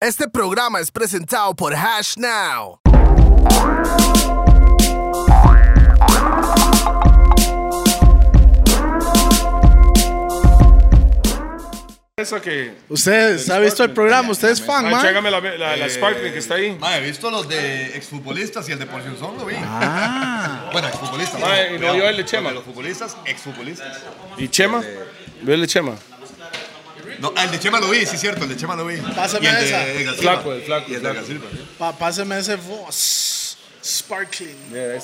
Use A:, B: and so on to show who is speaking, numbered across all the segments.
A: Este programa es presentado por Hash Now.
B: Esa que.
C: Pues Usted ha visto el programa, usted es fan,
B: Ah,
C: man.
B: Chégame la, la, la Sparkling que está ahí.
D: Mae, he visto los de exfutbolistas y el de Porción lo vi.
B: Ah.
D: Bueno, exfutbolistas.
B: Mae, y no vio el de Chema.
D: Porque Los futbolistas, exfutbolistas.
B: ¿Y eh, Chema? Vele Chema.
D: No, ah, el de Chema lo vi, sí es cierto, el de Chema lo vi.
C: Pásame
D: Y el
C: esa.
D: de Edgar Silva.
B: Flaco, el flaco.
D: Y el de Edgar Silva.
C: Pa- páseme ese voz. Sparkling.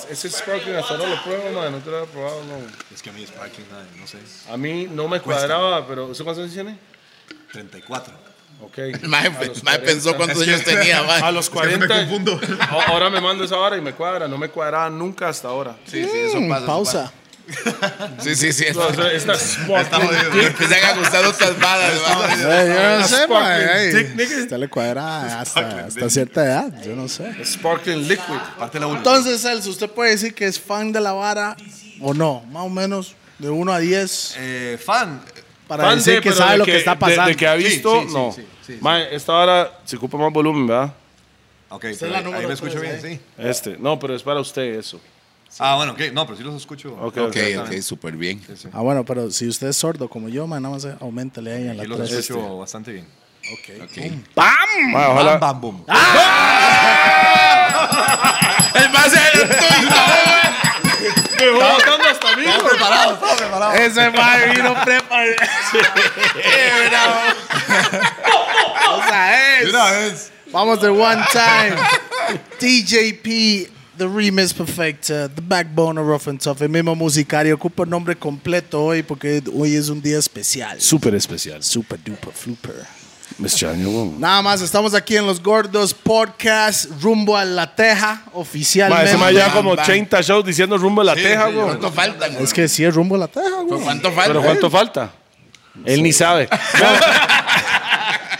B: ese Sparkling hasta ahora lo pruebo, man. No te lo he probado, no.
D: Es que a mí es parking, mae, no sé.
B: A mí no me cuadraba, pero ¿usted cuántos años tiene?
D: 34.
B: Ok.
E: Mae,
B: A los
E: mae
B: 40.
E: pensó cuántos años tenía, mae.
B: A los
D: Es que
B: 40.
D: me confundo.
B: A- Ahora me mando esa hora y me cuadra. No me cuadraba nunca hasta ahora.
D: Sí, sí, eso pasa. eso
C: Mm, Pausa.
E: Sí, sí, sí.
B: No, o sea, esta
D: pasa. Está
B: Sparkling.
D: jodido.
E: Empiezan a gustar otras balas, mae.
C: Eh, yo no sé, man.
B: Ah, Sparkling
C: eh.
B: dick, nigga.
C: Usted le cuadra hasta, hasta cierta edad, yo no sé.
B: Sparkling Liquid.
D: Parte la última.
C: Entonces, Celso, ¿usted puede decir que es fan de la vara o no? Más o menos, de 1 a 10,
D: Eh, fan.
C: para
B: Fan
C: decir
B: de,
C: que
B: pero
C: sabe
B: de
C: lo que, está
B: de-
C: pasando.
B: De, que ha
D: Sí,
B: visto,
D: sí, sí,
B: no.
D: sí, sí, sí.
B: Mae, esta hora se ocupa más volumen, ¿verdad?
D: Ok,
C: es
D: pero
C: la
D: ahí- ahí
C: número
D: me escucho
C: tres, ¿eh?
D: bien, sí.
B: Este. No, pero es para usted eso.
D: Ah, bueno, ok. No, pero sí los escucho.
B: Ok,
E: Ok, ok, súper bien.
C: Ah, bueno, pero si usted es sordo como yo, man, nada más eh, aumentale ahí en la
D: Sí los
C: 3.
B: Este.
D: escucho bastante bien.
B: Mae, ojalá.
D: Bam, bum.
C: ¡Ah!
E: El más
B: Me voy botando hasta mí, güey.
D: Preparado, estaba preparado.
C: Ese mae vino preparado. O sea,
D: De
C: es.
D: una vez.
C: Vamos de one time. DJP, The Remix Perfecta, The Backbone of Rough and Tough, el mismo musicario, ocupa el nombre completo hoy porque hoy es un día especial.
B: Súper especial.
C: Super duper flooper.
B: Me extraño, güey.
C: Nada más, estamos aquí en Los Gordos Podcast, rumbo a la teja,
B: Mae,
C: oficialmente.
B: ese mae lleva como
E: Bam, bam.
B: 80 shows diciendo rumbo a la teja, güey.
E: ¿Cuánto falta, güey?
C: es que sí es rumbo a la teja, güey.
E: ¿Cuánto falta?
B: Pero ¿cuánto falta? Él ni sabe.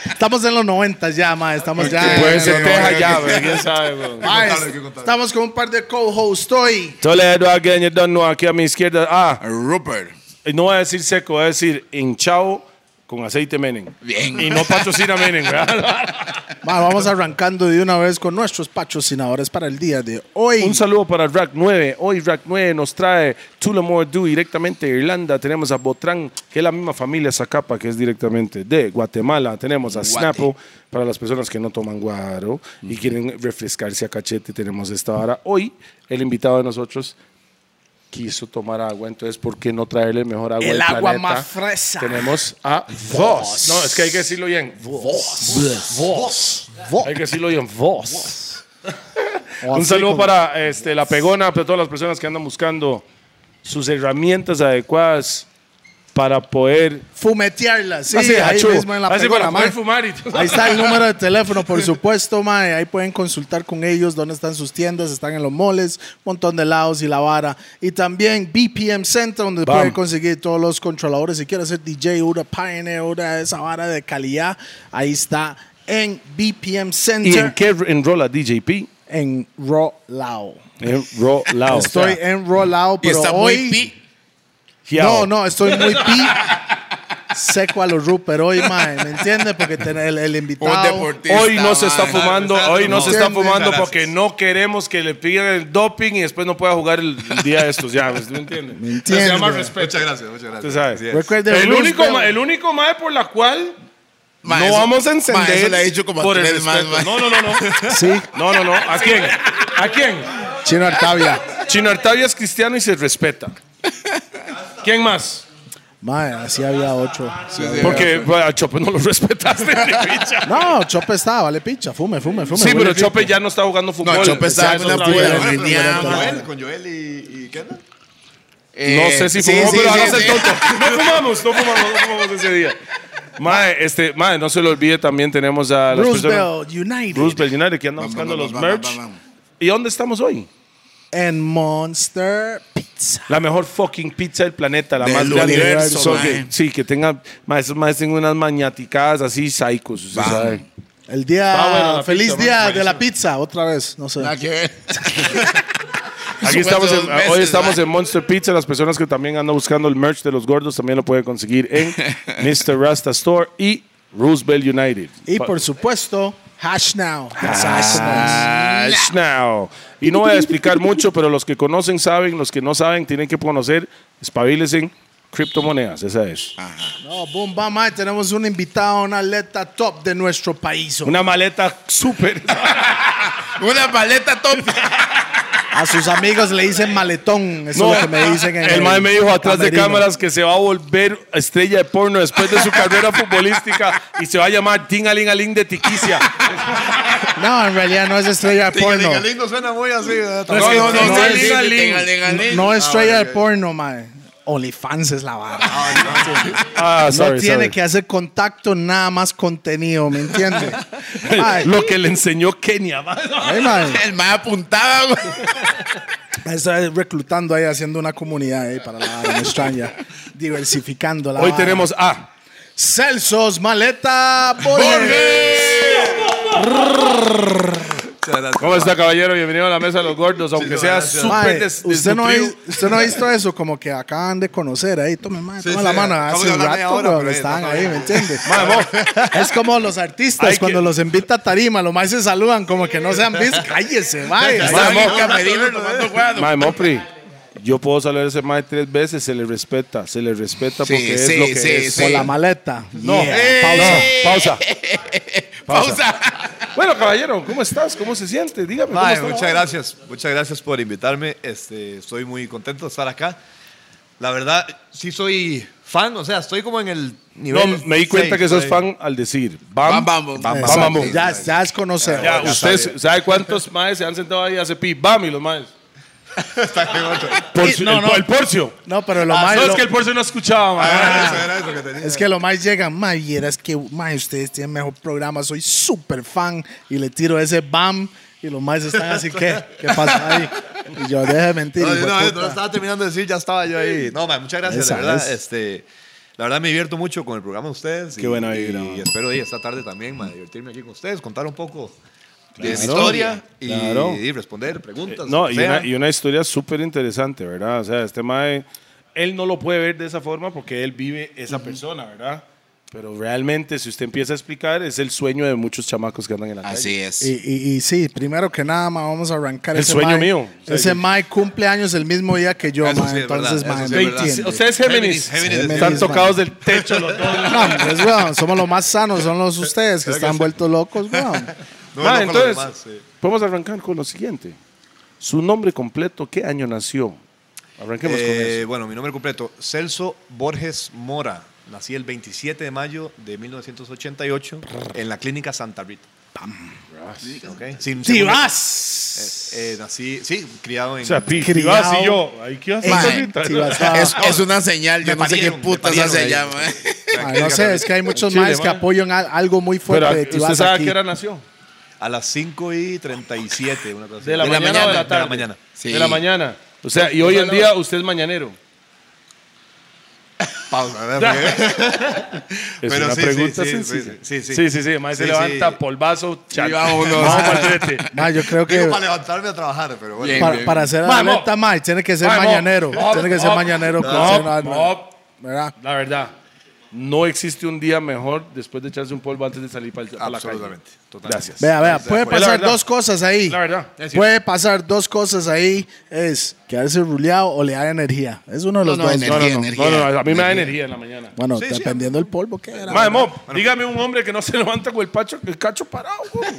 C: Estamos en los 90 ya, ma, estamos ya. en
B: Puede
C: los
B: ser
C: 90.
B: teja ya, güey. ¿Quién sabe, güey?
C: Ma,
D: contarlo, hay que contarlo.
C: estamos con un par de co-hosts hoy.
B: Toledo, again, you don't know, aquí a mi izquierda. Ah,
E: Rupert.
B: y no voy a decir seco, voy a decir hinchado con aceite Menem.
E: Bien.
B: Y no patrocina Menem, ¿verdad?
C: Ma, vamos arrancando de una vez con nuestros patrocinadores para el día de hoy.
B: Un saludo para Rack 9. Hoy Rack 9 nos trae Tullamore Dew directamente de Irlanda. Tenemos a Botrán, que es la misma familia Zacapa, que es directamente de Guatemala. Tenemos a
E: Guate.
B: Snapo, para las personas que no toman guaro y quieren refrescarse a cachete. Tenemos esta hora. Hoy, el invitado de nosotros quiso tomar agua, entonces ¿por qué no traerle mejor agua
C: El
B: del
C: agua
B: planeta?
C: más fresa.
B: Tenemos a Voss. No, es que hay que decirlo bien. Voss. Voss. Hay que decirlo bien. Voss. Un saludo para este, la pegona, para todas las personas que andan buscando sus herramientas adecuadas para poder,
C: Fumetearla, sí,
B: Así,
C: ahí
B: achú.
C: mismo en la
B: Así para
C: pegona,
B: poder
C: ma.
B: fumar y-
C: Ahí está el número de teléfono, por supuesto, mae. Ahí pueden consultar con ellos dónde están sus tiendas, están en los moles, montón de lados y la vara. Y también BPM Center, donde
B: Bam.
C: puede conseguir todos los controladores. Si quiere ser DJ, una Pioneer, una esa vara de calidad, ahí está en BPM
B: ¿Y en
C: Center
B: qué enrola DJP?
C: en, Rolao.
B: Enrolado.
C: Estoy en Rolao,
E: Y
C: pero
E: está
C: hoy.
E: muy pi.
C: No, no, estoy muy pi. Seco a los Rupert hoy, mae, ¿me entiendes? Porque ten- el, el
E: Un
C: invitado.
E: deportista.
B: hoy no se está
E: mae.
B: fumando, hoy no se está
C: Entiende.
B: fumando
D: Gracias.
B: porque no queremos que le pidan el doping y después no pueda jugar el, el día de estos. Ya, pues, ¿me entiendes?
C: entiende.
B: Se llama respeto.
D: Muchas gracias, muchas gracias.
B: Tú sabes.
D: Así es.
C: Recuerde,
B: El único,
C: Roosevelt.
B: ma- el único mae por la cual
E: Ma,
B: no
E: eso-
B: vamos a
E: ma,
B: encender.
E: eso le ha dicho como a
B: por el
E: tres más,
B: respeto.
E: ma.
B: No, no, no, no.
C: Sí,
B: No, no, no. ¿A quién? ¿A quién?
C: Chino Artavia.
B: Chino Artavia es cristiano y se respeta. ¿Quién más?
C: Mae, así había ocho.
B: Porque bueno, a Chope no lo respetaste, ni picha.
C: No, Chope está, vale picha. Fume, fume, fume.
B: Sí,
C: huele
B: pero
C: rico.
B: Chope ya no está jugando fútbol.
E: No, Chope
B: Ya
E: está
B: es
E: en una
B: otra
E: pura
B: vida.
C: Bueno,
D: Bueno,
E: línea,
D: pero con
E: mae.
D: Joel, con Joel y, y Kendall.
B: No
E: Eh,
B: sé si
E: sí,
B: fumó,
E: sí,
B: pero
E: sí,
B: ahora se
E: sí.
B: tonto. No fumamos, no fumamos, no fumamos ese día. Mae, este, mae, no se lo olvide, también tenemos a las personas...
C: Roosevelt United.
B: Roosevelt United, que andan buscando
E: vamos,
B: los
E: vamos,
B: merch.
E: vamos.
B: ¿Y dónde estamos hoy?
C: En Monster Pizza.
B: La mejor fucking pizza del planeta, la
E: Del
B: más grande.
E: universo,
B: So
E: mae.
B: que- sí, que tenga, mae, esos maes tienen unas mañaticadas así, psicos, usted
E: Vamos.
B: sabe.
C: El día.
B: Ah, bueno, la
C: feliz
B: pizza,
C: día
B: man,
C: de la pizza, otra vez. No sé.
E: Nada que ver.
B: Aquí
E: Eso fue
B: estamos
E: hace
B: en-
E: dos meses,
B: hoy estamos
E: ¿verdad?
B: en Monster Pizza. Las personas que también andan buscando el merch de los gordos también lo pueden conseguir en Mr. Rasta Store y Roosevelt United.
C: Y
B: Pa-
C: por supuesto, Hash now.
B: Ah, now. Y no voy a explicar mucho, pero los que conocen saben, los que no saben tienen que conocer. Espabiles en criptomonedas, esa es.
C: No, boom, vamos, ahí tenemos un invitado, una atleta top de nuestro país.
B: Una maleta súper.
E: Una paleta top.
C: A sus amigos le dicen maletón. Eso
B: No,
C: es lo que me dicen. en
B: el mae me dijo atrás de
C: camerino.
B: cámaras que se va a volver estrella de porno después de su carrera futbolística y se va a llamar Ting Aling Aling de Tiquicia.
C: No, en realidad no es estrella de porno.
D: Tingalingaling no suena muy así. ¿verdad?
B: No, no, no,
C: no,
B: Ting
C: es-
B: Aling Aling.
C: No es estrella de porno, mae. OnlyFans es la vara.
B: Ah,
C: No
B: sorry,
C: tiene
B: sorry.
C: que hacer contacto, nada más contenido, ¿me entiendes? Ay,
B: Lo que le enseñó Kenia. ma.
C: ay, mae.
E: El más apuntaba, güey.
C: Está reclutando ahí, haciendo una comunidad ahí para la vara, no extraña. Diversificando la
B: Hoy
C: vara.
B: tenemos a
C: Celsos Maleta Borges.
D: Ah,
B: ¿Cómo está, caballero? Bienvenido a la mesa de los gordos, aunque sea
D: gracias.
B: súper
C: Mae,
B: des-
C: usted, no
B: desnutrido.
C: ha- usted no ha visto eso, como que acaban de conocer ahí. Tome, mae,
D: Sí,
C: toma
D: sí,
C: la mano.
D: estamos
C: Hace un
D: hablando ahí
C: rato,
D: ahora,
C: weón,
D: pero
C: estaban
D: no,
C: ahí,
D: no.
C: ¿me entiende?
B: Mae, vos-
C: Es como los artistas,
B: Hay
C: cuando
B: que-
C: los invita a tarima, los más se saludan, como que no se han visto. Cállese, mae.
E: Estaba en el
B: mo-
E: camerino tomando guado.
B: Mae, Mopri, yo puedo saludar a ese mae tres veces, se le respeta, se le respeta
E: Sí,
B: porque es
E: sí,
B: lo que
E: sí,
B: es.
E: sí.
C: Por la maleta.
B: No, eh.
C: Yeah.
B: pausa, pausa.
E: Pausa.
B: Bueno, caballero, ¿cómo estás? ¿Cómo se siente? Dígame. ¿cómo
D: Mae,
B: está la
D: muchas
B: vara?
D: gracias, muchas gracias por invitarme. Este, estoy muy contento de estar acá. La verdad, sí soy fan, o sea, estoy como en el
B: No,
D: nivel.
B: me di cuenta
D: seis,
B: que sos
D: por ahí.
B: fan al decir bam,
E: Bam, bam, bam.
B: bam, bam, bam.
C: Ya, ya es conocer.
B: Ya, usted sabe cuántos maes se han sentado ahí a hacer pi, bam, y los maes.
D: Está bien, otro.
B: Porcio,
C: no,
B: el,
C: no.
B: el porcio.
C: No, pero lo
B: Ah,
C: más.
B: no,
C: lo-
B: es que el porcio no escuchaba, mae.
D: Ah, eso era eso que tenía.
C: Es que lo más llegan, mae, vieras que, mae, ustedes tienen mejor programa, soy súper fan y le tiro ese bam y los más están así, ¿qué? ¿Qué pasa ahí? Y yo, deje de
B: este
C: mentir.
D: No,
C: hijo
D: no,
C: de
D: no,
C: puta.
D: lo estaba terminando de decir, ya estaba yo ahí. No, mae, muchas gracias,
C: Esa
D: de verdad.
C: es.
D: Este, la verdad me divierto mucho con el programa de ustedes.
B: Qué buena vibra,
D: Y,
B: mae.
D: espero ahí esta tarde también, mae, divertirme aquí con ustedes, contar un poco de mi historia y,
B: claro. Eh,
D: y responder preguntas.
B: No,
D: lo que
B: y
D: sea.
B: una, y una historia súper interesante, ¿verdad? O sea, este mae, él no lo puede ver de esa forma porque él vive esa persona, ¿verdad? Pero realmente, si usted empieza a explicar, es el sueño de muchos chamacos que andan en la calle.
E: Así es.
C: Y, y- y sí, primero que nada, mae, vamos a arrancar
B: El
C: ese
B: sueño
C: mae.
B: mío.
C: Ese mae cumple años el mismo día que yo,
D: Eso
C: mae,
D: sí es
C: entonces,
D: verdad,
C: mae,
D: eso sí
C: no
D: es verdad.
C: entiende.
B: Ustedes Géminis,
D: Géminis, Géminis,
B: están
C: Géminis,
B: tocados del techo los dos.
C: No, hombres, weón, somos los más sanos, son los ustedes que
D: Creo que
C: están
D: sí.
C: vueltos locos, weón.
D: No,
B: Ma,
D: no con los
B: Ah, entonces,
D: demás, sí.
B: vamos a arrancar con lo siguiente. Su nombre completo, ¿qué año nació? Arranquemos con
D: Eh,
B: eso.
D: bueno, mi nombre completo, Celso Borges Mora. Nací el 27 de mayo de 1988 en la clínica Santa Rita. Ok. Sin segunda-
C: vas!
D: Eh, nací, sí, criado en...
B: O sea, pi-
C: criado.
B: Tibás y yo. Ay, ¿qué haces
E: Ma,
B: ahorita?
C: Tibás,
B: No,
C: ah.
E: Es, es una señal,
D: Me
E: yo no sé qué
D: parieron,
E: putas
D: me
E: hace
D: parieron
E: allá,
D: ahí.
E: man.
C: Ah,
D: eh,
C: no sé, es que hay muchos
B: Chile,
C: más que
B: mae.
C: apoyan al- algo muy
B: Pero,
C: fuerte de Tibás
B: ¿usted sabe a
C: aquí.
B: qué hora nació?
D: A las 5 y 37. Una cosa así.
B: ¿De la,
E: De la
B: mañana, o de
E: mañana,
B: la
E: de
B: tarde?
D: la mañana.
E: Sí.
B: De la mañana. O sea, y hoy en día usted es mañanero.
D: Pausa, ¿verdad?
B: Es
D: Pero
B: una
D: sí,
B: pregunta
D: sí, sí,
B: sencilla.
D: sí, sí, sí.
B: sí, sí, Además, se
D: Sí,
B: levanta
D: sí.
B: polvazo, chat.
E: Y vámonos.
B: Vamos pa'l trete.
C: Ma, yo creo que
D: Digo para levantarme a trabajar, pero bueno.
E: Bien.
C: para, para ser
B: Ma,
C: atleta,
B: mo-
C: ma, tiene que ser
B: Ma, mo-
C: mañanero.
B: mo-
C: tiene que ser
B: mo-
C: mañanero. para
B: mo-
C: ser una-
B: mo-
C: ¿verdad?
B: La verdad, no existe un día mejor después de echarse un polvo antes de salir para la calle.
D: Absolutamente, totalmente.
B: Gracias.
C: Vea, vea, puede
B: Es la
C: pasar
B: verdad.
C: dos cosas ahí.
B: La verdad.
D: Es cierto.
C: Puede pasar dos cosas ahí. Es quedarse ruleado o le da energía. Es uno de los
E: No, no,
C: dos.
E: energía.
B: No, no, no, no, no, no, a mí me da
E: Energía.
B: energía en la mañana.
C: Bueno,
D: Sí, sí.
C: dependiendo del polvo que era.
B: Madre, Mop, dígame un hombre que no se levanta con el, pacho, el cacho parado, güey.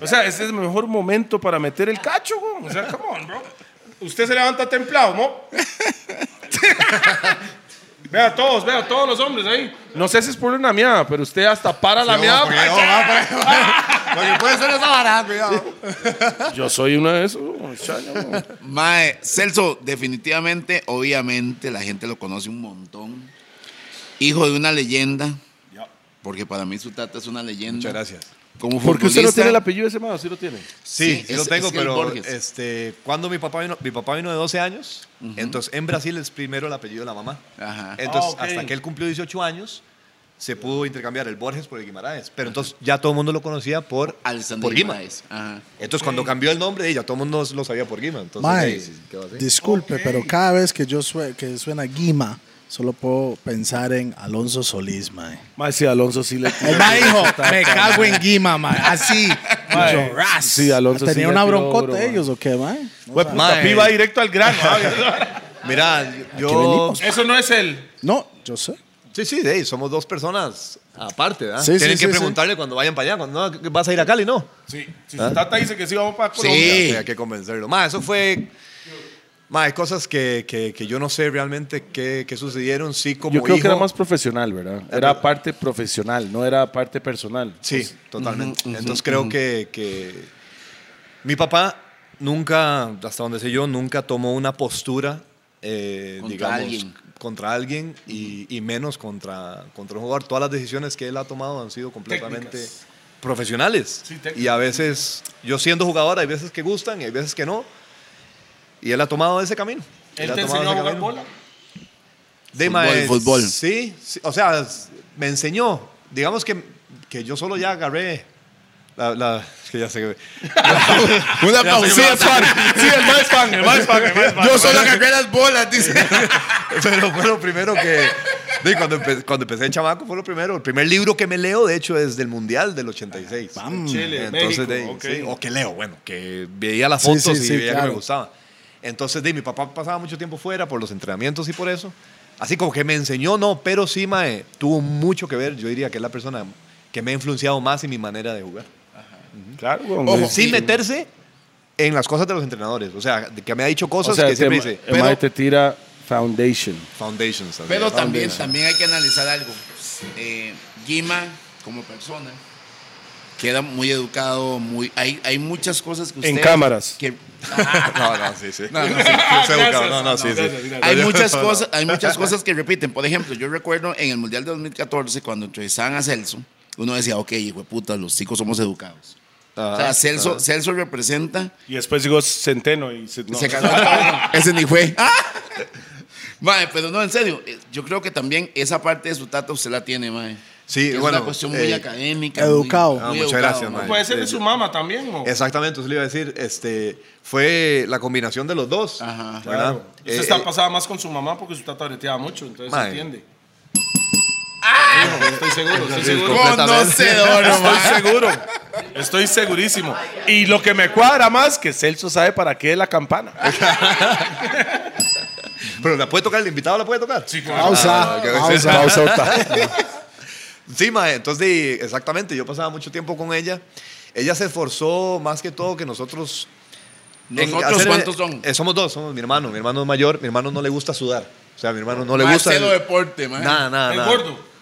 B: O sea, este es el mejor momento para meter el cacho, güey. O sea, come on, bro. Usted se levanta templado, Mop. vea a todos, vea a todos los hombres ahí. No sé si es por una miada, pero usted hasta para la
D: Cuidado,
B: miada.
D: porque-
B: pa-
D: no, va, porque- porque puede ser esa vara, cuidado.
B: Yo soy uno de esos, güey, chaña, güey.
E: Mae, Celso, definitivamente, obviamente, la gente lo conoce un montón. Hijo de una leyenda. Porque para mí su tata es una leyenda.
D: Muchas gracias.
E: Como
B: Porque usted no
E: futbolista,
B: tiene el apellido de ese madre, sí lo tiene.
D: Sí,
E: Sí,
D: sí
E: es-
D: lo tengo,
E: es el
D: pero
E: Borges.
D: este, cuando mi papá vino, mi papá vino de 12 años, entonces en Brasil es primero el apellido de la mamá.
E: Ajá.
B: Ah,
D: Entonces,
B: ok.
D: hasta que él cumplió 18 años, se pudo intercambiar el Borges por el Guimaraes, pero entonces ya todo el mundo lo conocía por,
E: Alessandro
D: por Guima.
E: Guimarães. Ajá.
D: Entonces, cuando cambió el nombre, ya todo el mundo lo sabía por Guima. Entonces,
C: Mae,
D: ahí, ¿qué va a hacer?
C: disculpe, pero cada vez que yo sue- que suena Guima, Solo puedo pensar en Alonso Solís, mae.
B: Más si Alonso sí le
C: El mae dijo, me cago en Guima, mae. Así. Yo, ras.
B: sí, Alonso sí
C: ¿Tenía
B: le
C: una
B: tiró
C: broncota
B: duro, mae.
C: ellos o qué, mae? No,
B: Güey, puta,
D: Mae.
B: Pi va directo al grano. ah.
D: Mira, yo.
C: venimos.
F: Eso no es él.
C: No, yo sé.
D: Sí, sí, de ahí, somos dos personas aparte, ¿verdad?
C: Sí, sí,
D: Tienen
C: sí,
D: que
C: sí.
D: preguntarle cuando vayan para allá, cuando no, vas a ir a Cali, ¿no?
F: Sí. Si
D: ¿Ah?
F: su Tata dice que sí, vamos para Colombia.
E: Sí.
D: Hay que convencerlo. Ma, eso fue. Ma, hay cosas que, que, que yo no sé realmente qué, qué sucedieron. Sí, como
B: Yo creo que
D: hijo-
B: era más profesional, ¿verdad? Era parte profesional, no era parte personal.
F: Pues,
D: Sí, totalmente. Entonces creo que, que mi papá nunca, hasta donde sé yo, nunca tomó una postura, eh,
E: Contra
D: digamos,
E: alguien.
D: contra alguien y, y menos contra, contra un jugador. Todas las decisiones que él ha tomado han sido completamente
F: Técnicas.
D: profesionales.
F: Sí, técnicas.
D: y a veces, yo siendo jugador, hay veces que gustan y hay veces que no. Y él ha tomado ese camino. Él
F: Él
D: ha
F: te
D: tomado
F: enseñó a
D: ese
F: jugar bola.
D: camino. De
E: Fútbol,
D: mae,
E: fútbol.
D: Sí, sí, o sea, s- me enseñó. Digamos que, que yo solo ya agarré. La, la- es que ya sé que.
E: Una
B: Sí, es fan. Sí, el más fan, el más fan, el más fan.
E: Yo solo agarré las bolas, dice.
D: Pero fue lo primero que. de cuando, empe- cuando empecé en Chamaco fue lo primero. El primer libro que me leo, de hecho, es del Mundial del 86.
F: Chile,
D: Entonces, de,
F: México. ok.
D: sí, o que leo, bueno, que veía las
C: Sí,
D: fotos
C: sí,
D: y
C: sí,
D: veía que
C: claro.
D: me gustaba. Entonces, de, mi papá pasaba mucho tiempo fuera por los entrenamientos y por eso. Así como que me enseñó, no, pero sí, mae, tuvo mucho que ver. Yo diría que es la persona que me ha influenciado más en mi manera de jugar.
B: Claro, güey.
E: Ojo,
D: Sin meterse en las cosas de los entrenadores. O sea, de que me ha dicho
B: O
D: cosas
B: sea,
D: que
B: te,
D: siempre
B: ma-
D: dice.
B: el mae te tira foundation.
D: Foundations. así,
E: Pero también,
D: foundations.
E: también hay que analizar algo. Eh, Guima, como persona, queda muy educado, muy hay, hay muchas cosas que ustedes...
B: cámaras.
E: que-
D: No, no, sí, sí.
E: No, no, sí.
D: No, no, no, sí, sí.
E: hay muchas
D: No, no.
E: cosas hay muchas cosas que repiten por ejemplo yo recuerdo en el mundial de 2014 cuando entrevistaban a Celso uno decía ok hijo de puta los chicos somos educados o sea
D: Ajá,
E: Celso
D: ajá.
E: Celso representa
B: Y después digo centeno y se, no.
E: se cagó en todo. ese ni fue ¡Ah! Mae, pero no, en serio, eh, yo creo que también esa parte de su tata usted la tiene, mae.
D: Sí,
E: es
D: bueno,
E: una cuestión muy
D: eh,
E: académica.
C: educado.
E: muy-
D: Ah,
E: muy
D: muchas
E: educado,
D: gracias, mae.
F: Puede ser de su mamá también, ¿no?
D: Exactamente, eso le iba a decir. Este, fue la combinación de los dos.
E: Ajá.
D: ¿verdad?
F: Usted
D: Eh,
F: está
D: eh,
F: pasada más con su mamá porque su tata breteaba mucho, entonces se
D: Mae.
F: entiende. Estoy
D: eh,
F: seguro, estoy seguro.
E: Conocedor, mae.
B: Estoy seguro. Estoy segurísimo. Y lo que me cuadra más que Celso sabe para qué es la campana.
D: Pero la puede tocar, el invitado la puede tocar. Sí,
B: Ah,
C: Pausa. pausa.
D: mae, entonces di- exactamente, yo pasaba mucho tiempo con ella. Ella se esforzó más que todo que nosotros. en
E: ¿Nosotros
D: hacer-
E: cuántos son?
D: eh, somos dos, somos mi hermano. Mi hermano es mayor, mi hermano no le gusta sudar. O sea, a mi hermano no le
E: Mae,
D: gusta. el-
E: cero deporte, mae.
D: Nada, nada,
F: El
D: nada.
F: gordo.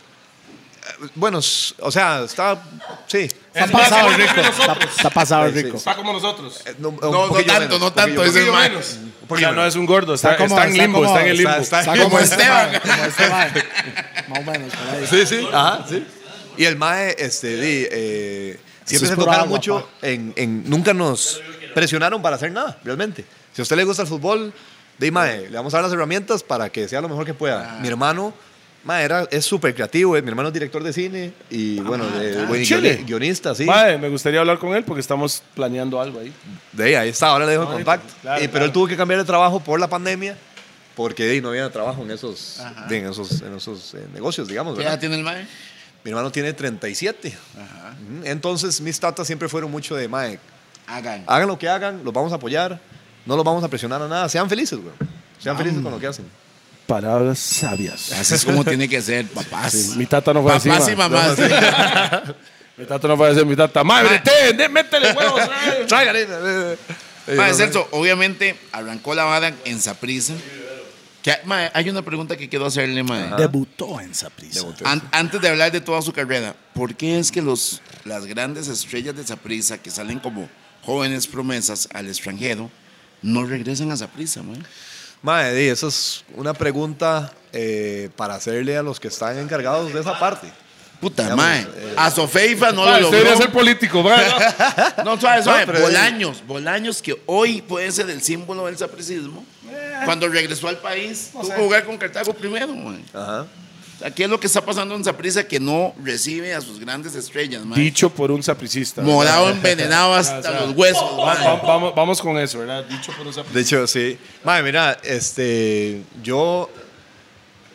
D: Bueno, s- o sea, está. Sí.
C: Está
F: Es más
C: pasado
F: gordo que
C: rico. Está,
F: nosotros.
C: está pasado
D: Sí, sí.
C: rico.
F: Está como nosotros.
D: Eh, No, un
E: No, no
D: poquillo
E: tanto,
D: menos,
E: no tanto.
D: poquillo
E: Ese es
F: Yo
E: mae.
F: menos.
D: menos,
B: O
D: poquillo
B: sea, no
D: menos.
B: es un gordo, está,
C: Está como-
B: está en
C: está
B: limbo,
C: como-
B: está en el limbo.
D: está- está-
E: Como
C: este,
E: Esteban.
C: mae, Como Esteban. Más o menos, por ahí.
D: Sí, sí, ajá, sí. Y el Mae, este, di, eh, siempre
C: es
D: se
C: pura
D: tocaron
C: agua,
D: mucho en, en- Nunca nos presionaron para hacer nada, realmente. Si a usted le gusta el fútbol, di, Mae, le vamos a dar las herramientas para que sea lo mejor que pueda. Mi hermano, Mae, era, es súper creativo, eh, mi hermano es director de cine y, bueno, de- buen
B: Chile.
D: guioni- guionista, sí.
B: Mae, me gustaría hablar con él porque estamos planeando algo ahí.
D: De ahí, ahí está, ahora le dejo el contacto.
B: claro,
D: Eh, pero él
B: claro.
D: tuvo que cambiar de trabajo por la pandemia. Porque di, no había trabajo en esos, di, en esos, en esos eh, negocios, digamos.
E: ¿Qué
D: ¿verdad?
E: edad tiene el mae?
D: Mi hermano tiene 37. Ujú. Entonces, mis tatas siempre fueron mucho de, mae,
E: Hagan.
D: hagan lo que hagan, los vamos a apoyar, no los vamos a presionar a nada, sean felices, güey.
B: Ah,
D: Sean
B: mm.
D: felices con lo que hacen.
B: Palabras sabias.
E: Así es como tiene que ser, papás.
B: Mi tata no fue así.
E: Papás y
B: mae.
E: mamás.
B: Mi tata no fue así. Mi tata, madre, te, de- métele huevos. mae.
D: Traigan, eh, eh, eh.
E: Mae, Celso, obviamente arrancó la vara en Saprisa. hay una pregunta que quiero hacerle, mae.
C: Debutó en Saprissa.
E: An- antes de hablar de toda su carrera, ¿por qué es que los, las grandes estrellas de Saprisa que salen como jóvenes promesas al extranjero no regresan a Saprisa, mae?
D: Mae, di, esa es una pregunta eh, para hacerle a los que están encargados de esa parte.
E: Puta,
D: Digamos,
E: mae.
D: eh,
E: A Sofeifa no
B: Mae,
E: lo
B: usted debería ser
E: logró.
B: político, mae.
E: No, suave, suave.
D: pero-
E: Bolaños, Bolaños que hoy puede ser el símbolo del sapricismo. Cuando regresó al país, tuvo que jugar con Cartago primero, mae.
D: Ajá.
E: Aquí es lo que está pasando en Saprisa que no recibe a sus grandes estrellas, man.
B: Dicho por un sapricista.
E: Morado envenenado hasta los huesos,
B: Va-
E: man.
B: va- Vamos, vamos con eso, ¿verdad? Dicho por un sapricista.
D: De hecho, sí. Mae, mira, este, yo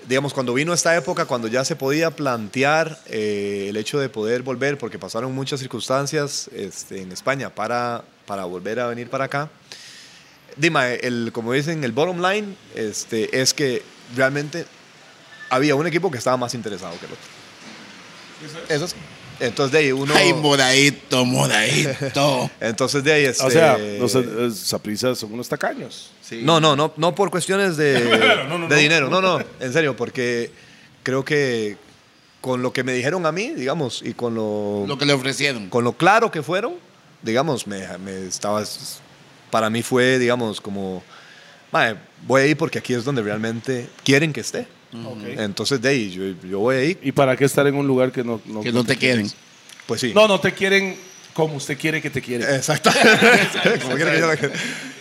D: digamos, cuando vino esta época, cuando ya se podía plantear eh, el hecho de poder volver, porque pasaron muchas circunstancias este, en España para, para volver a venir para acá. Dima, el, como dicen, el bottom line este, es que realmente había un equipo que estaba más interesado que el otro. Eso es. Entonces, de ahí uno.
E: Ay, modadito, modadito.
D: Entonces, de ahí. Este,
B: O sea, los eh, Saprissa son unos tacaños.
D: No, no, no, no por cuestiones de,
B: no, no,
D: de
B: no.
D: dinero, no, no, en serio, porque creo que con lo que me dijeron a mí, digamos, y con lo,
E: lo que le ofrecieron.
D: con lo claro que fueron, digamos, me, me estaba, para mí fue, digamos, como, "Mae, voy ahí porque aquí es donde realmente quieren que esté. Entonces, de ahí, yo, yo voy ahí,
B: ¿Y para qué estar en un lugar que no, no-
E: Que no te queden.
D: pues sí.
B: No, no te quieren como usted quiere que te
E: Eh,
B: quieren.
D: Exacto. Como quiera que yo la-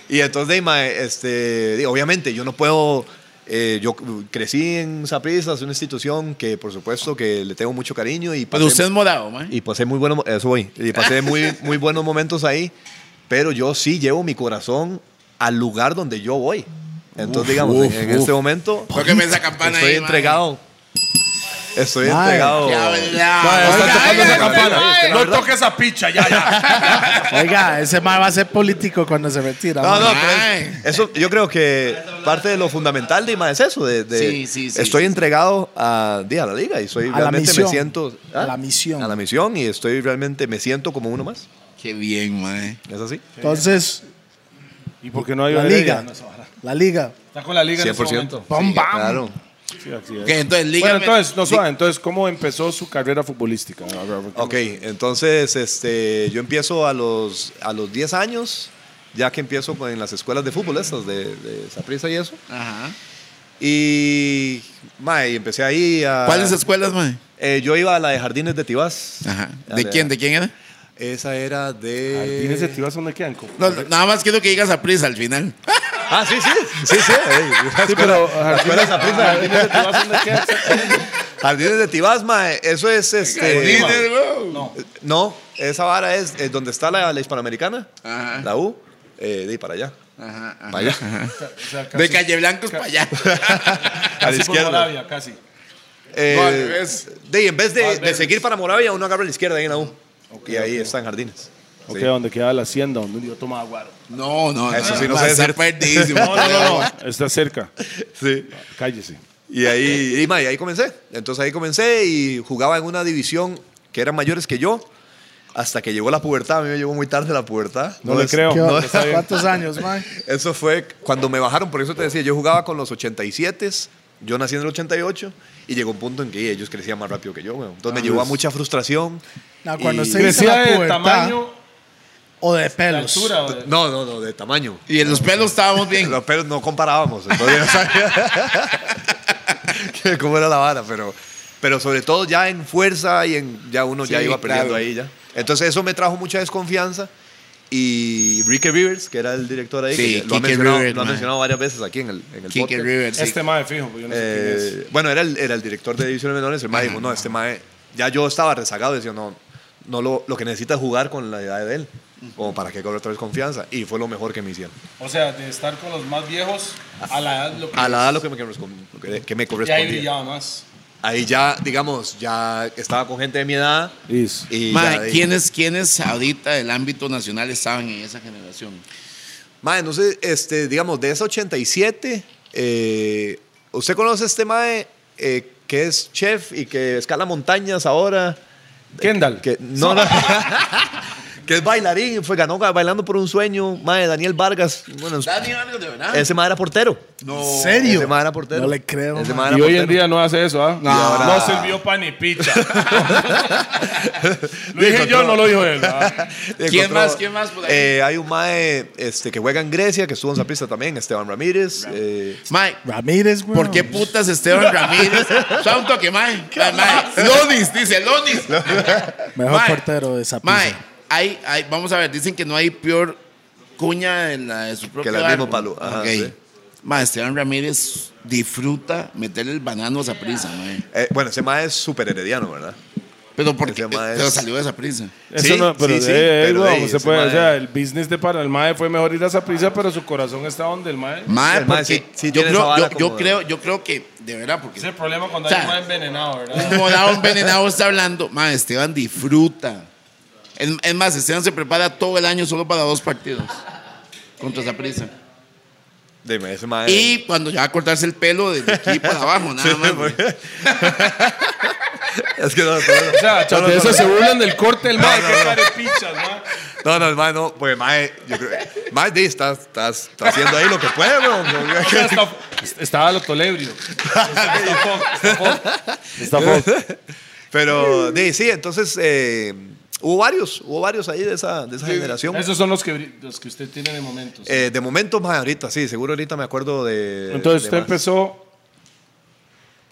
D: y entonces, de ahí, mae, este, di- obviamente, yo no puedo. eh, yo crecí en Saprissa, es una institución que, por supuesto, que le tengo mucho cariño y pasé,
E: Pero usted es modado, man.
D: y pasé muy buenos, mo- eso voy, y pasé muy, muy buenos momentos ahí. Pero yo sí llevo mi corazón al lugar donde yo voy. Entonces, digamos, en- en este momento
E: Tóqueme esa campana
D: estoy
E: ahí, man.
D: entregado. Estoy
C: Mae.
D: entregado.
E: Ya, ya.
B: Están
E: Oiga,
B: tocando
E: oiga,
B: esa
E: oiga,
B: campana.
E: oiga.
B: No toques esa picha, ya, ya.
C: Oiga, ese mae va a ser político cuando se retira.
D: No,
C: mae.
D: no,
E: Ay.
D: pero es- eso yo creo que parte de lo fundamental de IMA es eso, de, de-
E: Sí, sí, sí,
D: estoy
E: sí, sí.
D: entregado a, di, a la liga y soy
C: la
D: realmente
C: misión.
D: me siento ¿ah?
C: A la misión.
D: a la misión y estoy realmente me siento como uno más,
E: Qué bien, man.
D: es así.
C: Entonces,
B: ¿Y por qué no hay
C: la
B: una
C: liga. La liga.
F: Está con la liga en este
D: 100%.
F: momento.
C: Bam,
D: Sí,
C: bam.
D: Claro.
B: Sí, así es.
E: Ok, entonces,
B: Bueno,
E: lígame.
B: entonces, no
E: Sí.
B: suave, entonces, ¿cómo empezó su carrera futbolística? A ver, ¿cómo-
D: Ok, entonces este, yo empiezo a los, a los 10 años, ya que empiezo con- en las escuelas de fútbol estas, de, de Saprissa y eso.
E: Ajá.
D: Y, mae, y empecé ahí a...
E: ¿Cuáles escuelas, man?
D: Eh, yo iba a la de Jardines de Tibás.
E: Ajá.
D: A
E: ¿De
D: la-
E: quién? ¿De quién era?
D: Esa era de.
B: ¿Jardines de Tibás dónde quedan? ¿Cómo?
E: No, no, nada más quiero que digas a prisa al final.
D: Ah, sí, sí. Sí, sí. ey, la
B: Sí,
D: escuela-
B: pero
D: la escuela
B: Jardines
D: Saprissa,
B: Jardines de Tibás dónde quedan.
D: Jardines de Tibás, mae, Eso es este.
E: Jardines, wow.
D: No, esa vara es, eh, donde está la, la hispanoamericana.
E: Ajá.
D: La U. Eh, de ahí para allá.
E: Ajá, ajá.
D: Para allá.
E: De Calle Blancos para allá.
D: A la
F: Casi por
D: izquierda.
F: Moravia, casi.
D: Eh,
E: No, al revés.
D: de ahí, en vez de, de
F: revés.
D: seguir para Moravia, uno agarra a la izquierda ahí en la U. y ahí están jardines.
B: Ok,
D: Sí.
B: donde queda la hacienda, donde yo tomaba guaro.
E: No, no,
D: Eso sí, no
E: va,
D: sé
E: Está
D: decir.
E: perdidísimo.
B: No, no, no, no, está cerca.
D: Sí.
B: Cállese.
D: Y ahí, y, ma, y ahí comencé. Entonces ahí comencé y jugaba en una división que eran mayores que yo. Hasta que llegó la pubertad, a mí me llegó muy tarde la pubertad.
B: No le
D: es-
B: creo.
C: ¿Qué
B: No,
C: va-
B: está bien.
C: ¿Cuántos años, mae?
D: Eso fue cuando me bajaron, por eso te decía, yo jugaba con los 87, yo nací en el 88 y llegó un punto en que ellos crecían más rápido que yo, weón. Entonces me llevó a mucha frustración.
C: No, cuando
D: Y-
C: se dice
B: Crecía
C: la
B: de
C: pubertad
B: tamaño,
C: o de
F: La
C: pelos.
F: altura. o de-
D: No, no, no, de tamaño.
E: Y en los pelos estábamos bien.
D: Los pelos no comparábamos, entonces no sabía que cómo era la vara, pero, pero sobre todo ya en fuerza y en, ya uno ya
E: Sí,
D: iba perdiendo
E: claro.
D: ahí ya. Entonces eso me trajo mucha desconfianza y Ricky Rivers, que era el director ahí,
E: Sí,
D: que lo ha,
E: Kike
D: mencionado,
E: Rivers,
D: lo ha
E: man.
D: mencionado varias veces aquí en el, en el
E: Quique
D: podcast.
E: Rivers. sí.
B: este mae fijo, pues yo no sé quién es.
D: Eh, bueno, era el, era el director de divisiones menores. El mae dijo, no, este mae, ya yo estaba rezagado. Decía, no, no lo, lo que necesita es jugar con la edad de él. Como para que cobre otra vez confianza. Y fue lo mejor que me hicieron.
F: O sea, de estar con los más viejos a la edad lo que.
D: A la edad lo que me, que me correspon- lo que- que
F: Y
D: me
F: ahí
D: correspondía.
F: brillaba más.
D: Ahí ya, digamos, ya estaba con gente de mi edad.
B: Is.
D: Y
E: Ma,
D: ya de-
E: ¿quiénes, ¿Quiénes ahorita del ámbito nacional estaban en esa generación?
D: Mae, no sé, este, digamos, de esa 87, eh, ¿usted conoce este mae eh, que es chef y que escala montañas ahora?
B: Kendall.
D: Que, no, no. que es bailarín, fue, ganó bailando por un sueño. Mae, Daniel Vargas. Bueno,
E: Daniel, de verdad.
D: ese mae era portero.
C: ¿En serio?
D: Ese mae era portero.
C: No le creo,
D: Ese
C: man.
D: mae
B: Y
D: era
B: hoy en
D: portero.
B: día no hace eso, ¿ah?
D: Y ahora-
F: No sirvió pan ni picha. lo
D: Dijo
F: dije yo,
D: todo.
F: no lo dijo él. ¿ah? ¿verdad?
E: ¿Quién más? ¿Quién más por ahí?
D: Eh, hay un mae este, que juega en Grecia, que estuvo en Zapista también, Esteban Ramírez. eh,
E: Mike,
C: Ramírez, güey.
E: ¿por qué putas Esteban Ramírez? Suave un toque, Mike. Lonis, dice Lonis.
C: Mejor
E: Mae,
C: portero de esa
E: Mae, hay, hay, vamos a ver, dicen que no hay peor cuña en la de su propio
D: la del mismo
E: árbol.
D: palo, ajá,
E: Ok.
D: sí.
E: Mae, Esteban Ramírez disfruta meterle el banano a esa prisa, mae.
D: eh, bueno, ese mae es súper herediano, ¿verdad?
E: Pero porque
D: Ese mae
E: pero
D: es-
E: salió de esa prisa.
B: Eso
D: Sí,
B: no, pero
D: sí, sí,
B: eh, eh,
D: pero,
B: weón,
D: ey,
B: se
D: ese
B: puede,
D: mae-
B: o sea, el business de para el mae fue mejor ir a esa prisa, pero su corazón está donde el mae.
E: Mae,
D: El mae
E: porque
D: sí- sí
E: yo,
D: tiene esa
E: creo,
D: vara
E: yo, yo
D: como de-
E: creo, yo creo que, de verdad, porque
F: Es el problema cuando
E: O sea,
F: hay un mae envenenado, ¿verdad?
E: como da un venenado está hablando, mae, Esteban disfruta. Es, es más, Esteban se prepara todo el año solo para dos partidos contra esa prisa.
D: Dime, ese mae.
E: Y cuando ya va a cortarse el pelo desde aquí para abajo, nada más. güey.
D: es que no, no, no.
B: O sea,
D: No, no,
B: de eso
D: no,
B: se burlan del corte del mae.
D: no,
B: qué
D: no.
B: carepichas, mae.
D: No, no, el mae no, porque el mae, yo creo, el mae di, está, está, está haciendo ahí lo que puede, weón.
B: O sea, hasta- Estaba lo tolebrio. Está
D: Pero, di, sí, entonces, eh, hubo varios, hubo varios ahí de esa, de esa generación.
B: Esos son los que, bri- los que usted tiene de momentos.
D: Eh, de momento, mae, ahorita, sí, seguro ahorita me acuerdo de.
B: Entonces
D: de
B: usted
D: más.
B: empezó,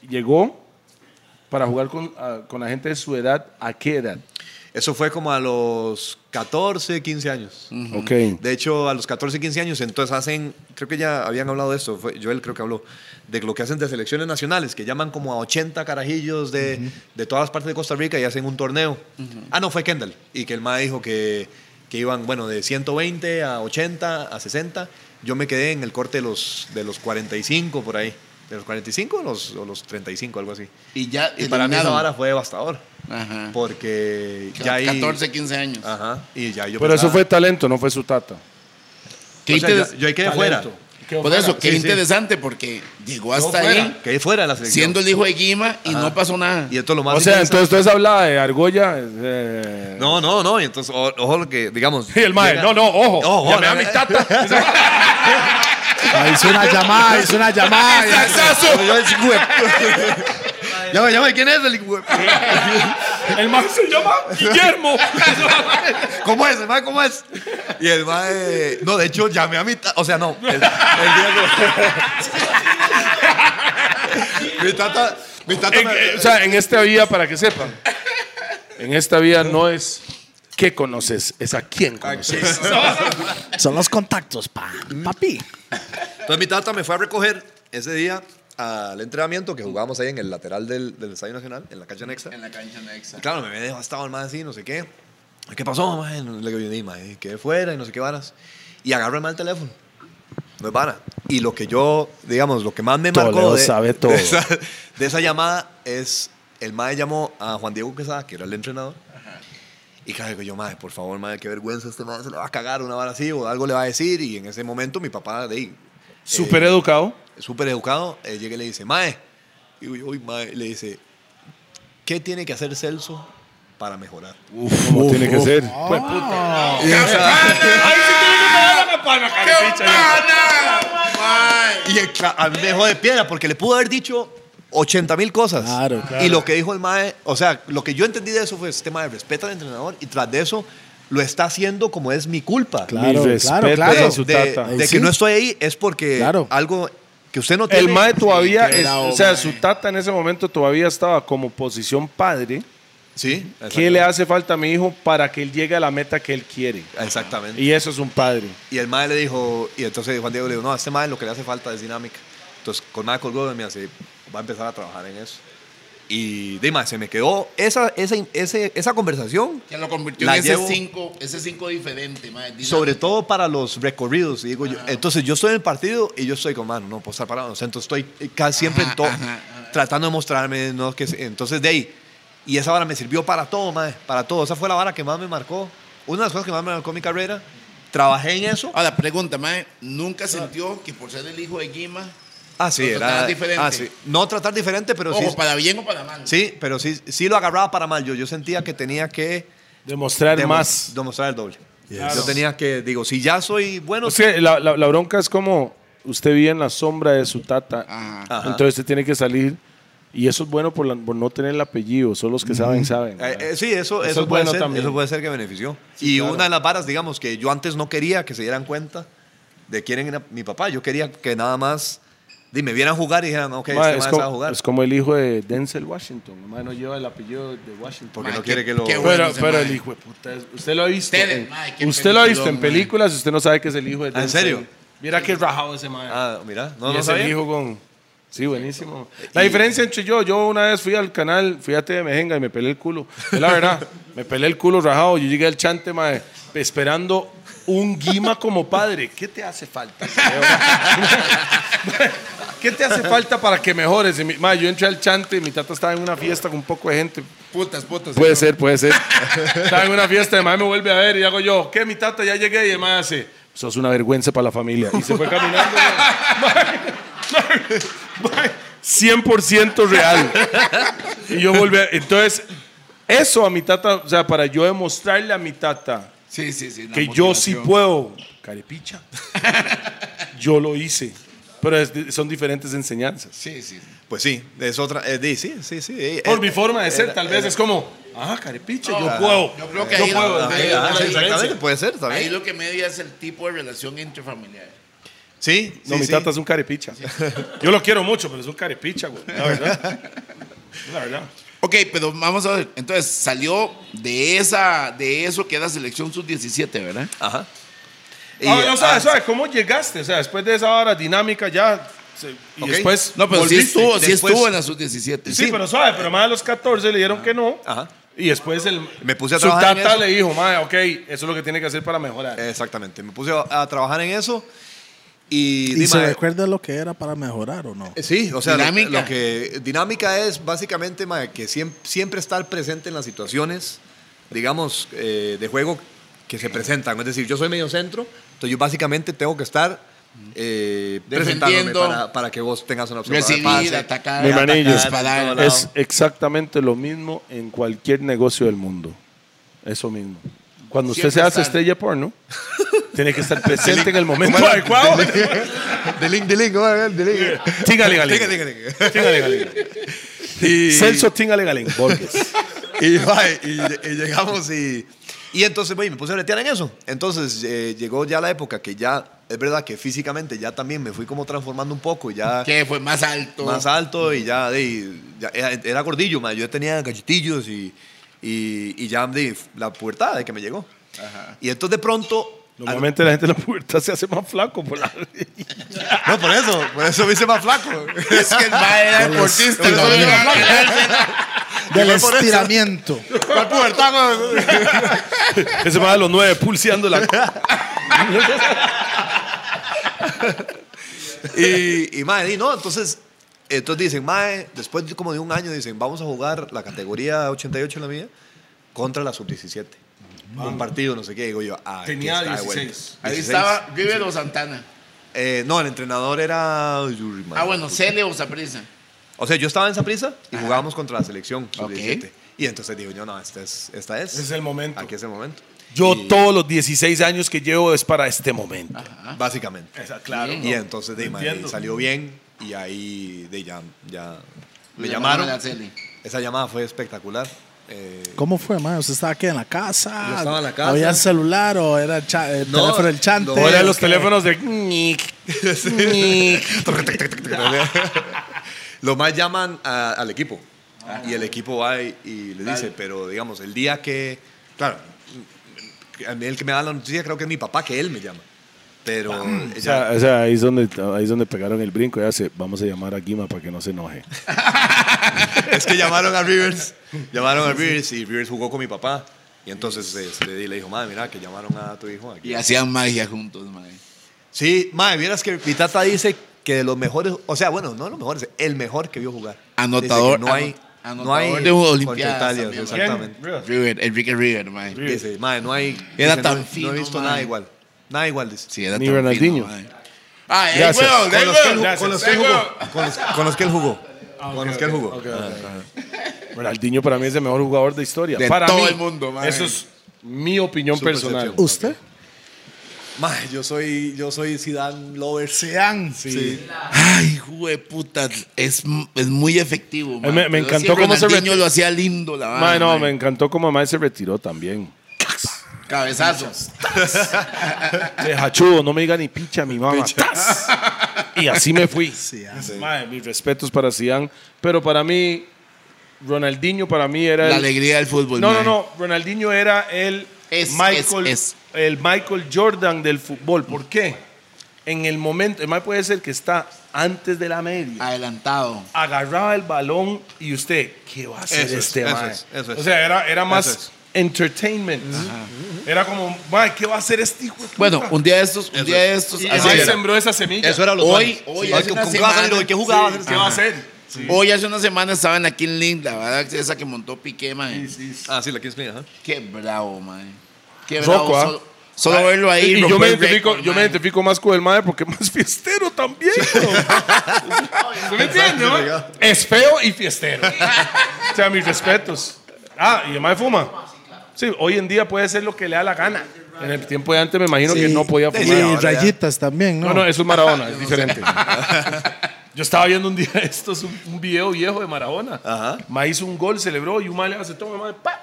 B: llegó para jugar con, ah, con la gente de su edad, ¿a qué edad?
D: Eso fue como a los 14, 15 años.
B: Ok.
D: De hecho, a los 14, 15 años, entonces hacen, creo que ya habían hablado de esto, fue, Joel creo que habló, de lo que hacen de selecciones nacionales, que llaman como a 80 carajillos de, de todas las partes de Costa Rica y hacen un torneo. Ah, no, fue Kendall. Y que el MA dijo que, que iban, bueno, de 120 a 80, a 60. Yo me quedé en el corte de los, de los 45 por ahí. ¿De los 45 o los, o los 35, algo así?
E: Y Ah. ya.
D: Y para mí esa
E: eliminado.
D: vara fue devastador.
E: Ajá.
D: Porque ya ahí... Ah,
E: 14, 15 años.
D: Ajá. Y ya yo
B: Pero eso
D: pensaba-
B: fue talento, no fue su tata.
E: Qué
D: o sea,
E: interes-
D: yo, yo ahí quedé fuera.
B: Talento.
E: Por eso, qué
D: Sí, sí.
E: interesante, porque llegó
D: Yo
E: hasta
D: fuera,
E: ahí
D: Quedé fuera de la selección.
E: siendo el hijo de Guima y no pasó nada.
D: Y esto es lo más
B: O sea,
D: interesante.
B: entonces ustedes hablaba de argolla. eh,
D: No, no, no. Y entonces, o- ojo lo que, digamos.
B: Y el mae,
D: llega-
B: no, no, ojo.
D: Ojo,
B: llamé
D: no,
B: a mi
D: no.
B: tata.
C: Ah, hizo una llamada, hizo una llamada.
D: Yo es güey. Llama, llama, ¿quién es el güey?
B: El mae se llama Guillermo.
D: ¿Cómo es, el mae? ¿Cómo es? Y el mae. No, de hecho, llamé a mi tata. O sea, no. El, el Diego. mi tata. Mi tata.
B: En-
D: me-
B: eh, o sea, en esta vía, para que sepan, en esta vía no es qué conoces, es a quién conoces.
C: Son los contactos, pa. papi.
D: Entonces mi tata me fue a recoger ese día al entrenamiento que jugábamos ahí en el lateral del, del Estadio Nacional, en la cancha Nexa.
E: la cancha
D: Y claro, me había devastado el más así, no sé qué. ¿Qué pasó, mae? No- Le digo, "Di, mae, quedé fuera y no sé qué varas. Y agarra el mal teléfono. No es vara. Y lo que yo, digamos, lo que más me
B: Toledo
D: marcó de,
B: sabe todo.
D: de esa, de esa llamada es, el mae llamó a Juan Diego Quesada, que era el entrenador. Y claro, digo yo, madre, por favor, madre, qué vergüenza, este madre se le va a cagar una vara así o algo le va a decir. Y en ese momento mi papá, de ahí,
B: Súper educado.
D: súper educado, eh, llega y le dice, Mae. Y yo, uy, Mae, le dice, ¿qué tiene que hacer Celso para mejorar?
B: Como tiene que ser.
C: Ah,
B: Pues
D: Y el cla- a mí me dejó de piedra porque le pudo haber dicho 80 mil cosas.
C: Claro, claro.
D: Y lo que dijo el Mae, o sea, lo que yo entendí de eso fue este Mae respeta al entrenador y tras de eso lo está haciendo como es mi culpa.
C: Claro,
B: Mi
C: claro,
B: respeto
C: claro.
B: a
D: De,
B: su
D: de-
B: tata.
D: de
C: Ahí sí.
D: que no estoy ahí es porque
C: Claro.
D: algo que usted no tiene.
B: El mae todavía,
E: qué
B: es-
E: bravo,
B: o sea,
E: mae.
B: su tata en ese momento todavía estaba como posición padre.
D: Sí.
B: ¿Qué le hace falta a mi hijo para que él llegue a la meta que él quiere?
D: Exactamente.
B: Y eso es un padre.
D: Y el mae le dijo, y entonces Juan Diego le dijo, no, a este mae lo que le hace falta es dinámica. Entonces, con mae colgó me hace, va a empezar a trabajar en eso. Y Dima, se me quedó esa, esa, ese- esa conversación,
E: Que lo convirtió
D: La
E: en ese
D: llevo-
E: 5 ese cinco diferente, mae, dinámico.
D: sobre todo para los recorridos. y Digo yo, entonces yo estoy en el partido y yo estoy con mano, no puedo estar parado. O sea, entonces estoy eh, casi siempre en todo, tratando de mostrarme, no, que, se- entonces de ahí. Y esa vara me sirvió para todo, mae, para todo. Esa fue la vara que más me marcó. Una de las cosas que más me marcó en mi carrera. Trabajé en eso.
E: Ahora, pregunta, mae, ¿nunca sintió que por ser el hijo de Guima,
D: Ah, sí,
E: Lo
D: era
E: trataban diferente.
D: ah, sí. No tratar diferente, pero sí.
E: ojo, para bien o para mal?
D: Sí, pero sí, sí lo agarraba para mal. Yo, yo sentía que tenía que
B: Demostrar
D: demo-
B: más.
D: demostrar el doble. Yo tenía que, digo, si ya soy bueno,
B: O sea, la, la- la bronca es como usted vive en la sombra de su tata.
E: Ajá.
D: Ajá.
B: Entonces usted tiene que salir. Y eso es bueno por, la- por no tener el apellido. Solo los que saben, saben.
D: eh,
B: ¿verdad?
D: eh, sí,
B: Eso
D: eso, eso,
B: es
D: puede
B: bueno
D: ser,
B: también.
D: eso puede ser que benefició. y una de las varas, digamos, que yo antes no quería que se dieran cuenta de quién era mi papá. Yo quería que nada más dime, vieran jugar y dijeran, ok,
B: Ma,
D: este
B: es,
D: man sabe
B: como,
D: jugar.
B: es como el hijo de Denzel Washington. El ma no lleva el apellido de Washington.
D: porque
E: Ma,
D: no
E: qué-
D: quiere que lo...
E: qué bueno.
B: Pero,
E: ese
B: pero
E: mae.
B: el hijo de puta es- Usted lo ha visto.
E: Ustedes,
B: en-
E: mae, qué
B: usted lo ha visto en
E: peliculón,
B: películas. Usted no sabe que es el hijo de
D: ¿En
B: Denzel.
D: serio?
B: Mira qué rajado ese mae.
D: Ah, mira, no,
B: y
D: no
B: es
D: sabía.
B: el hijo con. Sí, buenísimo. La diferencia entre yo, yo una vez fui al canal, fui a TV Mejenga y me pelé el culo. Es la verdad, me pelé el culo rajado. Yo llegué al chante, mae, esperando un guima como padre. ¿Qué te hace falta? cabrón? ¿Qué te hace falta para que mejores? Y mi- mae, yo entré al chante y mi tata estaba en una fiesta con un poco de gente.
F: Putas, putas.
B: Puede ser, puede ser. Estaba en una fiesta, además me vuelve a ver y hago yo, ¿qué, mi tata? Ya llegué y además hace, sos una vergüenza para la familia. Y se fue caminando. mae. Mae, mae, 100% real. Y yo volví. a- Entonces, eso a mi tata, o sea, para yo demostrarle a mi tata
E: Sí, sí, sí. la
B: que yo sí
E: motivación.
B: puedo, carepicha, yo lo hice. Pero es di- son diferentes enseñanzas.
E: Sí, sí.
D: Pues sí, es otra. eh, di, sí, sí, sí. eh,
B: Por
D: eh,
B: mi forma de ser,
D: era-
B: tal vez
D: era-
B: es como, ah, carepicha, yo puedo.
E: Yo creo que
B: yo
E: ahí-
B: puedo.
D: Ah,
E: ahí-
D: ah,
E: ahí-
D: sí, exactamente, puede ser
E: Ahí
D: también.
E: lo que media es el tipo de relación entre familiares.
D: Sí,
B: No,
D: sí,
B: mi
D: sí.
B: tata es un carepicha. Yo lo quiero mucho, pero es un carepicha, güey. La verdad. La verdad.
E: Ok, pero vamos a ver. Entonces, salió de esa de eso que era selección sub-17, ¿verdad?
D: Ajá. Y,
B: Ah, no,
D: ah,
B: ¿sabes, sabes cómo llegaste? O sea, después de esa hora dinámica ya. se- y
D: Ok.
B: después.
E: No, pero sí
B: volviste.
E: estuvo, sí
D: Después-
E: estuvo en la sub-17.
B: Sí, pero suave, pero más a los 14 le dijeron que no.
D: Ajá.
B: Y después el.
D: Me puse a
B: Su
D: trabajar en
B: tata
D: eso.
B: le dijo, madre, ok, eso es lo que tiene que hacer para mejorar.
D: Eh, Exactamente. Me puse a, a trabajar en eso. Y,
C: ¿Y
D: di,
C: se
D: mae,
C: recuerda lo que era para mejorar o no?
D: eh, Sí, o sea, lo-
E: Dinámica.
D: Lo, que dinámica es básicamente mae, que siem- siempre, estar presente en las situaciones, digamos, eh, de juego que se presentan. Es decir, yo soy medio centro, entonces yo básicamente tengo que estar eh, presentándome
E: Defendiendo.
D: para, para que vos tengas una opción. para
E: Recibir,
D: pase.
E: atacar,
B: Mi manillo.
E: disparar.
D: Todo
B: Es
D: lado.
B: exactamente lo mismo en cualquier negocio del mundo. Eso mismo. Cuando usted
E: Siempre
B: se hace
E: están.
B: estrella porno, tiene que estar presente en el momento adecuado.
D: De link, de link, mae, de link.
B: Tíngale, galing.
D: Tíngale, galing.
B: Tíngale, galing.
D: Y-
B: Celso Tíngale Galén. Borges.
D: y, mae, y- y llegamos y, y entonces mae, me puse a bretear en eso. Entonces eh, llegó ya la época que ya, es verdad que físicamente ya también me fui como transformando un poco y ya
E: Que fue más alto.
D: más alto y ya, de, ya era, era gordillo, mae, yo tenía galletillos y, y, y ya de, la pubertad de que me llegó. Y entonces de pronto...
B: Normalmente la gente en la pubertad se hace más flaco por la...
D: No, por eso, por eso me hice más flaco.
E: Es que el mae era deportista.
D: Del
E: no era- era el
C: Del
D: fue por eso.
C: estiramiento.
D: ¿Cuál pubertad? mae?
B: Ese va a los nueve pulseando la...
D: Y, y mae, di, no, entonces, entonces dicen, mae, después de como de un año dicen, vamos a jugar la categoría 88 en la mía contra la sub-17.
B: Ah.
D: Un partido, no sé qué, digo yo. ah, aquí
F: Tenía
D: está de vuelta.
F: 16.
E: Ahí
D: 16.
E: estaba River o Santana.
D: Eh, no, el entrenador era. Yuri, mae.
E: Ah, bueno, Cele o Saprissa.
D: O sea, yo estaba en Saprissa y jugábamos contra la selección
E: Ok.
D: sub-17. Y entonces digo yo, no, esta es. Esta es,
B: Ese es el momento.
D: Aquí es el momento.
B: Yo todos los 16 años que llevo es para este momento.
E: Ah.
D: Básicamente.
B: Esa- claro.
D: Y entonces di, mae,
B: entiendo.
D: salió bien y ahí de ya, ya me
E: Le
D: llamaron.
E: a la Cele.
D: Esa llamada fue espectacular. Eh,
C: ¿Cómo fue, man? ¿Usted estaba aquí en la casa?
D: Yo estaba en la casa.
C: ¿Había celular o era el, cha- el
D: No,
C: teléfono del chante?
D: no,
B: Ahora los
C: Ok.
B: teléfonos de... ñic, ñic.
D: Los más llaman a- al equipo.
B: Ah.
D: Y el equipo va y, y le dice, pero digamos, el día que. Claro, a mí el que me da la noticia creo que es mi papá, que él me llama. Pero.
B: Ah. O
D: ya-
B: sea, o sea, ahí, es donde, ahí es donde pegaron el brinco. Ya se, vamos a llamar a Guima para que no se enoje.
D: es que llamaron a Rivers. Llamaron a Rivers y Rivers jugó con mi papá. Y entonces eh, le, di- le dijo, madre, mira, que llamaron a tu hijo aquí.
E: Y hacían magia juntos, mae.
D: Sí, madre, vieras que mi tata dice que de los mejores, o sea, bueno, no los mejores, el mejor que vio jugar. Dice que
E: Anotador-
D: No hay.
E: ano-
D: no hay
E: anotador de Olimpiadas
D: contra Italia,
E: también, mae.
D: exactamente.
E: River, Enrique River, mae.
D: Dice, madre, no hay.
E: Era
D: dice,
E: tan
D: no,
E: fino,
D: No he visto
E: mae.
D: nada igual. Nada igual, dice.
E: Sí, era
B: Ni
E: tan fino,
B: Ronaldinho.
E: mae. Ah, eh,
B: Gracias.
E: weón,
D: Con
E: eh,
D: los que él
E: weón.
D: jugó. Con los que él jugó. Con los- con los que él jugó. Con los que él jugó. Ah.
B: Ronaldinho para mí es el mejor jugador de historia.
E: De
B: para
E: todo
B: mí,
E: el mundo, mae.
B: Eso es mi opinión
D: Su
B: personal.
D: percepción.
C: ¿Usted?
D: Mae, yo soy, yo soy Zidane Lover.
C: Sean.
D: Sí.
E: Ay, güey, puta. Es, es muy efectivo, mae.
B: me
E: Pero es
B: encantó
E: que
B: cómo se
E: Ronaldinho
B: reti-
E: lo hacía lindo, la
B: Mae,
E: vara,
B: no,
E: mae.
B: me encantó cómo Mae se retiró también.
E: Cabezazos.
B: De hachudo, no me diga ni picha mi mamá. ¡Tas! Y así me fui. Mae, mis respetos para Zidane, pero para mí Ronaldinho para mí era
E: La
B: el-
E: alegría del fútbol,
B: No,
E: mae.
B: no, no, Ronaldinho era el
E: Es,
B: Michael
E: es, es.
B: el Michael Jordan del fútbol. ¿Por qué? en el momento, el mae puede ser que está antes de la media,
E: Adelantado.
B: agarraba el balón y usted, ¿qué va a hacer
D: Eso es,
B: este
D: eso
B: mae?
D: es, eso es.
B: O sea, era, era más
D: Eso es.
B: entertainment. Era como, mae, ¿qué va a hacer este hijo? de puta?"
E: Bueno, un día de estos, un día de estos.
B: y el
E: hace-
B: mae
D: era.
B: sembró esa semilla.
D: Eso era lo
E: Hoy- hoy hace una semana- Ah.
D: ¿Qué este jugaba?
B: Sí, ¿Qué va a hacer?
E: Hoy hace una semana estaban aquí en Link, la verdad, esa que montó Piqué, man.
D: Ah, sí, la Kings League, ajá.
E: Qué bravo, man. Qué bravo.
B: Roco, ¿ah?
E: solo, solo verlo ahí.
B: Y yo
E: romper
B: me, identifico,
E: récord,
B: yo me
E: mae.
B: identifico más con el mae porque es más fiestero también. ¿no? ¿Tú me entiendes? no? Es feo y fiestero. o sea, mis respetos. Ah, y el mae fuma. Sí, hoy en día puede ser lo que le da la gana. En el tiempo de antes me imagino que no podía
C: Y
B: fumar.
C: rayitas también, ¿no?
B: No, no, eso es Maradona, es diferente. Yo estaba viendo un día esto, es un, un video viejo de Maradona.
D: Ajá.
B: Ma hizo un gol, celebró y un mae le hace toma, mae, pa.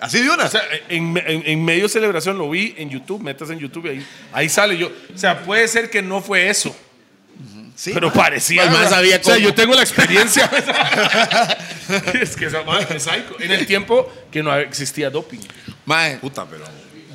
D: Así de una.
B: O sea, en, en- en medio de celebración lo vi en YouTube, metas en YouTube y ahí, ahí sale yo. O sea, puede ser que no fue eso. pero parecía.
E: Pues, más sabía
B: o sea,
E: cómo.
B: yo tengo la experiencia. es que esa madre es psycho. En el tiempo que no existía doping.
E: Mae,
D: Puta, pero.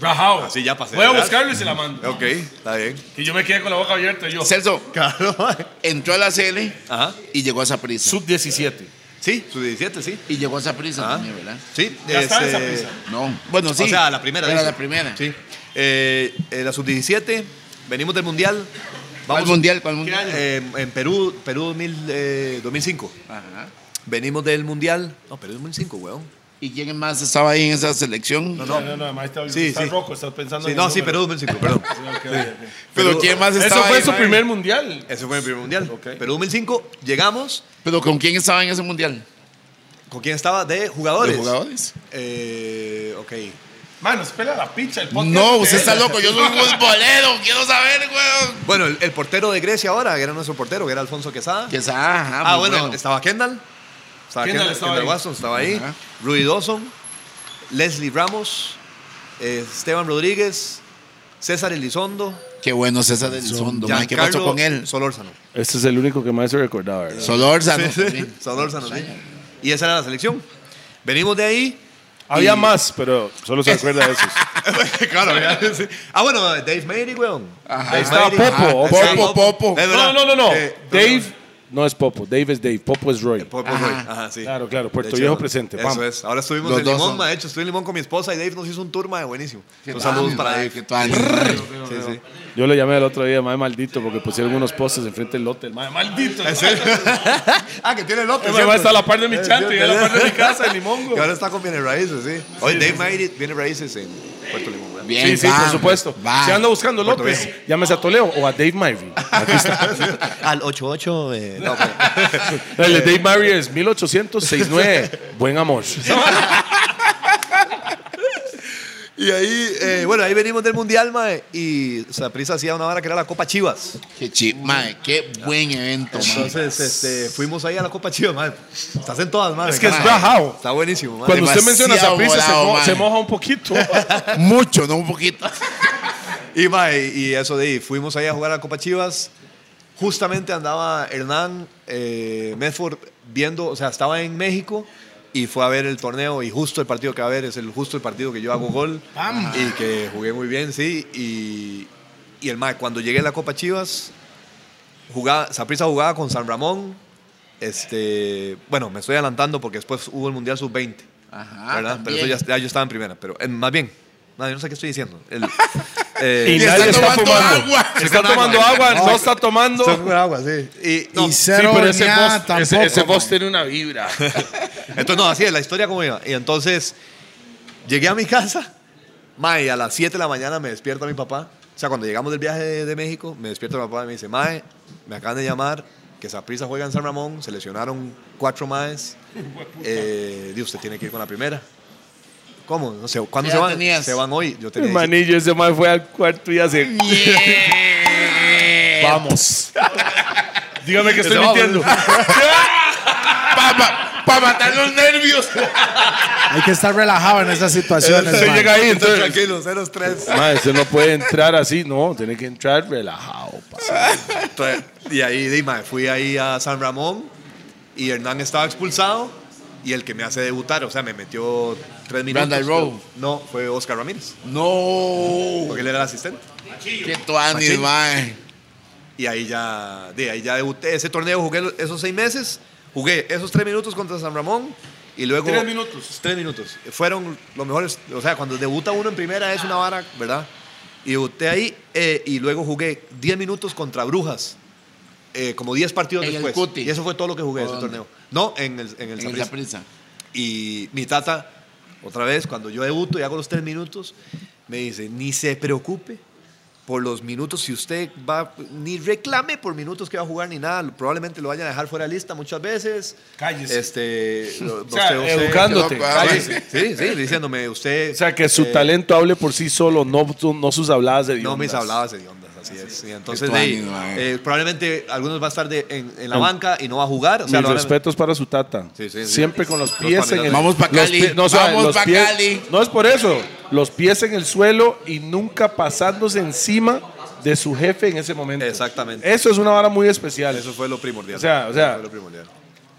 B: Rajao.
D: Así ya pasé,
B: Voy a
D: ¿verdad?
B: buscarlo y se la mando.
D: Ok, está bien.
B: Y yo me quedé con la boca abierta. Yo,
E: Celso,
D: Claro, mae.
E: entró a la CL
D: Ajá.
E: y llegó a esa prisa.
B: sub 17.
D: Sí, su 17, sí.
E: Y llegó a esa prisa
B: Ah.
D: Ajá.
E: también, ¿verdad?
D: Sí,
B: Ya está esa
D: este,
B: prisa.
E: No. Bueno, sí.
D: O sea, la primera.
E: Era
D: dice.
E: la primera.
D: Sí. Eh, eh, la sub-17, venimos del Mundial.
E: ¿Cuál
D: Vamos
E: mundial? ¿Cuál mundial?
D: eh, en Perú, Perú 2000, eh, 2005.
E: Ajá.
D: Venimos del Mundial. No, Perú 2005, weón.
E: ¿Y quién más estaba ahí en esa selección?
B: No, no, no, además está,
D: Sí,
B: está
D: sí.
B: roco, estás pensando
D: Sí,
B: en
D: no,
B: el
D: sí, Perú
B: número.
D: 2005, perdón.
E: Pero ¿quién más estaba
B: Eso fue
E: ahí,
B: su
E: mae?
B: primer mundial.
D: Ese fue el primer Mundial. Perú 2005, llegamos.
E: ¿Pero con quién estaba en ese mundial?
D: ¿Con quién estaba? De jugadores.
B: Pues,
E: ¿De jugadores?
D: Eh, ok.
B: Mano, espera la picha, el podcast.
E: No,
B: de
E: usted
B: él.
E: está loco. Yo soy un futbolero. Quiero saber, weón.
D: Bueno, el, el portero de Grecia ahora, que era nuestro portero, que era Alfonso Quesada.
E: Que está, ajá,
D: Ah,
E: muy
D: bueno, estaba Kendall. Estaba
B: Kendall
D: Kendall,
B: estaba
D: Kendall
B: ahí.
D: Watson estaba ahí.
E: Ajá.
D: Rudy Dawson. Leslie Ramos. eh, Esteban Rodríguez. César Elizondo.
E: Qué bueno César del Sondo, mae. ¿Qué pasó
D: Giancarlo
E: con él?
D: Solórzano.
B: Este es el único que más se recordaba. ¿verdad?
E: Solórzano. también.
D: Solórzano, sí. Y esa era la selección. Venimos de ahí.
B: Había
D: y-
B: más, pero solo se recuerda de esos.
D: claro, ya, sí. Ah, bueno, Dave Mady, weón. Dave
B: Estaba
D: Matty.
B: Popo.
D: Ajá,
B: Popo,
D: estaba
E: Popo.
D: Es
B: No,
D: verdad.
B: no, no, no.
D: Eh,
B: Dave
D: perdón.
B: no es Popo. Dave es Dave. Popo es Roy.
D: Popo
E: Ajá.
D: Roy. pues, Ajá, sí.
B: Claro, claro, Puerto
D: De
B: Viejo presente,
D: Eso
B: pam.
D: es. Ahora estuvimos
E: Los
D: en
E: dos
D: Limón,
E: son-
D: ma. De hecho, estuve en Limón con mi esposa y Dave nos hizo un tour, ma. Buenísimo.
E: Qué
D: Un saludos
E: tal,
D: para
E: mae,
D: Dave.
E: qué tal.
D: Sí, sí.
B: Yo lo llamé el otro día, madre maldito, porque pusieron unos postes enfrente del lote. el Madre maldito.
D: ¿En serio? ah, que tiene lote.
B: Ese
D: ¿cierto?
B: mae está a la par
E: Eh,
B: de mi
D: Es
B: chanto y
D: cierto.
B: a la par de mi casa, el limongo.
D: Que ahora está con Viene Raíces, sí. Oye, Dave Mighty viene Raíces en Puerto Limón, ¿verdad?
E: Bien,
B: Sí, sí,
E: va,
B: por supuesto.
E: va.
B: Si anda buscando
D: Puerto
B: López,
D: Viejo.
B: llámese a Toleo o a Dave Myrie.
D: Al 88. Eh, no, pero-
B: El de Dave Myrie es 1869. Buen amor.
D: y ahí, eh, bueno, ahí venimos del Mundial, mae. Y Saprisa hacía una vara que era la Copa Chivas.
E: Qué chip, mae. Qué buen evento, mae.
D: Entonces, este, fuimos ahí a la Copa Chivas, mae. Estás en todas, mae.
B: Es que es
D: mae.
B: rajao.
D: Está buenísimo, mae.
B: Cuando usted menciona esa
E: Demasiado
B: prisa, se,
E: volado,
B: mo-
E: mae.
B: se moja un poquito.
E: Mucho, no un poquito.
D: Y, mae, y eso de ahí, fuimos ahí a jugar a Copa Chivas. Justamente andaba Hernán eh, Medford viendo, o sea, estaba en México y fue a ver el torneo y justo el partido que va a ver es el justo el partido que yo hago gol y que jugué muy bien, sí. Y, y el mae, cuando llegué a la Copa Chivas, jugaba, Saprissa jugaba con San Ramón. Este, bueno, me estoy adelantando porque después hubo el Mundial Sub-20.
E: Ajá,
D: ¿verdad? Pero eso
E: Ah, también.
D: ya, ya yo estaba en primera, pero eh, más bien, no, yo no sé qué estoy diciendo. El-
B: Y
D: eh,
E: está
B: nadie está
E: tomando
B: fumando.
E: agua.
B: Se
D: Está
B: Está tomando
D: tomando
B: agua, no está tomando.
D: Estoy con agua, sí. Y, no,
C: Y cero horneada
B: boss- ese-
C: tampoco,
B: ese
C: man.
B: boss tiene una vibra.
D: entonces, no, así es la historia como iba. Y entonces, llegué a mi casa, mae, a las 7 de la mañana me despierta mi papá. O sea, cuando llegamos del viaje de, de México, me despierta mi papá y me dice, mae, me acaban de llamar, que Saprisa juega en San Ramón, se lesionaron cuatro maes. Eh, Dios, usted tiene que ir con la primera. ¿Cómo? No sé, ¿cuándo
E: ¿Qué
D: se
E: edad
D: van?
E: tenías?
D: Se van hoy. Yo tenía
B: Manillo, ese man fue al cuarto y hace. Vamos. Dígame que estoy
D: Vamos.
B: mintiendo.
E: Para matar los nervios.
C: Hay que estar relajado en esas situaciones.
B: Se
C: man.
B: llega ahí,
D: Entonces,
B: entonces.
D: tranquilo, 0-3.
B: Man, usted no puede entrar así, no. Tiene que entrar relajado. pa.
D: Entonces, y ahí, di, mae, fui ahí a San Ramón y Hernán estaba expulsado y el que me hace debutar, o sea, me metió tres minutos.
E: Randall Rowe.
D: No, fue Oscar Ramírez,
E: No.
D: porque él era el asistente.
E: Qué tuanis, mae.
D: Y ahí ya, de ahí ya debuté. Ese torneo jugué lo- esos seis meses, jugué esos tres minutos contra San Ramón y luego...
F: Tres minutos.
D: Tres minutos. Fueron los mejores, o sea, cuando debuta uno en primera es una vara, ¿verdad? Y debuté ahí eh, y luego jugué 10 minutos contra Brujas, eh, como 10 partidos
E: En el
D: después.
E: Cuti.
D: Y eso fue todo lo que jugué
E: ¿O
D: ese
E: dónde?
D: torneo. No, en el, en el
E: En
D: Saprissa.
E: esa prisa.
D: Y mi tata, otra vez, cuando yo debuto y hago los tres minutos, me dice, ni se preocupe por los minutos, si usted va, ni reclame por minutos que va a jugar ni nada, probablemente lo vayan a dejar fuera de lista muchas veces.
F: Cállese.
D: Este, lo- usted-
F: sea,
D: usted-
B: educándote.
D: Sí,
E: Cállese.
D: Sí, sí, diciéndome, usted...
B: O sea, que su
D: eh,
B: talento hable por sí solo, no, no sus habladas de
D: No mis
B: hediondas.
D: hablabas hediondas, así es. Sí, entonces,
E: Esto
D: sí,
E: ánimo, man.
D: eh, probablemente algunos va a estar de- en, en la banca y no va a jugar. O sea,
B: Mis
D: lo van a-
B: respetos para su tata.
D: Sí, sí, sí.
B: Siempre con los pies en el
E: Vamos pa'
B: los
E: Cali.
B: pie- no, o sea,
E: Vamos
B: los
E: pa'
B: pies-
E: Cali.
B: No es por eso. Los pies en el suelo y nunca pasándose encima de su jefe en ese momento.
D: Exactamente.
B: Eso es una vara muy especial.
D: Eso fue lo primordial.
B: O sea, o sea,
D: Eso fue lo primordial.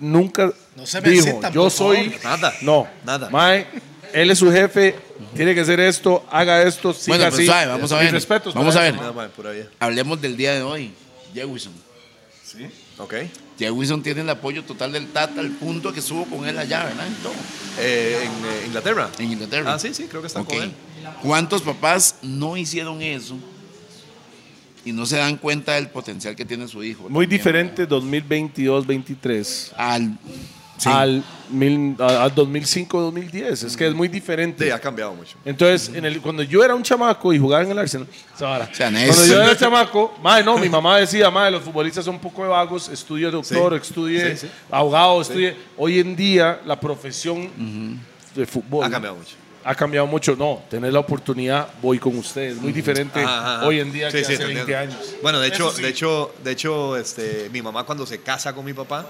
B: nunca
C: No se me
B: dijo,
C: excitan,
B: yo
C: por
B: soy
C: favor.
D: Nada.
B: No,
D: Nada.
B: Mae, él es su jefe, tiene que hacer esto, haga esto, siga
E: Bueno, pues,
B: así.
E: suave, vamos a
B: Mis
E: ver.
B: respetos
E: Vamos
B: para
E: a
B: él.
E: ver.
D: Nada más, por ahí.
E: Hablemos del día de hoy. Jewison.
D: Ok.
E: Jewison tiene el apoyo total del Tata al punto que estuvo con él allá, ¿verdad? En todo.
D: Eh, en eh, Inglaterra.
E: En Inglaterra.
D: Ah, sí, sí, creo que está
E: Ok.
D: con él.
E: ¿Cuántos papás no hicieron eso y no se dan cuenta del potencial que tiene su hijo?
B: Muy
E: también,
B: diferente 2022-23
E: ¿verdad? Al, sí.
B: al, mil- a- al 2005-2010. Es que es muy
D: Sí,
B: diferente.
D: ha cambiado mucho.
B: Entonces, en el, cuando yo era un chamaco y jugaba en el Arsenal, esa vara.
E: sea, necio.
B: cuando yo era chamaco, madre, no, mi mamá decía, madre, los futbolistas son un poco de vagos, estudie doctor,
D: Sí.
B: estudie
D: Sí, sí.
B: abogado, estudie. Hoy en día, la profesión de fútbol
D: Ha cambiado mucho.
B: ha cambiado mucho. No, tener la oportunidad, voy con ustedes. Muy diferente
D: Ajá, ajá.
B: hoy en día
D: Sí,
B: que
D: sí,
B: hace
D: te
B: 20
D: entiendo.
B: años.
D: Bueno, de hecho, de hecho, de hecho este, mi mamá cuando se casa con mi papá,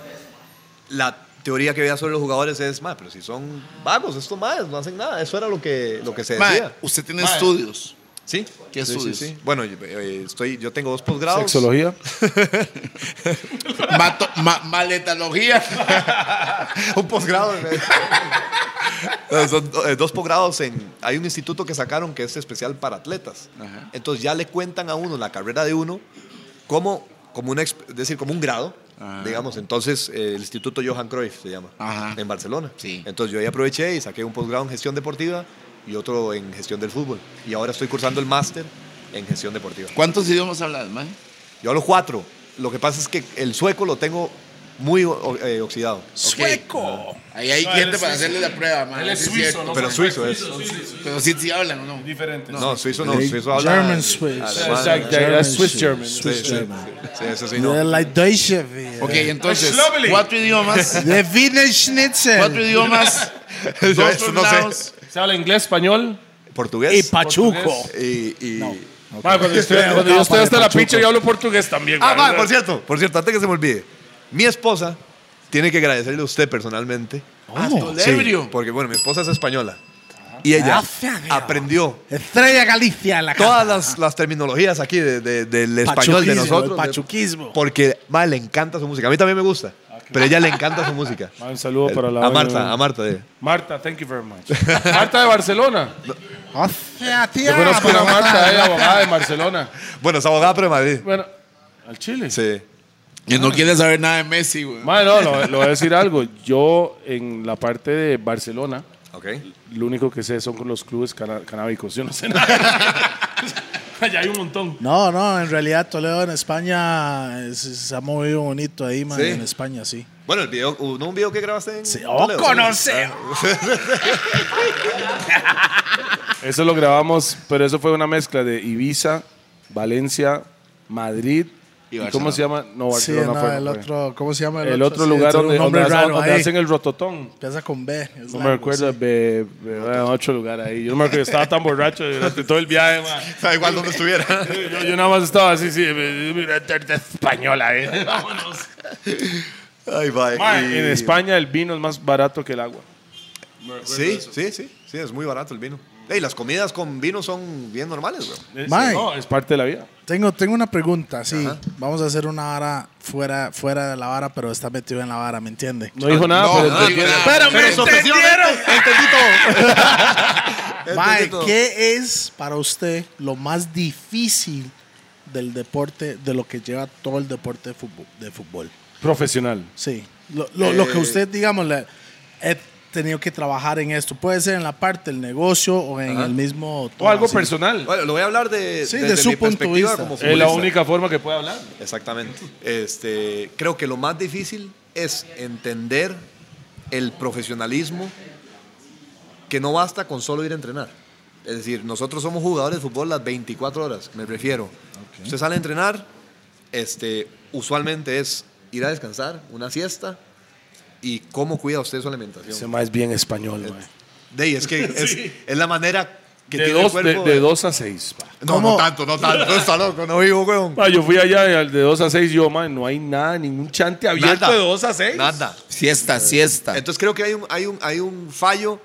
D: la teoría que veía sobre los jugadores es, más, pero si son vagos, estos más, no hacen nada. Eso era lo que, lo que se
E: Mae,
D: decía.
E: usted tiene estudios.
D: ¿Sí?
E: ¿Qué
D: Sí,
E: estudios?
D: Sí, sí. Bueno, yo, eh, estoy, yo tengo dos posgrados.
B: Sexología.
E: Mato- ma- maletalogía.
D: un posgrado. ¿no? No, son do- eh, dos posgrados en. Hay un instituto que sacaron que es especial para atletas. Entonces ya le cuentan a uno la carrera de uno como, como, una, exp- es decir, como un grado. Digamos, entonces eh, el Instituto Johan Cruyff se llama,
E: Ajá.
D: en Barcelona.
E: Sí.
D: Entonces yo ahí aproveché y saqué un posgrado en gestión deportiva y otro en gestión del fútbol. Y ahora estoy cursando el máster en gestión deportiva.
E: ¿Cuántos idiomas hablas, man?
D: Yo hablo cuatro. Lo que pasa es que el sueco lo tengo muy o- eh, oxidado.
E: Sueco. Ahí hay
F: No, él
E: gente
F: es
E: para
F: suizo.
E: hacerle la prueba, man.
F: Él es
E: Sí,
F: suizo,
E: cierto.
F: ¿no?
D: Pero suizo es.
E: Pero sí, sí hablan, ¿o ¿no?
F: Diferente.
D: No, suizo no, suizo habla.
C: German Swiss.
D: alemán.
B: Exacto, that's Swiss German.
D: Sí, sí, sí, sí, eso sí,
C: They're
D: no.
C: like Deutsche Bier.
E: Ok, entonces,
F: Schlubberly.
E: cuatro idiomas.
C: The Wiener Schnitzel.
E: Cuatro idiomas. dos
D: Yo eso no sé.
E: tornados.
B: Se habla inglés, español.
C: Y
D: Portugués.
C: Pachuco.
D: Y. y-
B: Mae, cuando yo estoy, cuando yo estoy hasta la pinche, yo hablo portugués también.
D: Ah,
B: mae.
D: va, por cierto, por cierto, antes que se me olvide. Mi esposa tiene que agradecerle a usted personalmente.
E: Hasta ebrio.
D: Porque, bueno, mi esposa es española. Y ella
C: Ah, fea, fea.
D: aprendió
C: Estrella Galicia en la
D: todas
C: cama.
D: las, las terminologías aquí de- de- del español de
C: Pachuquismo,
D: nosotros.
C: el pachuquismo.
D: Porque, va, le encanta su música. A mí también me gusta. Pero a ella le encanta su música.
B: Mae, un saludo para la
D: A Marta, a Marta. eh. de-
B: Marta, thank you very much. Marta de Barcelona.
C: O sea, tía,
B: Yo conozco
C: pero-
B: a Marta, ella abogada de Barcelona.
D: Bueno, es abogada, pero de Madrid.
B: Bueno, al Chile.
D: Sí.
E: Que no quiere saber nada de Messi, güey.
B: Mae, no, lo, lo voy a decir algo. Yo, en la parte de Barcelona,
D: Ok.
B: lo único que sé son con los clubes cana- canábicos. Yo no sé nada. Allá hay un montón.
C: No, no, en realidad Toledo en España es- es- se ha movido bonito ahí, man,
D: Sí.
C: en España, sí.
D: Bueno, el video, ¿no un video que grabaste en
C: Sí, ¡oh,
D: Toledo?
C: conoce!
B: Eso lo grabamos, pero eso fue una mezcla de Ibiza, Valencia, Madrid.
E: Y
B: ¿Y
E: Barcelona.
B: ¿Cómo se llama? No,
C: Sí,
B: Barcelona
C: no,
B: fue, no
C: el
B: fue.
C: otro, ¿cómo se llama?
B: El otro
C: Sí,
B: lugar
C: tiene un
B: donde, donde
C: nombre
B: hacen,
C: raro
B: donde
C: ahí.
B: hacen el rototón.
C: Empieza con B. es
B: No me
C: largo,
B: recuerdo,
C: sí.
B: be- be- bueno, otro lugar ahí. Yo no me acuerdo, estaba tan borracho durante todo el viaje, man.
D: Da igual donde estuviera.
B: Yo, yo nada más estaba así, sí, me- mira, tarta española, eh. Vámonos.
D: Ay, va.
B: Man,
D: y-
B: En España el vino es más barato que el agua.
D: Sí, sí, sí, sí, es muy barato el vino. Y las comidas con vino son bien normales, güey.
B: Es-
C: Mae.
B: No, es parte de la vida.
C: Tengo, tengo una pregunta, sí. Vamos a hacer una vara fuera, fuera de la vara, pero está metido en la vara, ¿me entiende?
B: No dijo nada, pero
E: no,
B: entendió.
E: no,
C: Ah, Pero me
D: Entendí todo. Entendí
C: Mae,
D: todo.
C: ¿qué es para usted lo más difícil del deporte, de lo que lleva todo el deporte de fútbol. De fútbol.
B: Profesional.
C: Sí. Lo, lo- lo
B: Eh,
C: que usted, digamos, le- he tenido que trabajar en esto. Puede ser en la parte del negocio o en el mismo...
B: O algo
C: Sí.
B: personal.
D: Bueno, lo voy a hablar de,
C: Sí,
D: desde
C: de su
D: mi
C: punto de
D: perspectiva
C: vista.
D: como
B: Es la
D: futbolista.
B: única forma que puede hablar.
D: Exactamente. Este, creo que lo más difícil es entender el profesionalismo que no basta con solo ir a entrenar. Es decir, nosotros somos jugadores de fútbol las 24 horas, me refiero. Usted sale a entrenar, este, usualmente es ir a descansar, una siesta, y cómo cuida usted su alimentación.
B: más bien español,
D: De ahí, es que es, es la manera que
B: De
D: tiene
B: dos,
D: el
B: de,
D: cuerpo.
B: de dos a seis. pa.
D: no, no tanto, no tanto, está loco, no vivo, weón.
B: Ma, yo fui allá y al de dos a seis yo, man, no hay nada, ningún chante abierto
D: Nada.
B: de dos a seis.
D: Nada.
E: Siesta, siesta.
D: Entonces creo que hay un, hay un, hay un fallo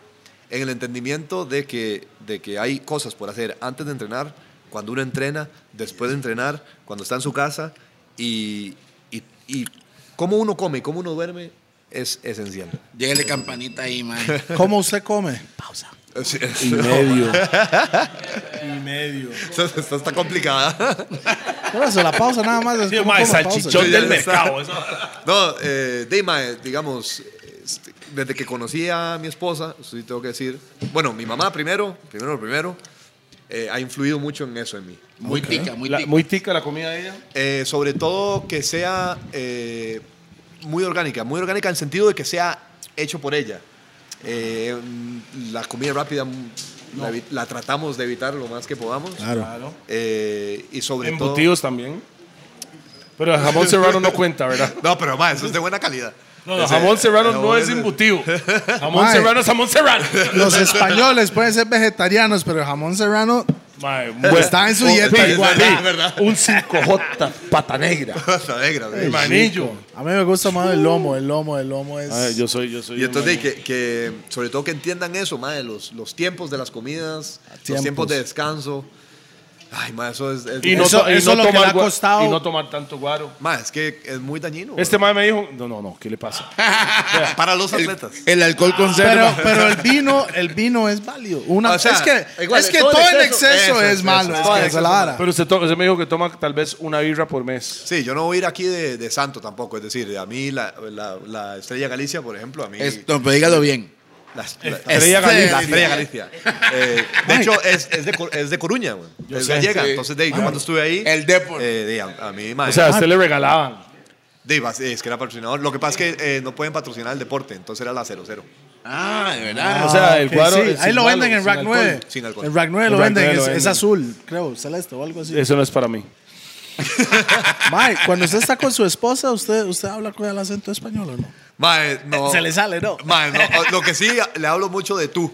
D: en el entendimiento de que, de que hay cosas por hacer antes de entrenar, cuando uno entrena, después de entrenar, cuando está en su casa y, y, y cómo uno come y cómo uno duerme es esencial.
E: Llegale campanita ahí, man.
C: ¿Cómo usted come? Pausa.
B: Y medio.
C: Y medio.
D: Esto, esto está complicada.
C: Por eso, la pausa nada más. es
B: Sí,
C: como
B: ma,
C: como pausa.
B: salchichón
D: Sí, ya
B: del
D: lo está.
B: mercado. eso.
D: No, eh, Dima, eh, digamos, este, desde que conocí a mi esposa, eso sí tengo que decir, bueno, mi mamá primero, primero, lo primero, eh, ha influido mucho en eso en mí.
E: Muy pica, muy
B: La-
E: pica.
B: muy tica la comida de ella.
D: Eh, sobre todo que sea eh, muy orgánica, muy orgánica en el sentido de que sea hecho por ella. Eh, mm, la comida rápida mm, la, evi- la tratamos de evitar lo más que podamos.
C: Claro.
D: Eh, y sobre
B: Embutidos también. Pero el jamón serrano no cuenta, ¿verdad?
D: todo. No, pero más, eso es de buena calidad.
B: No, no,
D: Ese-
B: jamón serrano
D: el
B: no
D: jamón
B: es embutido. Jamón
C: Mae.
B: serrano es jamón serrano.
C: Los españoles pueden ser vegetarianos, pero el jamón serrano
B: Mae,
C: está en su
B: buen-
C: dieta
B: Sí,
C: igual.
B: sí,
D: Oh, ¿verdad? ¿verdad?
B: Un 5J pata negra.
D: Está negra, güey.
B: Manillo.
C: A mí me gusta más el lomo, el lomo, el lomo es...
B: Ay, yo soy, yo soy.
D: Y
B: un
D: entonces
B: manillo.
D: que, que sobre todo que entiendan eso, madre, los, los tiempos de las comidas, los
C: Tiempos.
D: tiempos de descanso. Ay, madre, eso es... es-
B: Y no,
C: Eso-
B: to- y
C: eso
B: no
C: es lo que le
B: tomar
C: ha
B: gua-
C: costado.
B: y no tomar tanto guaro.
D: Mae, es que es muy dañino.
B: Este mae me dijo, no, no, no, ¿qué le pasa?
D: güey. para los atletas.
E: El alcohol
C: Pero,
E: conserva.
C: pero el vino, el vino es válido. Una,
D: O sea,
C: es que,
D: igual,
C: es que
D: todo
C: todo,
D: en
C: en
D: exceso-
C: exceso
D: eso,
C: es
D: eso,
C: malo.
D: todo en
C: es que
D: exceso
C: es la
D: es
C: vara.
B: Pero usted, to- usted me dijo que toma tal vez una birra por mes.
D: Sí, yo no voy a ir aquí de, de santo tampoco. Es decir, a mí la, la- la Estrella Galicia, por ejemplo, a mí...
E: Es- no, pero dígalo bien.
D: la, la-
B: Estrella Galicia.
D: la Estrella Galicia. Eh, de hecho, es, es, de, Cor- es de Coruña, güey. Es
B: sé,
D: gallega.
E: sí. Ah,
D: Entonces, de, ahí, yo cuando estuve ahí...
E: El Depor.
D: eh, de, a, a mí, mae,
B: O sea,
C: Ah.
B: a usted le regalaban.
D: de, es que era patrocinador. Lo que pasa es que eh, no pueden patrocinar el deporte, entonces era la 00.
E: Ah, de
B: O
E: verdad.
B: sea,
C: Ah,
B: el
C: ok,
B: guaro.
C: sí.
B: es
C: Ahí
B: sin
C: lo
B: guaro,
C: venden en
B: sin
C: Rack
B: alcohol.
C: 9.
D: Sin alcohol.
C: En Rack 9 lo
B: En Rack
C: venden,
B: 9 lo
C: es, es
B: venden.
C: azul, creo, celeste o algo así.
B: Eso no es para mí.
C: Mae, cuando usted está con su esposa, ¿usted, usted habla con el acento español o no?
D: Mae, eh, no.
C: Se le sale, ¿no?
D: Mae, no. O- Lo que sí, le hablo mucho de tú.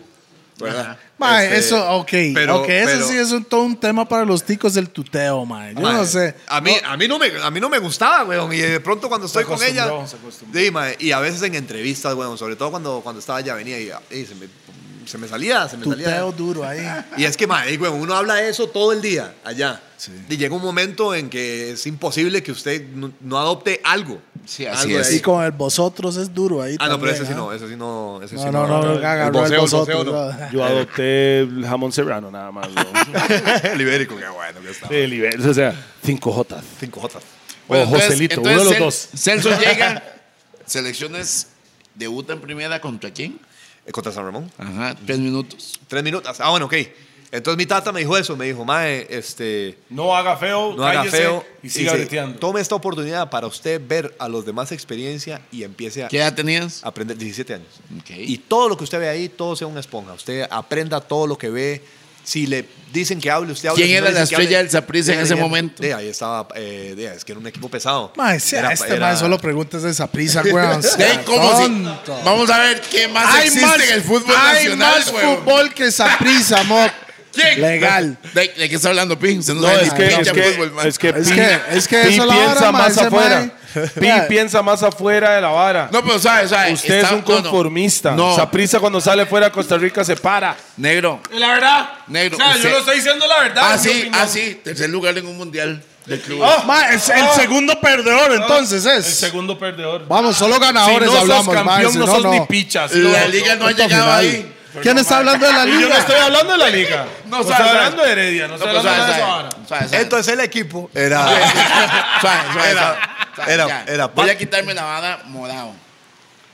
D: ¿verdad?
C: Mae,
D: Este,
C: eso, ok.
D: pero-
C: ok, eso
D: pero-
C: sí es un, todo un tema para los ticos del tuteo, mae. Yo no
D: Mae, Ah,
C: sé.
D: A mí, a, mí no me, a mí no me gustaba, weón. Y de pronto cuando estoy con ella.
B: acostumbró, se acostumbró.
D: Sí, mae, y a veces en entrevistas, weón. Sobre todo cuando, cuando estaba allá, venía y, y se, me, se me salía, se me salía.
C: Tuteo duro ahí.
D: Y es que, mae, weón, uno habla de eso todo el día allá. Y llega un momento en que es imposible que usted no, no adopte algo.
E: Sí, así
D: Algo de
E: es.
D: ahí.
C: Y con el vosotros es duro ahí.
D: Ah, no, pero
C: también,
D: ese sí
C: ¿ah?
D: no, ese sí no. Ese sí
C: No, no, no, no,
D: el
C: agarró el
D: voceo, el
C: vosotros.
D: voceo no.
C: ¿verdad?
B: Yo adopté el jamón serrano nada más. ¿no?
D: El ibérico, qué bueno que está.
B: El nivel, o sea, 5J.
D: Cinco jotas.
B: O
E: entonces-
B: Joselito, uno de
E: entonces
B: los dos.
E: Cel- Celso llega, selecciones, debuta en primera contra quién?
D: Eh, Contra San Ramón.
E: Ajá, tres minutos.
D: Tres minutos. Ah, bueno, ok. Entonces mi tata me dijo eso. Me dijo, mae, este,
B: No haga feo,
D: no haga feo.
B: y siga
D: dice,
B: breteando.
D: Tome esta oportunidad para usted ver a los demás experiencia y empiece a
E: ¿Qué edad tenías?
D: aprender. 17 años.
E: Ok.
D: Y todo lo que usted ve ahí, todo sea una esponja. Usted aprenda todo lo que ve. Si le dicen que hable, usted habla.
E: ¿Quién
D: Si no
E: era
D: le
E: la
D: dicen que hable,
E: estrella del Saprissa en
D: déjale
E: ese
D: bien.
E: momento?
D: De ahí estaba, eh, de ahí, es que era un equipo pesado.
C: Mae, sí,
D: Era-
C: este
D: era-
C: mae solo preguntas de esa prisa, weón.
E: Ey, ¿cómo si-
C: Tonto.
E: Vamos a ver qué más existe en el fútbol
C: hay
E: nacional,
C: más
E: huevón.
C: fútbol que esa prisa, mo. Legal.
E: ¿De, de qué está hablando, Pin? Usted No,
B: No,
E: sabe
B: es
E: ni
B: que,
E: pinche
B: es que,
E: fútbol, man.
B: es que,
C: Es
B: Pi-
C: que- es que
B: Pi
C: eso es la
B: piensa
C: vara,
B: más
C: ma, ese
B: afuera.
C: mae.
B: Pi
C: Vea.
B: piensa más afuera de la vara.
E: No, pero sabe, sabe.
B: Usted es
E: está-
B: un
E: no, no.
B: conformista.
E: No,
B: Saprisa cuando sale fuera de Costa Rica se para.
E: negro.
F: La verdad.
E: Negro,
F: O sea,
E: usted-
F: yo lo estoy diciendo la verdad.
B: Ah,
F: mi
E: Así,
F: opinión.
E: así. Tercer lugar en un mundial de club.
C: Mae, es el segundo perdedor, entonces
B: El
C: es.
B: segundo perdedor.
C: Vamos, solo
B: Si
C: ganadores
B: no sos
C: hablamos, mae.
B: campeón,
C: si
B: no
C: no,
B: sos
C: no.
B: ni pichas.
E: La
B: no.
E: liga no ha
C: punto
E: llegado
C: final.
E: ahí.
C: ¿Quién está hablando de la
B: Y yo no
C: liga?
B: estoy hablando de la liga. No estoy
E: sabe,
B: hablando de Heredia. No pues, estoy
E: Suave,
B: hablando de
E: suave,
B: esa vara.
E: suave, suave.
D: Entonces el equipo era.
E: Suave, suave,
D: Era-
E: suave.
D: era-
E: Ya,
D: era
E: Voy a
D: Paco.
E: quitarme la vara morado.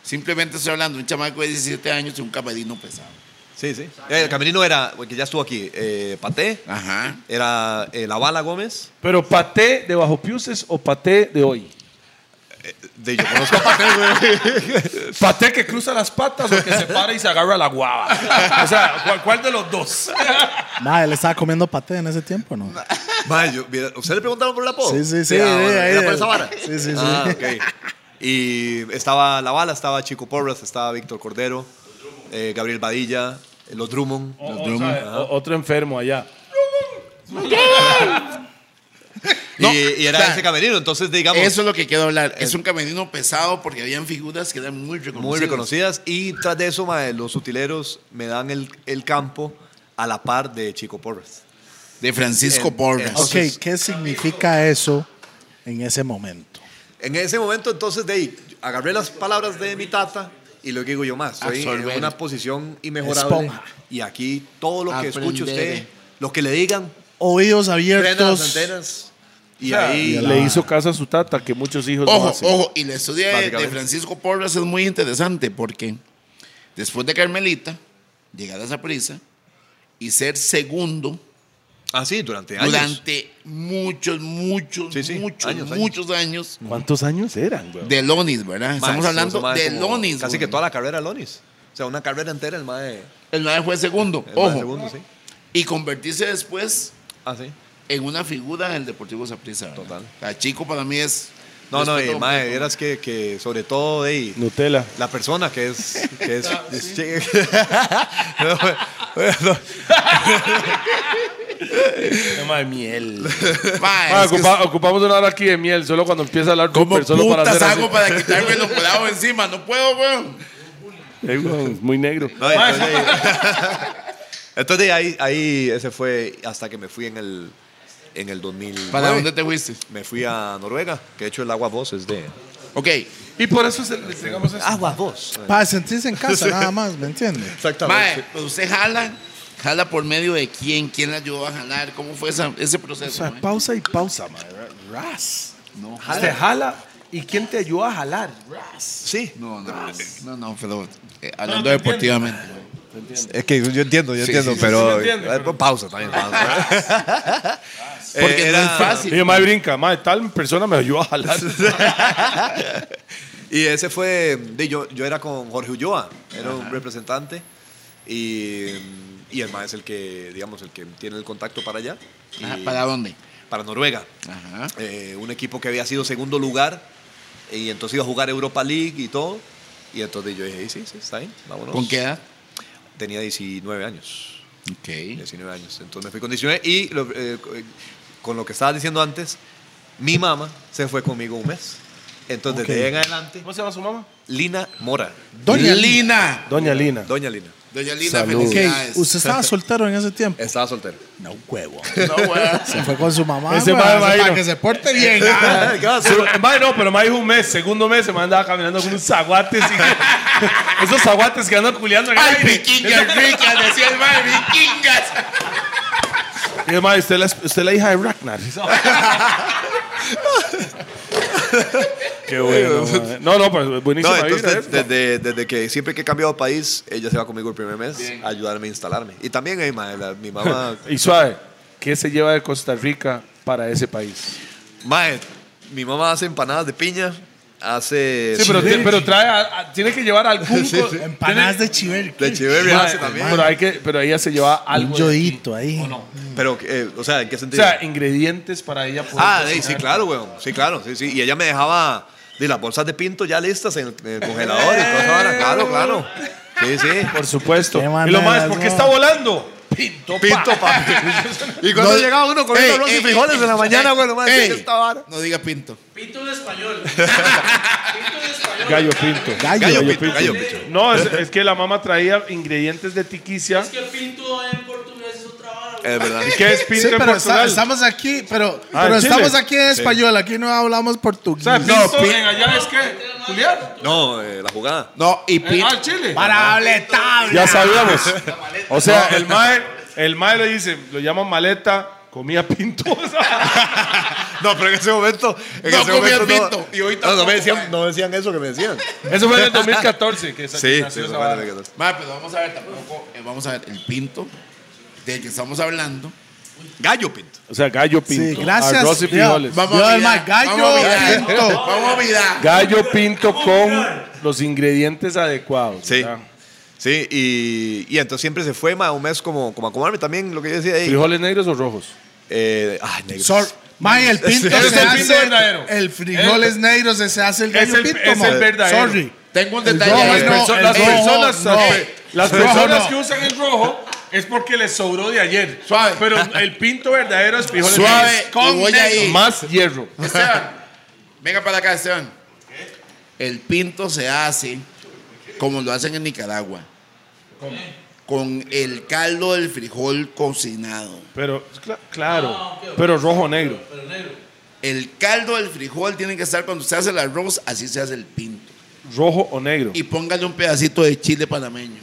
E: Simplemente estoy hablando de un chamaco de 17 años y un camerino pesado.
D: sí, sí. El camerino era, el que ya estuvo aquí, eh, Paté,
E: Ajá.
D: era eh, La Bala Gómez.
B: Pero paté de bajo piuses o paté de hoy.
D: De, yo conozco a Paté, güey.
B: Paté que cruza las patas o que se para y se agarra la guava. O sea, ¿cuál, cuál de los dos?
C: Madre, le estaba comiendo paté en ese tiempo, ¿no?
D: Mae, yo- mira, ¿Ustedes le preguntaron por el apodo?
C: Sí, sí, sí, sí,
D: Ah, bueno,
C: ahí,
D: era por
C: ahí.
D: esa vara.
C: Sí, sí, sí.
D: Ah, ok. Y estaba La Bala, estaba Chico Porras, estaba Víctor Cordero, eh, Gabriel Badilla, eh, los Drummond.
B: O- o sea, o- otro enfermo allá.
D: Y, y era
E: o sea,
D: ese camerino, entonces digamos.
E: Eso es lo que quiero hablar. Es un camerino pesado porque habían figuras que eran muy reconocidas.
D: muy reconocidas. Y tras de eso, mae, los utileros me dan el, el campo a la par de Chico Porras.
E: De Francisco
D: En-
E: Porras.
D: en-
C: Ok, ¿qué significa eso en ese momento?
D: En ese momento, entonces, de ahí, agarré las palabras de mi tata y lo que digo yo más. Estoy
E: Absorber.
D: en una posición inmejorable.
C: Esponja.
D: Y aquí todo lo que escuche
E: Aprender.
D: usted, lo que le digan,
C: Oídos
D: frena las
C: abiertos.
D: antenas. Y
B: O sea,
D: ahí
B: le hizo caso a su tata, que muchos hijos no
E: Ojo,
B: hacen.
E: ojo, y la historia de- de,
D: Pues, Básicamente.
E: Francisco Porras es muy interesante porque después de Carmelita, llegar a esa prisa y ser segundo
D: Ah, sí, durante años.
E: durante muchos, muchos,
D: Sí, sí,
E: muchos,
D: años, años.
E: muchos años
B: ¿Cuántos años eran, güey?
E: de Lonis, ¿verdad?
D: Mae,
E: Estamos hablando
D: mae,
E: de
D: como
E: Lonis.
D: Casi
E: güey.
D: que toda la carrera de Lonis. O sea, una carrera entera el mae.
E: El 9 fue segundo,
D: El mae
E: ojo.
D: segundo, sí.
E: Y convertirse después
D: Ah, sí.
E: en una figura del Deportivo Saprissa.
D: Total.
E: Chico para mí es.
D: No, no, y
E: respeto
D: mae,
E: completo.
D: vieras que, que sobre todo, ey,
B: Nutella.
D: la persona que es. Que es,
B: Ah,
D: es-
B: Tema de miel.
E: Mae,
B: Ah,
E: es que
B: ocupa- ocupamos una hora aquí de miel, solo cuando empieza a hablar
E: ¿Cómo
B: Rupert, solo para
E: putas
B: hacer así.
E: hago para quitarme los colados encima? No puedo, weón.
B: Eh, güey, es muy negro.
D: No, entonces, entonces, ahí, ahí ese fue hasta que me fui en el, en el 2000.
E: ¿Para dónde te fuiste?
D: Me fui a Noruega, que de hecho el agua voz es de.
E: Ok,
B: Y por eso se, le entregamos eso.
D: Agua voz.
C: Para sentirse en casa, nada más, ¿me entiendes?
E: mae,
D: Exactamente.
E: pero usted jala, jala por medio de quién, quién la ayudó a jalar, cómo fue esa- ese
B: O
E: proceso. eh?
B: sea,
E: mae?
B: pausa y pausa, man. Ras. No, Te jala. ¿Y quién te ayuda a jalar? Ras.
D: Sí.
E: No, no, no, no, pero eh, hablando deportivamente.
D: Es que yo entiendo, yo
E: Sí,
D: entiendo,
E: sí, sí,
D: pero.
B: sí, lo entiendo,
D: eh,
B: pero-
D: Pausa también. pausa. Eh,
E: Porque no es fácil.
B: Y yo, madre, brinca. Madre, tal persona me ayuda a jalar.
D: Y ese fue, de, yo, yo era con Jorge Ulloa, era un representante y, y el más es el que, digamos, el que tiene el contacto para allá, y
E: Ajá, Ah, ¿Para dónde?
D: para Noruega.
E: Ajá.
D: Eh, un equipo que había sido segundo lugar y entonces iba a jugar Europa League y todo. Y entonces yo dije, sí, sí, está bien, vámonos.
E: ¿Con qué edad?
D: Tenía 19 años.
E: Ok.
D: 19 años. Entonces me fui con 19 y lo- eh, co- eh, con lo que estaba diciendo antes, mi mamá se fue conmigo un mes. Entonces, de ahí en adelante,
B: ¿Cómo se llama su mamá?
D: Lina Mora.
C: Doña Lina.
E: Lina.
B: Doña Lina.
D: Doña Lina.
E: Doña Lina,
B: Salud.
E: felicidades.
C: ¿Usted estaba soltero en ese tiempo?
D: Estaba soltero.
C: No, huevo.
E: No, weón.
C: Se fue con su mamá.
B: Ese
C: güey,
B: mae va a ir.
C: para que se porte bien.
D: ¿Qué va a hacer?
B: Pero, mae, no, pero mae dijo un mes, segundo mes, se me andaba caminando con unos zaguates. y- esos zaguates que andan culeando en el
E: Ay,
B: aire.
E: vikingas, ricas, decía el mae, vikingas.
B: Y yo, mae, usted la, usted es la hija de Ragnar. Qué bueno. mae. No, no, pues buenísimo.
D: No, entonces, desde, desde que siempre que he cambiado de país, ella se va conmigo el primer mes a ayudarme a instalarme. Y también, eh, ma, la- mi mamá.
B: Y suave, ¿qué se lleva de Costa Rica para ese país?
D: Mae, mi mamá hace empanadas de piña, hace.
B: Sí, pero, ti- pero trae, a- a- tiene que llevar algún.
D: Sí,
B: co-
D: sí.
C: Empanadas de chiver.
D: De chiverri
B: Mae,
D: hace también.
B: Pero, hay que, pero ella se lleva algo.
C: Un
B: de aquí.
C: yoíto ahí.
D: Pero, eh, o sea, ¿en qué
B: O
D: sentido?
B: sea, ingredientes para ella poder
D: ah, eh, sí,
B: cocinar.
D: claro, weón. Sí, claro. Sí, sí. Y ella me dejaba de las bolsas de pinto ya listas en el, en el congelador y todo Claro, claro. Sí, sí.
B: Por supuesto.
C: Qué
B: Y lo más,
C: manadas,
B: ¿por qué
C: no.
B: está volando? Pinto,
D: Pinto, papi. Y cuando llegaba uno comiendo
E: Ey,
D: arroz
E: ey,
D: y frijoles
E: ey,
D: en la mañana,
E: ey,
D: bueno, más
E: ey.
D: esta vara.
E: No diga pinto.
B: Gallo pinto.
C: Gallo.
D: Gallo pinto, gallo pinto.
B: No, es, es que la mamá traía ingredientes de tiquicia.
G: Es que pinto en portugués es otra vara,
E: Es verdad.
B: ¿Qué es Pinto
C: Sí,
B: en
C: pero está-
B: Portugal?
C: estamos aquí, pero,
B: Ah,
C: pero
B: ¿en Chile?
C: estamos aquí en español, aquí no hablamos portugués.
B: ¿Sabe
F: No,
B: Pinto?
F: en allá es que. Julián.
D: No, eh, la jugada.
E: No, y
F: eh,
E: Pin-
F: ah, el Chile.
C: Para hable tabla.
B: Ya sabíamos. O sea, el mae, el mae le dice, lo llaman maleta, comía pinto.
D: No, pero en ese momento. En
E: No
D: ese
E: comías
D: momento no-
E: pito, y hoy
D: no, no
E: tampoco,
D: me decían,
E: mae.
D: no decían eso que me decían.
B: Eso fue en el 2014 que sa- que
D: Sí, sí,
B: nació
D: eso
B: esa
D: fue
B: vara.
D: lo que-
E: Ma, pero vamos a ver tampoco. eh, vamos a ver, el pinto de que estamos hablando.
D: Gallo Pinto.
B: O sea, gallo
C: Sí,
B: pinto.
C: gracias.
B: Arroz y
C: Yo-
B: frijoles.
C: Vamos Yo,
E: a
C: el más
E: mirar,
C: gallo.
E: vamos a mirar.
C: pinto.
E: Vamos a mirar.
B: Gallo pinto
C: Oh,
B: con los ingredientes adecuados.
D: Sí.
B: ¿verdad?
D: Sí, y, y entonces siempre se fue, ma, un mes como, como a comerme también lo que yo decía. ahí.
B: ¿Frijoles negros o rojos?
D: Eh, ay, negros.
C: Sor- Mae, el pinto
D: Ese
B: es
C: se
B: el
C: hace.
B: pinto verdadero.
C: el frijoles negros se hace el gallo
B: el-
C: pinto.
B: es el
C: mae.
B: verdadero.
C: Sorry.
E: Tengo un
C: No,
E: detalle. ahí,
C: el
E: ma.
C: perso-
B: las
C: el
B: personas,
C: rojo,
B: las,
C: no.
B: pe- las
C: El rojo
B: personas
C: no.
B: que usan el rojo es porque les sobró de ayer.
E: Suave.
B: Pero el pinto verdadero es frijoles
E: Suave.
B: negros.
E: y voy ahí.
B: Más hierro.
E: Esteban, venga para acá, Esteban. El pinto se hace como lo hacen en Nicaragua. Con el caldo del frijol cocinado.
B: Pero, cla- claro.
C: Ah,
B: Pero rojo negro.
E: El caldo del frijol tiene que estar cuando se hace el arroz, así se hace el pinto.
B: Rojo o negro.
E: Y póngale un pedacito de chile panameño.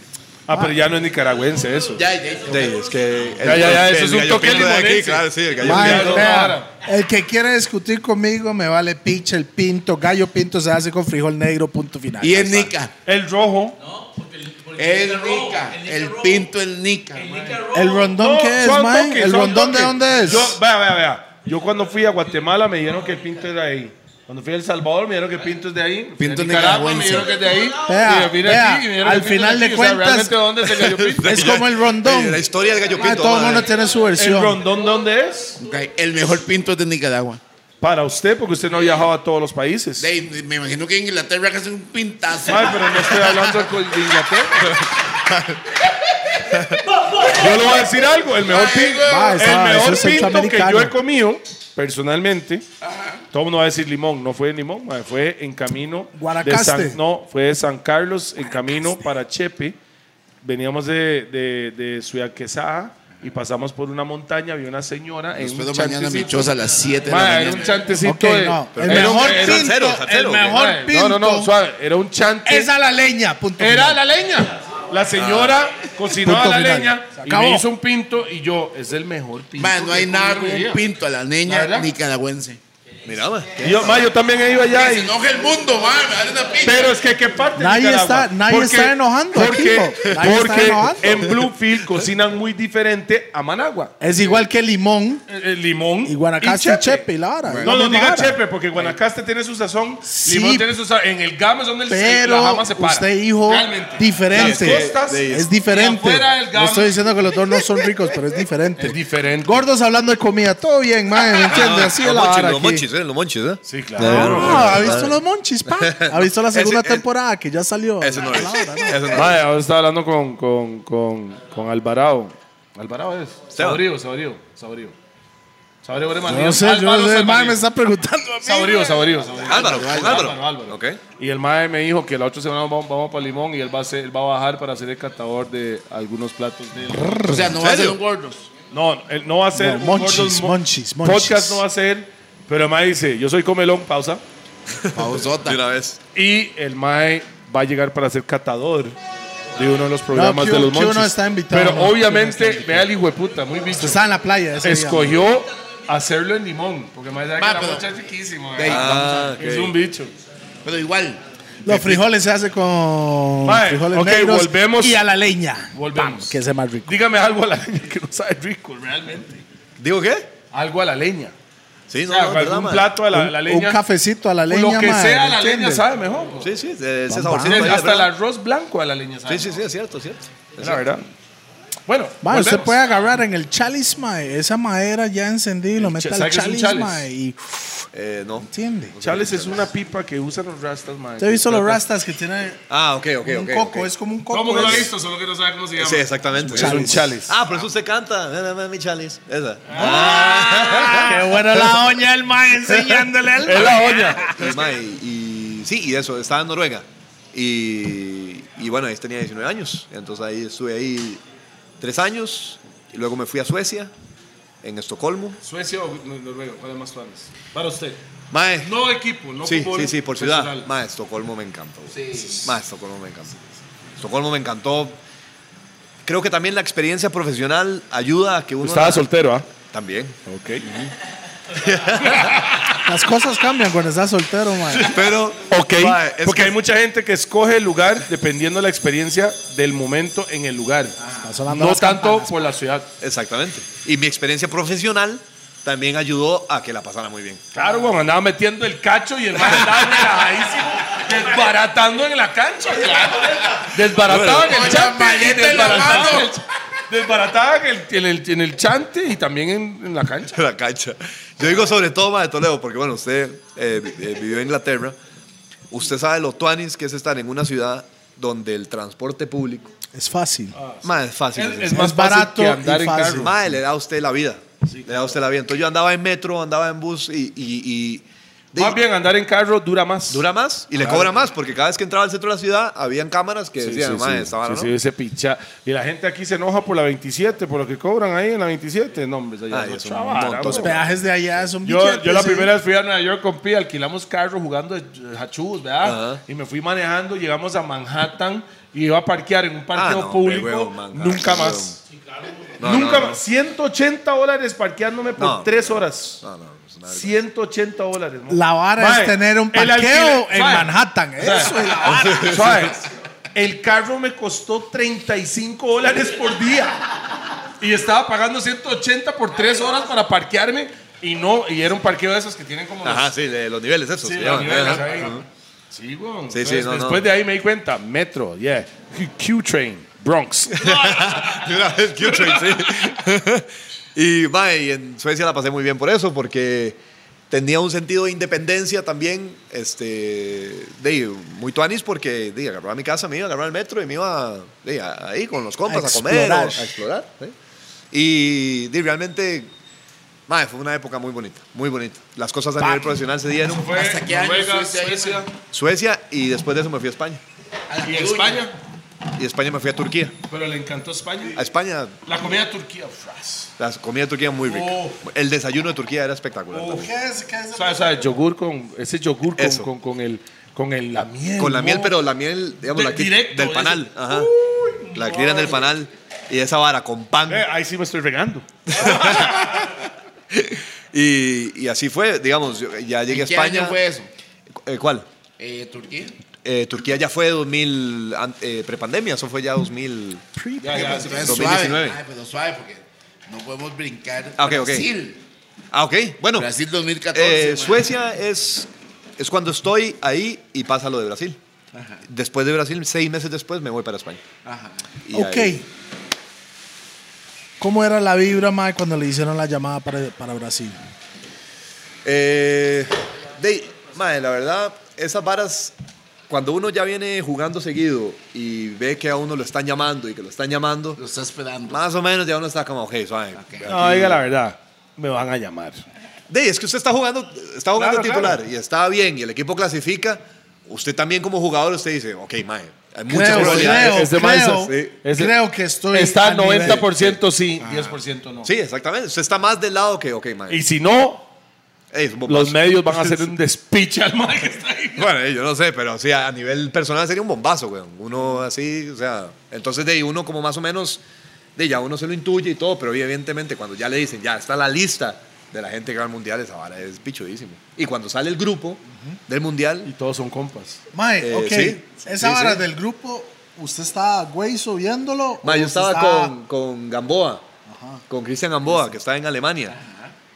B: Ah, pero ya no es nicaragüense eso.
E: Ya, ya, ya.
D: Sí, es que.
B: Ya, ya, ya, eso es un
D: gallo
B: toque
D: pinto de aquí,
B: limonense.
D: Claro, sí, el gallo
B: Ma,
C: Mae,
D: pinto.
B: no,
C: vea,
B: ahora.
C: el que quiere discutir conmigo me vale picha el pinto. Gallo pinto se hace con frijol negro, punto final.
E: Y es nica.
B: El rojo.
E: Es nica. El pinto es nica. man.
C: ¿El rondón
B: No,
C: qué es,
B: son
C: mae?
B: toques,
C: ¿El
B: son
C: rondón de
B: toques.
C: dónde es?
B: Yo, vea, vea, vea. Yo cuando fui a Guatemala me dijeron que el pinto era ahí. Cuando fui a El Salvador me dijeron que el pinto es de ahí.
E: Pinto
B: en Nicaragua me
E: nicaragüense.
B: dijeron que es de ahí.
C: Vea,
B: y yo vine
C: vea,
B: aquí y me dijeron
C: al
B: que el pinto
C: final
B: es
C: de
B: aquí. O sea,
C: cuentas-
B: ¿Realmente dónde se cayó pinto?
C: Es como el rondón.
D: Eh, La historia del gallo
C: Mae,
D: pinto.
C: todo el
D: madre.
C: mundo tiene su
B: ¿El
C: versión.
B: rondón dónde es?
E: Ok, El mejor pinto es de Nicaragua.
B: Para usted, porque usted no ha viajado a todos los países.
E: Dave, me imagino que en Inglaterra hacen un pintazo.
B: Ay, pero no estoy hablando con- de Inglaterra. Yo le voy a decir algo. El mejor
E: Ay,
B: pinto,
E: güey.
C: Ah,
B: el
C: esa- eso
B: mejor
C: es
B: pinto que
C: centroamericano.
B: yo he comido, personalmente, todo el mundo va a decir limón. No fue en limón, ma, fue en camino. De
C: Guanacaste.
B: San, no, fue de San Carlos, en camino para Chepe. Veníamos de, de, de Ciudad Quesada y pasamos por una montaña. Había una señora en
E: Después
B: un
E: de mañana mi
B: chantecito.
E: choza a las 7 de la
B: Ma, era un
E: mañana.
B: chantecito
C: Ok,
B: de-
C: no. El
B: era un-
C: mejor
B: era-
C: pinto,
D: salsero, salsero,
C: el mejor
B: ma,
C: pinto.
B: No, no, no, suave. Era un chante.
C: Es a la leña, punto
B: Era
C: final. Ah.
B: la leña. La señora cocinaba
C: Punto
B: la
C: final.
B: leña
C: Se
B: y
C: acabó.
B: me hizo un pinto y yo, es el mejor pinto.
E: Man, no hay
B: que he
E: nada
B: comido
E: como
B: en mi vida.
E: un pinto a
B: ¿La
E: la niña
B: verdad?
E: nicaragüense.
D: Mira, ma.
B: Y yo, ma, yo también he ido allá.
E: Que se
B: y-
E: enoja el mundo, man. Me dan una pinta.
B: pero es que, ¿qué parte? de
C: Nadie
B: Nicaragua?
C: está- nadie está enojando aquí,
B: Porque,
C: bo. Nadie está
B: porque
C: enojando.
B: en Bluefield cocinan muy diferente a Managua.
C: Es igual que Eh, limón
B: El, el limón.
C: y guanacaste y chepe, y la vara.
B: No,
C: la
B: no
C: misma
B: diga
C: vara.
B: chepe, porque Guanacaste tiene su sazón,
C: Sí.
B: limón tiene su sazón. En el Gama es donde el- la
C: Pero
B: jama se para.
C: usted dijo
B: Realmente. Las
C: diferente.
B: costas
C: Es
B: y
C: diferente.
B: afuera del
C: No
B: Gama
C: estoy diciendo que los dos no son ricos, pero es diferente.
B: es diferente.
C: Gordos hablando de comida, todo bien, mae, ¿me entiendes? Así es
D: Ah, los
C: la
D: monchis,
C: vara
D: los
C: aquí.
D: monchis, eh, los monchis, eh.
B: Sí, claro.
C: Ah, ¿ha visto los monchis, pa? ¿Ha visto la segunda
D: Ese- ese-
C: temporada que ya salió?
D: Ese no es.
C: La vara, ¿no?
D: Ese no es.
B: Madre, ahora estaba hablando con, con, con, con Alvarado. Alvarado es.
D: Esteban.
B: Saborío, saborío, saborío. Saborío Breman.
C: No sé, yo no
B: Álvaro
C: sé, mae,
B: Salmarín.
C: me está preguntando a mí.
B: Saborío, saborío, saborío.
D: Álvaro, con Álvaro. Ok.
B: Y el mae me dijo que la otra semana vamos, vamos para Limón y él va, a ser- él va a bajar para ser el catador de algunos platos de...
E: o sea, no va a ser
D: serio?
E: un gordos.
B: No, él no va a ser...
C: No,
B: un
C: monchis,
B: Gordon's Mo-
C: monchis, monchis.
B: Podcast no va a ser, pero el mae dice, yo soy comelón, pausa.
E: Pausota.
D: De una vez.
B: Y el mae va a llegar para ser catador de uno de los programas
C: que-
B: de los
C: que uno
B: monchis.
C: está invitado,
B: Pero
C: ¿no? Que uno está
B: obviamente,
C: invitado.
B: vea el hijo de puta, muy bicho.
C: Estaba en la playa ese día, mae.
B: escogió hacerlo en limón, porque más allá que
E: Ma,
B: la
E: pero-
B: mocha es riquísimo.
E: De ahí,
B: ¿verdad?
D: Ah,
B: Es un
D: ok.
B: bicho.
E: Pero igual.
C: Los frijoles se hace con
B: Mae,
C: frijoles
B: ok,
C: negros
B: volvemos.
C: y a la leña.
B: Volvemos.
C: Que sea más rico.
B: Dígame algo a la leña que no sabe rico, realmente.
D: ¿Digo qué?
B: Algo a la leña.
D: Sí,
B: O
D: no,
B: sea,
D: no, verdad,
B: algún
D: ma.
B: plato a la,
C: Un-
B: la leña.
C: Un cafecito a la leña,
B: Lo que
C: mae,
B: sea a
C: ¿me
B: la leña
C: entiendes?
B: sabe mejor. pues.
D: Sí, sí, de- ese
C: Bam,
D: saborcito.
B: Es-
D: ma,
B: Hasta el
D: ¿verdad?
B: arroz blanco a la leña sabe
D: Sí, sí, sí,
B: mejor.
D: es cierto, es cierto.
B: Es la verdad. Bueno,
C: Mae, usted
B: volvemos.
C: puede agarrar en el chalis, mae, esa madera ya encendida y lo mete
B: cha-
C: al
B: ¿sabe qué es un
C: chalis,
B: chalis?
C: mae, y
D: Eh, no.
C: entiende.
B: Chales es una pipa que usan los rastas, man.
C: ¿Usted ha visto los rastas que tienen
D: Ah, ok, ok,
C: un
D: ok.
C: coco?
D: ok.
C: Es como un coco.
F: ¿Cómo que lo ha
C: es-
F: visto? Solo que no sabe cómo se llama.
D: Sí, exactamente.
B: Es un chales.
D: Ah, pero eso usted canta. Mira, mira, mi chales. Esa.
C: Qué bueno la doña del mae enseñándole al
B: Es
F: Ah,
B: la olla.
D: Y, Ah, ma, y- y- sí, y eso, estaba en Noruega. Y, y bueno, ahí tenía 19 años. Entonces ahí estuve ahí tres años. Y luego me fui a Suecia, en Estocolmo.
F: Suecia o Noruega, ¿cuál es más planes? Para usted.
D: Mae.
F: No equipo, no
D: sí,
F: fútbol
D: sí, sí, por ciudad.
F: nacional.
D: Mae, Estocolmo me encanta. güey. Mae, Estocolmo me encanta. Estocolmo me encantó. Creo que también la experiencia profesional ayuda a que uno.
B: Estaba soltero, ¿ah?
D: También.
C: Las cosas cambian cuando estás soltero, man.
D: Pero.
B: Ok,
D: mae, es
B: porque
D: que-
B: hay mucha gente que escoge el lugar dependiendo de la experiencia del momento en el lugar.
C: Ah. sonando
B: no
C: las
B: tanto
C: campanas. pues.
B: por la ciudad.
D: Exactamente. Y mi experiencia profesional también ayudó a que la pasara muy bien.
B: Claro, güey, andaba metiendo el cacho y el man andaba relajadísimo, desbaratando en la cancha, claro. Desbarataban
E: Con
B: el
E: la
B: chante. y
E: maleta en la
B: desbarataban
E: mano.
B: el ch- Desbarataban el, en, el, en el chante y también en, en la cancha.
D: la cancha. Yo digo sobre todo más de Toledo, porque bueno, usted eh, vi- eh, vivió en Inglaterra. Usted sabe lo tuanis que es estar en una ciudad donde el transporte público
C: Es fácil.
D: más es fácil.
B: Es,
D: de
B: es
D: decir.
B: más
C: Es
B: barato
C: barato
B: que andar
C: y
B: en
C: fácil.
B: carro.
D: Mae, le da a usted la vida. Le da a usted la vida. Entonces yo andaba en metro, andaba en bus y. y- y- de-
B: Más bien, andar en carro dura más.
D: Dura más y le cobra más, porque cada vez que entraba al centro de la ciudad, habían cámaras que decían, "Mae, esta vara,
B: Sí,
D: ¿no?".
B: sí, ese picha. Y la gente aquí se enoja por la 27, por lo que cobran ahí en la 27. No, hombre, allá
D: Ay,
B: es
D: es
B: otra
D: un
B: vara,
D: montón.
B: güey.
C: Los peajes de allá son
B: Yo,
C: billetes,
B: yo la
C: ¿eh?
B: primera vez fui a Nueva York con Pi, alquilamos carro jugando de- de hachús, ¿verdad?
D: Ajá.
B: Y me fui manejando, llegamos a Manhattan y iba a parquear en un parqueo
D: Ah, no,
B: público.
D: hombre, huevo, Manhattan,
B: nunca
D: huevo.
B: más.
D: No, no,
B: nunca
D: no.
B: más. 180 dólares parqueándome por
D: No,
B: tres horas.
D: No, pues, no, es una vergüenza.
B: 180 dólares. ¿no?
C: La vara
B: Mae,
C: es tener un
B: el alquiler-
C: parqueo en
B: Mae,
C: Manhattan. Eso es la vara.
B: Suave. El carro me costó 35 dólares por día. Y estaba pagando 180 por 3 horas para parquearme. Y no, y era un parqueo de esos que tienen como.
D: Ajá,
B: los-
D: sí, de los niveles esos.
B: sí,
D: se
B: los
D: llaman,
B: niveles
D: ajá.
B: ahí.
D: Ajá.
B: Sí, güey.
D: Sí, sí,
B: Entonces,
D: no, no.
B: después de ahí me di cuenta. Metro, yeah. Q-Train, Bronx.
D: De una vez, Q-Train, sí. y, mae, y en Suecia la pasé muy bien por eso, porque tenía un sentido de independencia también, este, de, muy tuanis, porque de, agarraba mi casa, me iba a agarrar el metro y me iba de, a- ahí con los compas a,
C: A
D: comer, o a
C: explorar.
D: explorar. ¿sí? Y de, realmente, mae, fue una época muy bonita, muy bonita. Las cosas a nivel profesional se dieron.
E: ¿Hasta qué año
F: Noruega,
E: estuviste ahí,
F: Suecia
D: Suecia y después de eso me fui a España.
F: y España.
D: Y de España me fui a Turquía.
F: Pero le encantó España.
D: A España,
F: La comida turquía, fras.
D: la comida de Turquía muy rica.
F: Oh.
D: El desayuno de Turquía era espectacular. también.
B: ¿Sabes? ¿Sabes? Yogur con. Ese yogur con,
D: Eso.
B: con, con el. Con el, la miel.
D: Con la
B: ¿no?
D: miel, pero la miel,
F: Oh.
D: digamos,
F: De-
D: la que-
F: directo,
D: del panal. Ajá. la que tiran del panal y esa vara con pan.
B: Eh, ahí sí me estoy regando.
D: Y, y así fue, digamos, yo- ya llegué a
E: ¿En qué
D: España.
E: año fue eso?
D: Eh, ¿Cuál?
E: Eh, ¿Turquía?
D: Eh, Turquía ya fue 2000, an- eh, prepandemia, eso fue ya 2000.
F: Ya, ya, sí.
E: Pero pues, es
D: 2019.
E: suave. Ay, pero suave, porque no podemos brincar.
D: Ah, ok, ok.
E: Brasil.
D: Ah, ok, bueno.
E: Brasil 2014.
D: Eh,
E: man.
D: Suecia es, es cuando estoy ahí y pasa lo de Brasil. Después de Brasil, seis meses después, me voy para España.
E: Ajá.
D: Y
C: Ok.
D: ahí-
C: ¿Cómo era la vibra, Mae, cuando le hicieron la llamada para, para Brasil?
D: Eh, de, mae, la verdad, esas varas, cuando uno ya viene jugando seguido y ve que a uno lo están llamando y que lo están llamando,
E: Lo está esperando.
D: más o menos ya uno está como, ok, suave.
B: No, diga la verdad. Me van a llamar.
D: De, es que usted está jugando, está jugando
B: Claro,
D: titular
B: claro.
D: y está bien y el equipo clasifica, usted también como jugador, usted dice, ok, mae, hay muchas
C: Creo,
D: probabilidades.
C: creo,
B: Es de
C: creo,
B: Maizas, sí.
C: creo,
B: Es de-
C: que estoy
B: Está
C: a nivel.
B: 90% sí, 10% no.
D: Sí, exactamente. Usted está más del lado que, ok, mae.
B: Y si no,
D: Ey, es un bombazo.
B: los medios van a hacer un despiche al mae que está ahí.
D: Bueno, eh, yo no sé, pero sí, a nivel personal sería un bombazo, weón. Uno así, o sea, entonces de ahí uno como más o menos, de ya uno se lo intuye y todo, pero evidentemente cuando ya le dicen, ya está la lista de la gente que va al mundial, esa vara es pichudísimo. Y cuando sale el grupo del
B: Y
D: mundial,
B: todos son compas.
C: Mae,
D: Eh,
C: ok.
D: sí,
C: Esa
D: sí,
C: vara
D: sí.
C: del grupo, ¿usted estaba güey viéndolo? o
D: ma, yo
C: usted
D: estaba
C: estaba-
D: con, con Gamboa, con Cristian Gamboa, que estaba en Alemania,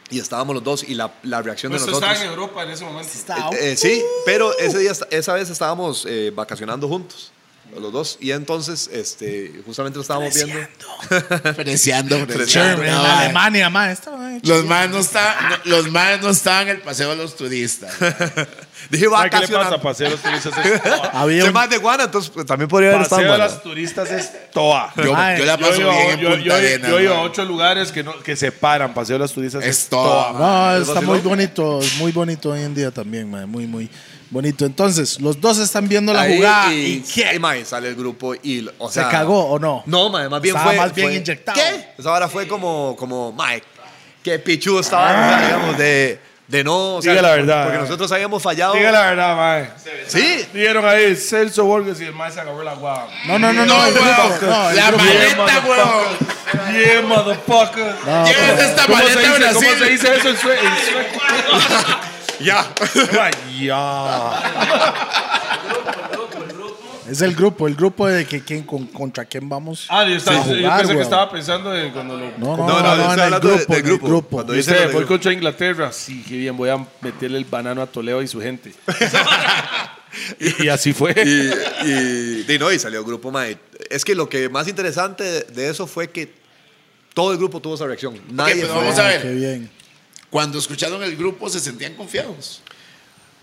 D: y estábamos los dos, y la, la reacción de
B: Pues
F: Usted
D: nosotros.
F: estaba en Europa en ese momento.
C: estaba-
D: Eh, eh, sí,
B: Uh.
D: pero ese día, esa vez estábamos eh, vacacionando juntos, los dos, y entonces este, justamente lo estábamos viendo.
E: Preciando, preciando.
C: Sherman, en Alemania, mae. Estaba man.
E: Los más no, está- no- los más no estaban en el paseo de los turistas.
D: Dije,
B: Ay, ¿Qué le pasa?
D: vacacionar.
B: Paseo de los turistas es toa.
C: Había
D: Soy
C: un-
D: más de Guana, entonces pues, también podría haber estado en
B: Paseo de
D: Guana.
B: los turistas es toa.
E: Yo,
C: Ay,
E: yo la
B: Yo
E: paso
B: he ido
E: bien
B: a-
E: en
B: yo-
E: Punta
B: yo he-
E: Arenas,
B: yo he ido a
E: man.
B: ocho lugares que, no, que separan Paseo de los turistas.
E: Es toa, man.
C: No, está
D: vacilón?
C: muy bonito, es muy bonito hoy en día también, man, muy, muy bonito. Entonces, los dos están viendo la
D: Ahí,
C: jugada
D: y,
C: y,
D: ¿qué? mae, sale el grupo y, o
C: se
D: sea,
C: cagó o no.
D: No, mae, más bien
C: Estaba
D: fue.
C: más bien
D: fue-
C: inyectado.
D: ¿Qué? Pues ahora fue como, como, mae, qué pichudo estaba, o sea, digamos, de, de no. o sea,
B: Diga la verdad.
D: Porque nosotros habíamos fallado.
B: Diga la verdad, mae.
D: Sí.
B: Vieron ahí Celso Borges y el mae se agarró la guava.
C: No, no, no, no.
E: No,
C: el grupo,
E: weón.
C: no, el
E: La
C: grupo.
E: maleta, weón.
B: Yeah, motherfucker.
E: Lleves
C: pues,
E: esta
B: ¿Cómo se,
E: maleta a
B: dice, ¿Cómo se
E: Brasil.
B: dice eso en sue- en sueco?
D: Ya.
B: Ya.
C: Es el grupo, el grupo de que quién con- contra quién vamos.
F: Ah, yo, estaba-
C: a
F: yo
C: jugar,
F: pensé que
C: weón.
F: estaba pensando en cuando lo.
C: No, no,
D: No,
C: no,
D: no, yo
C: en
D: estoy
C: el
D: hablando de-
C: grupo,
D: del
C: en el
D: grupo.
C: grupo.
D: Cuando
B: Y
D: dice lo
B: usted,
D: de-
B: voy contra Inglaterra. Sí, qué bien, voy a meterle el banano a Toledo y su gente. y, y así fue.
D: y, y, y no, y salió grupo, mae. Es que lo que más interesante de- de eso fue que todo el grupo tuvo esa reacción. Nadie
E: pero
D: fue-
E: pues vamos a
C: Ah,
E: ver.
C: Qué bien.
E: Cuando escucharon el grupo se sentían confiados.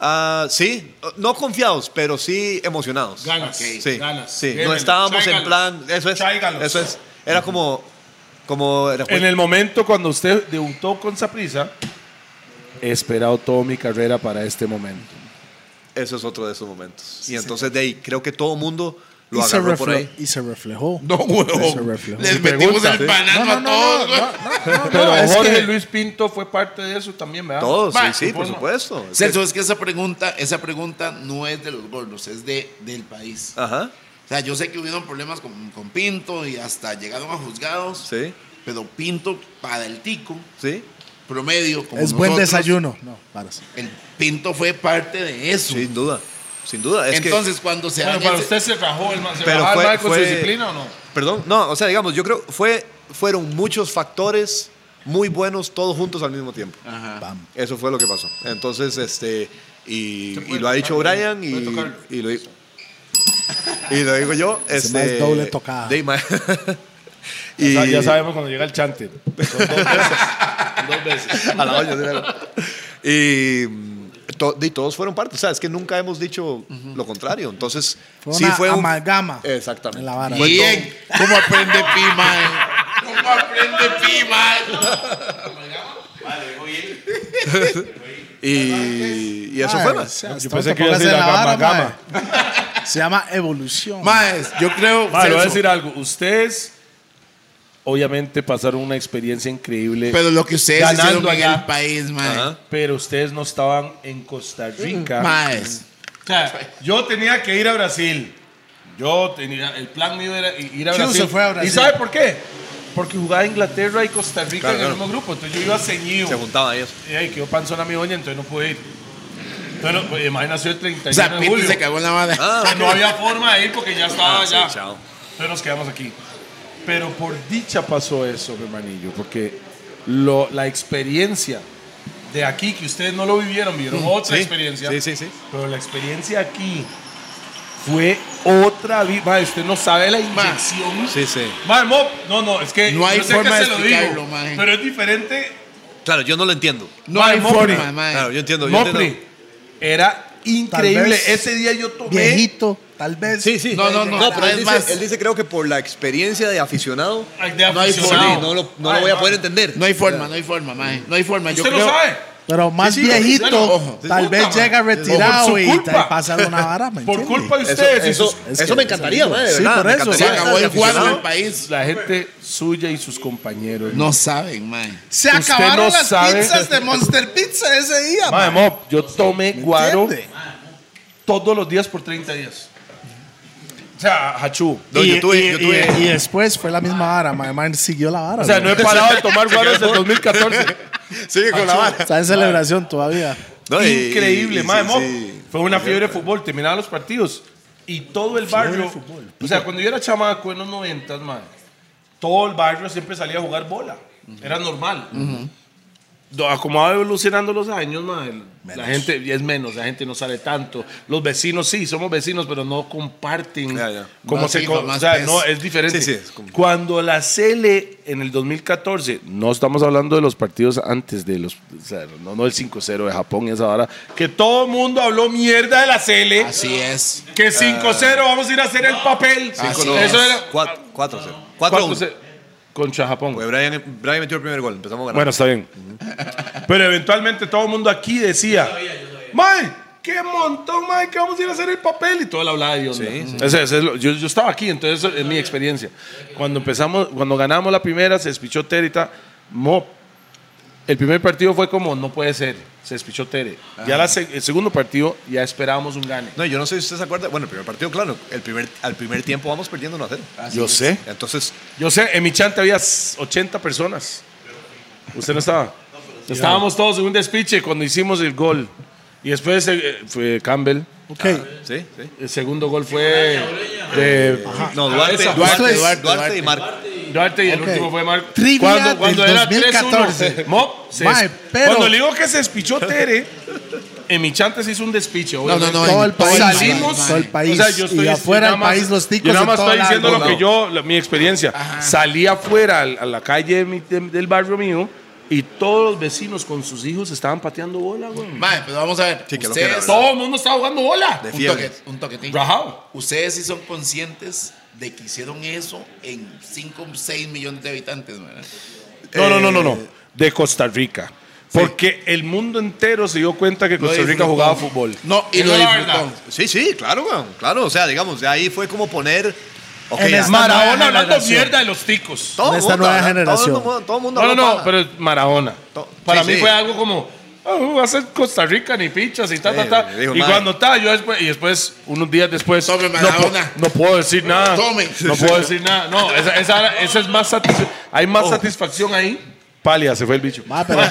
D: Ah, sí, no confiados, pero sí emocionados.
F: Ganas,
D: Sí,
F: ganas.
D: sí.
F: Démelo,
D: no estábamos en
F: tráigalos,
D: plan. Eso es.
F: tráigalos.
D: Eso es. Era como. como era-
B: En el momento cuando usted debutó con Saprisa, he esperado toda mi carrera para este momento.
D: Eso es otro de esos momentos. Y entonces, de ahí, creo que todo mundo lo
C: Y se,
D: agarró por
C: refle-
D: ahí.
C: y se reflejó.
E: No,
C: Eso
E: weón.
C: reflejo.
E: Les
B: Mi
E: metimos
B: pregunta,
E: el
B: sí.
E: banano a todos, weón.
B: Pero
C: es
B: Jorge
C: que-
B: Luis Pinto fue parte de eso también, ¿verdad?
D: Todos,
E: Va,
D: sí, sí,
E: de
D: por
B: forma.
D: supuesto. Es
E: Celso, es que esa pregunta, esa pregunta no es de los gordos, es de, del país.
D: que- Ajá,
E: O sea, yo sé que hubieron problemas con, con Pinto y hasta llegaron a juzgados,
D: sí,
E: pero Pinto para el tico
D: sí.
E: promedio. como
C: Es buen
E: nosotros,
C: desayuno. No, paras.
E: El Pinto fue parte de eso.
D: Sin duda, sin duda. Es que-
E: Entonces, cuando se
F: Bueno,
E: dan
F: para
E: ese-
F: usted se rajó el man. ¿Se
D: Pero
F: rajó el
D: fue-
F: man con
D: fue-
F: su disciplina o no?
D: Perdón, no, o sea, digamos, yo creo fue fueron muchos factores muy buenos todos juntos al mismo tiempo.
F: Ah.
C: Bam.
D: Eso fue lo que pasó. Entonces, este y, y lo ha dicho Brian y, y lo di- y lo digo yo,
C: Ese
D: este
C: mae es doble tocada.
D: de ima-
B: Ya
D: y
B: sa- Ya sabemos cuando llega el chante.
D: a la olla, de una vez. Y mm, to- de todos fueron parte, o sea, es que nunca hemos dicho lo contrario. Entonces,
C: Fue
D: sí
C: una
D: fue un- Eh,
C: amalgama
D: Exactamente.
C: en la vara.
D: Fue todo-
E: Bien, ¿cómo aprende Pi, mae? ¿Cómo aprende Pi, mae?
D: y, y eso
C: Ay,
D: fue.
C: o
D: mae.
C: sea,
B: Yo
C: hasta
B: pensé
C: te
B: que iba a
C: pongas
B: decir
C: en
B: la gama,
C: la vara,
B: gama.
C: mae. Se llama evolución.
E: Maes, yo creo.
B: Mae, le voy a
E: Celso,
B: decir algo. Ustedes, obviamente, pasaron una experiencia increíble,
E: Pero lo que ustedes
B: Ganando
E: hicieron en
B: allá.
E: el país, mae.
D: Ajá.
B: pero ustedes no estaban en Costa
E: Mm,
B: Rica.
E: Maes.
F: O sea, yo tenía que ir a Brasil. Yo tenía. El plan mío era i- ir a
C: Chu se
F: Brasil.
C: fue a Brasil.
F: ¿Y sabe por qué? Porque jugaba Inglaterra y Costa Rica
D: Claro,
F: en el
D: claro.
F: mismo grupo. Entonces yo iba ceñido.
D: Se juntaban ellos.
F: Y ahí quedó panzona mi doña, entonces no pude ir. Bueno, pues, imagínate, nació el
E: O
F: 31
E: sea,
F: de
E: Pinto
F: julio.
E: se cagó en la madre.
F: O sea, no había forma de ir porque ya estaba
D: Ah, sí,
F: allá.
D: chao.
F: Entonces nos quedamos aquí.
B: Pero por dicha pasó eso, mi hermanillo, porque lo, la experiencia
F: De aquí, que ustedes no lo vivieron, vieron otra
D: Mm, sí,
F: experiencia.
D: sí, sí, sí.
F: Pero la experiencia aquí,
B: fue otra vida. Usted no sabe la
F: inyección.
D: Sí, sí.
F: Mae, Mop, no, no, es que
E: No hay
F: yo sé
E: forma
F: que
E: de
F: se lo
E: explicarlo,
F: digo,
E: mae.
F: pero es diferente.
D: Claro, yo no lo entiendo.
E: No hay
F: Mae, Mopri.
E: forma, mae.
D: Claro, yo entiendo. Yo
B: Mopri,
D: entiendo.
B: era increíble.
C: vez
B: Ese día yo tomé.
C: Viejito, tal vez.
D: sí.
E: No, no, no.
D: pero él
E: Ah, Es
D: dice,
E: más-
D: él dice, creo que por la experiencia de aficionado,
F: de
E: No hay
D: sí,
E: forma.
F: aficionado.
D: no lo, no lo
F: Ay,
D: voy a
F: mae.
D: poder entender.
E: No hay forma, no hay forma, mae. No hay forma. Yo
F: Usted
E: creo.
F: lo sabe.
C: Pero más
D: Sí, sí,
C: viejito,
E: claro, ojo.
C: tal
F: Puta,
C: vez
F: man.
C: llega
F: Por
C: retirado
F: su
C: y te
F: culpa.
C: pasa una vara, ¿me
F: Por
C: entiende?
F: culpa de
D: Eso,
F: ustedes. y
D: eso,
F: sus-
C: es
D: eso
C: que-
D: me encantaría,
C: sí,
D: madre, de
C: sí,
D: verdad,
C: por
D: me
C: eso.
D: encantaría.
E: Se acabó el juego
D: Aficionado.
E: del país.
B: La gente suya y sus compañeros.
E: No saben, mae.
C: Se
B: Usted
C: acabaron
B: no
C: las
B: sabe.
C: pizzas de Monster Pizza ese día,
B: Mae, Mop, yo tomé guaro
C: ¿Entiende?
B: todos los días por 30 días. O sea, hachú.
D: No, yo tuve- yo tuve-
C: y- y después fue la misma vara, my man siguió la vara.
B: O sea, no
C: güey.
B: he parado de tomar guaro desde el 2014.
D: Sigue con la vara.
C: Está en celebración todavía.
D: No, y-
B: Increíble,
D: y-
B: mae,
D: sí,
B: Mop.
D: sí.
B: Fue una fiebre de fútbol, terminaban los partidos. Y todo el barrio. O sea, cuando yo era chamaco en los 90, mae, todo el barrio siempre salía a jugar bola. Era normal. do- a como va evolucionando los años, ma, el- la gente y es menos, la gente no sale tanto. Los vecinos sí, somos vecinos, pero no comparten.
D: Ya, ya.
B: Como
E: Más
B: se,
E: hijos,
B: co-
E: más
B: o sea,
E: pez.
B: no, es diferente.
D: Sí, sí, es como-
B: Cuando la CL en el 2014, no estamos hablando de los partidos antes de los, o sea, no, no el 5-0 de Japón y esa hora, que todo el mundo habló mierda de la CL.
E: Así es.
B: Que 5-0 vamos a ir a hacer el papel.
E: Así
B: Eso
E: es.
B: era
D: 4-0. 4-1.
B: 4-0 contra Japón.
D: Pues Brian, Brian metió el primer gol. Empezamos a ganar.
B: Bueno, está bien. Pero eventualmente todo el mundo aquí decía, ¡Mae! ¡Qué montón, mae! Que vamos a ir a hacer el papel. Y todo la hablaba de Dios. yo, yo estaba aquí, entonces eso es mi experiencia. Cuando empezamos, cuando ganamos la primera, se despichó Tere y tal. Mo, el primer partido fue como, no puede ser. Se despichó Tere. Ya la se- el segundo partido, ya esperábamos un gane.
D: No, yo no sé si usted se acuerda. Bueno, el primer partido, claro. El primer, al primer tiempo vamos perdiendo 1 0.
E: Yo sé.
D: Entonces,
B: Yo sé, en mi chante había s- 80 personas. ¿Usted no estaba? Estábamos todos en un despiche cuando hicimos el gol. Y después eh, fue Campbell.
C: Ok.
D: sí, sí.
B: El segundo gol fue de
D: No, Duarte,
B: Cabeza.
D: Duarte,
C: Duarte,
D: Duarte,
C: Duarte,
D: y Marco.
B: Duarte y el
C: Ok.
B: último fue Marco.
C: Trivia
B: cuando cuando
C: del
B: era
C: 2014.
B: 3-1. Mop, se
C: Mae,
B: des-
C: pero-
B: Cuando le digo que se despichó Tere, en mi chante se hizo un despiche.
E: No, no,
B: obviamente.
E: no.
C: Todo
E: en
C: el país.
B: Salimos,
C: Todo el país.
B: o sea, yo estoy-
C: y afuera
B: yo
C: del
B: nada más-
C: país los ticos.
B: Yo nada
C: en
B: más
C: todo
B: estoy diciendo
C: lado.
B: lo que yo, la- mi experiencia. Salí afuera al- a la calle de mi- de- del barrio mío y todos los vecinos con sus hijos estaban pateando bola, güey.
E: Mae, pero vamos a ver.
D: Sí, que lo
E: Ustedes-
D: quiera, ¿verdad?
B: Todo el mundo estaba jugando bola.
D: De
E: un,
D: fiebre.
E: toque- un toquetín.
B: Rajao.
E: Ustedes sí son conscientes de que hicieron eso en 5 o 6 millones de habitantes, ¿verdad?
B: No, no, no, no,
C: Eh,
B: no. De Costa Rica. Porque el mundo entero se dio cuenta que
E: Lo
B: Costa Rica
E: disfrutó.
B: jugaba fútbol.
E: No, y
B: Esa
E: lo
B: es la verdad.
E: disfrutó.
D: Sí, sí, claro, weón, claro. O sea, digamos, de ahí fue como poner.
C: En
D: Ok, ya
C: esta-
D: está.
B: Maradona
C: nueva
B: hablando
C: generación.
B: mierda de los ticos.
D: Todo
C: en esta
D: mundo,
C: nueva
D: ¿verdad?
C: generación.
D: Todo el mundo, todo el mundo
B: No, no,
D: habló
B: no,
D: paja.
B: pero Maradona.
D: To-
B: Para
D: sí,
B: mí
D: sí.
B: fue algo como, "Oh, va a ser Costa Rica ni pichas y tal,
D: Sí,
B: tal, tal.
D: dijo,
B: y
D: "Madre".
B: cuando estaba yo después, y después, unos días después,
E: Tome,
B: no, po-
E: Maradona.
B: no puedo decir nada.
E: Tome.
B: No puedo decir nada. No, esa, esa- esa es más satisfacción. Hay más
D: Oh.
B: satisfacción ahí. Palia, se fue el bicho.
C: Ah, pero-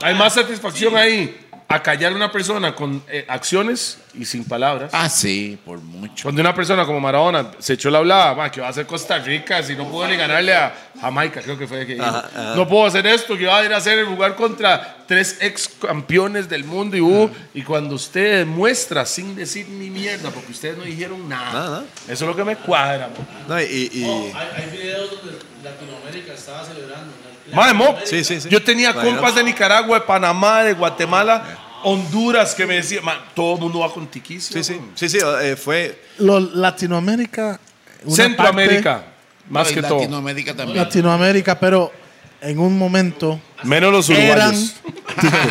B: Hay más satisfacción ahí a callar a una persona con eh, acciones y sin palabras.
E: Ah, sí, por mucho.
B: Cuando una persona como Maradona se echó la hablada, "Ma, que va a hacer Costa Rica si no pudo ni ganarle a Jamaica, creo que fue que dijo. No puedo hacer esto, que va a ir a hacer jugar contra tres ex campeones del mundo y uh,
D: Mm.
B: y cuando usted demuestra sin decir ni mierda, porque ustedes no dijeron nada.
D: Nada.
B: Eso es lo que me cuadra. mo.
D: No, y, y- y-
G: Hay, hay videos donde Latinoamérica estaba celebrando. ¿no?
B: Madre, mo,
D: Sí, sí, sí.
B: Yo tenía
D: Madre,
B: compas
D: no.
B: de Nicaragua, de Panamá, de Guatemala, Honduras, que me decían, "Ma, todo el mundo va con tiquicio.
D: sí, sí,
B: mo".
D: sí, sí, eh, fue.
C: Lo- Latinoamérica. una
B: Centroamérica, más
E: No, y
B: que todo.
E: Latinoamérica
C: parte-
E: también.
C: Latinoamérica, pero en un momento.
B: Menos los
C: Eran
B: uruguayos.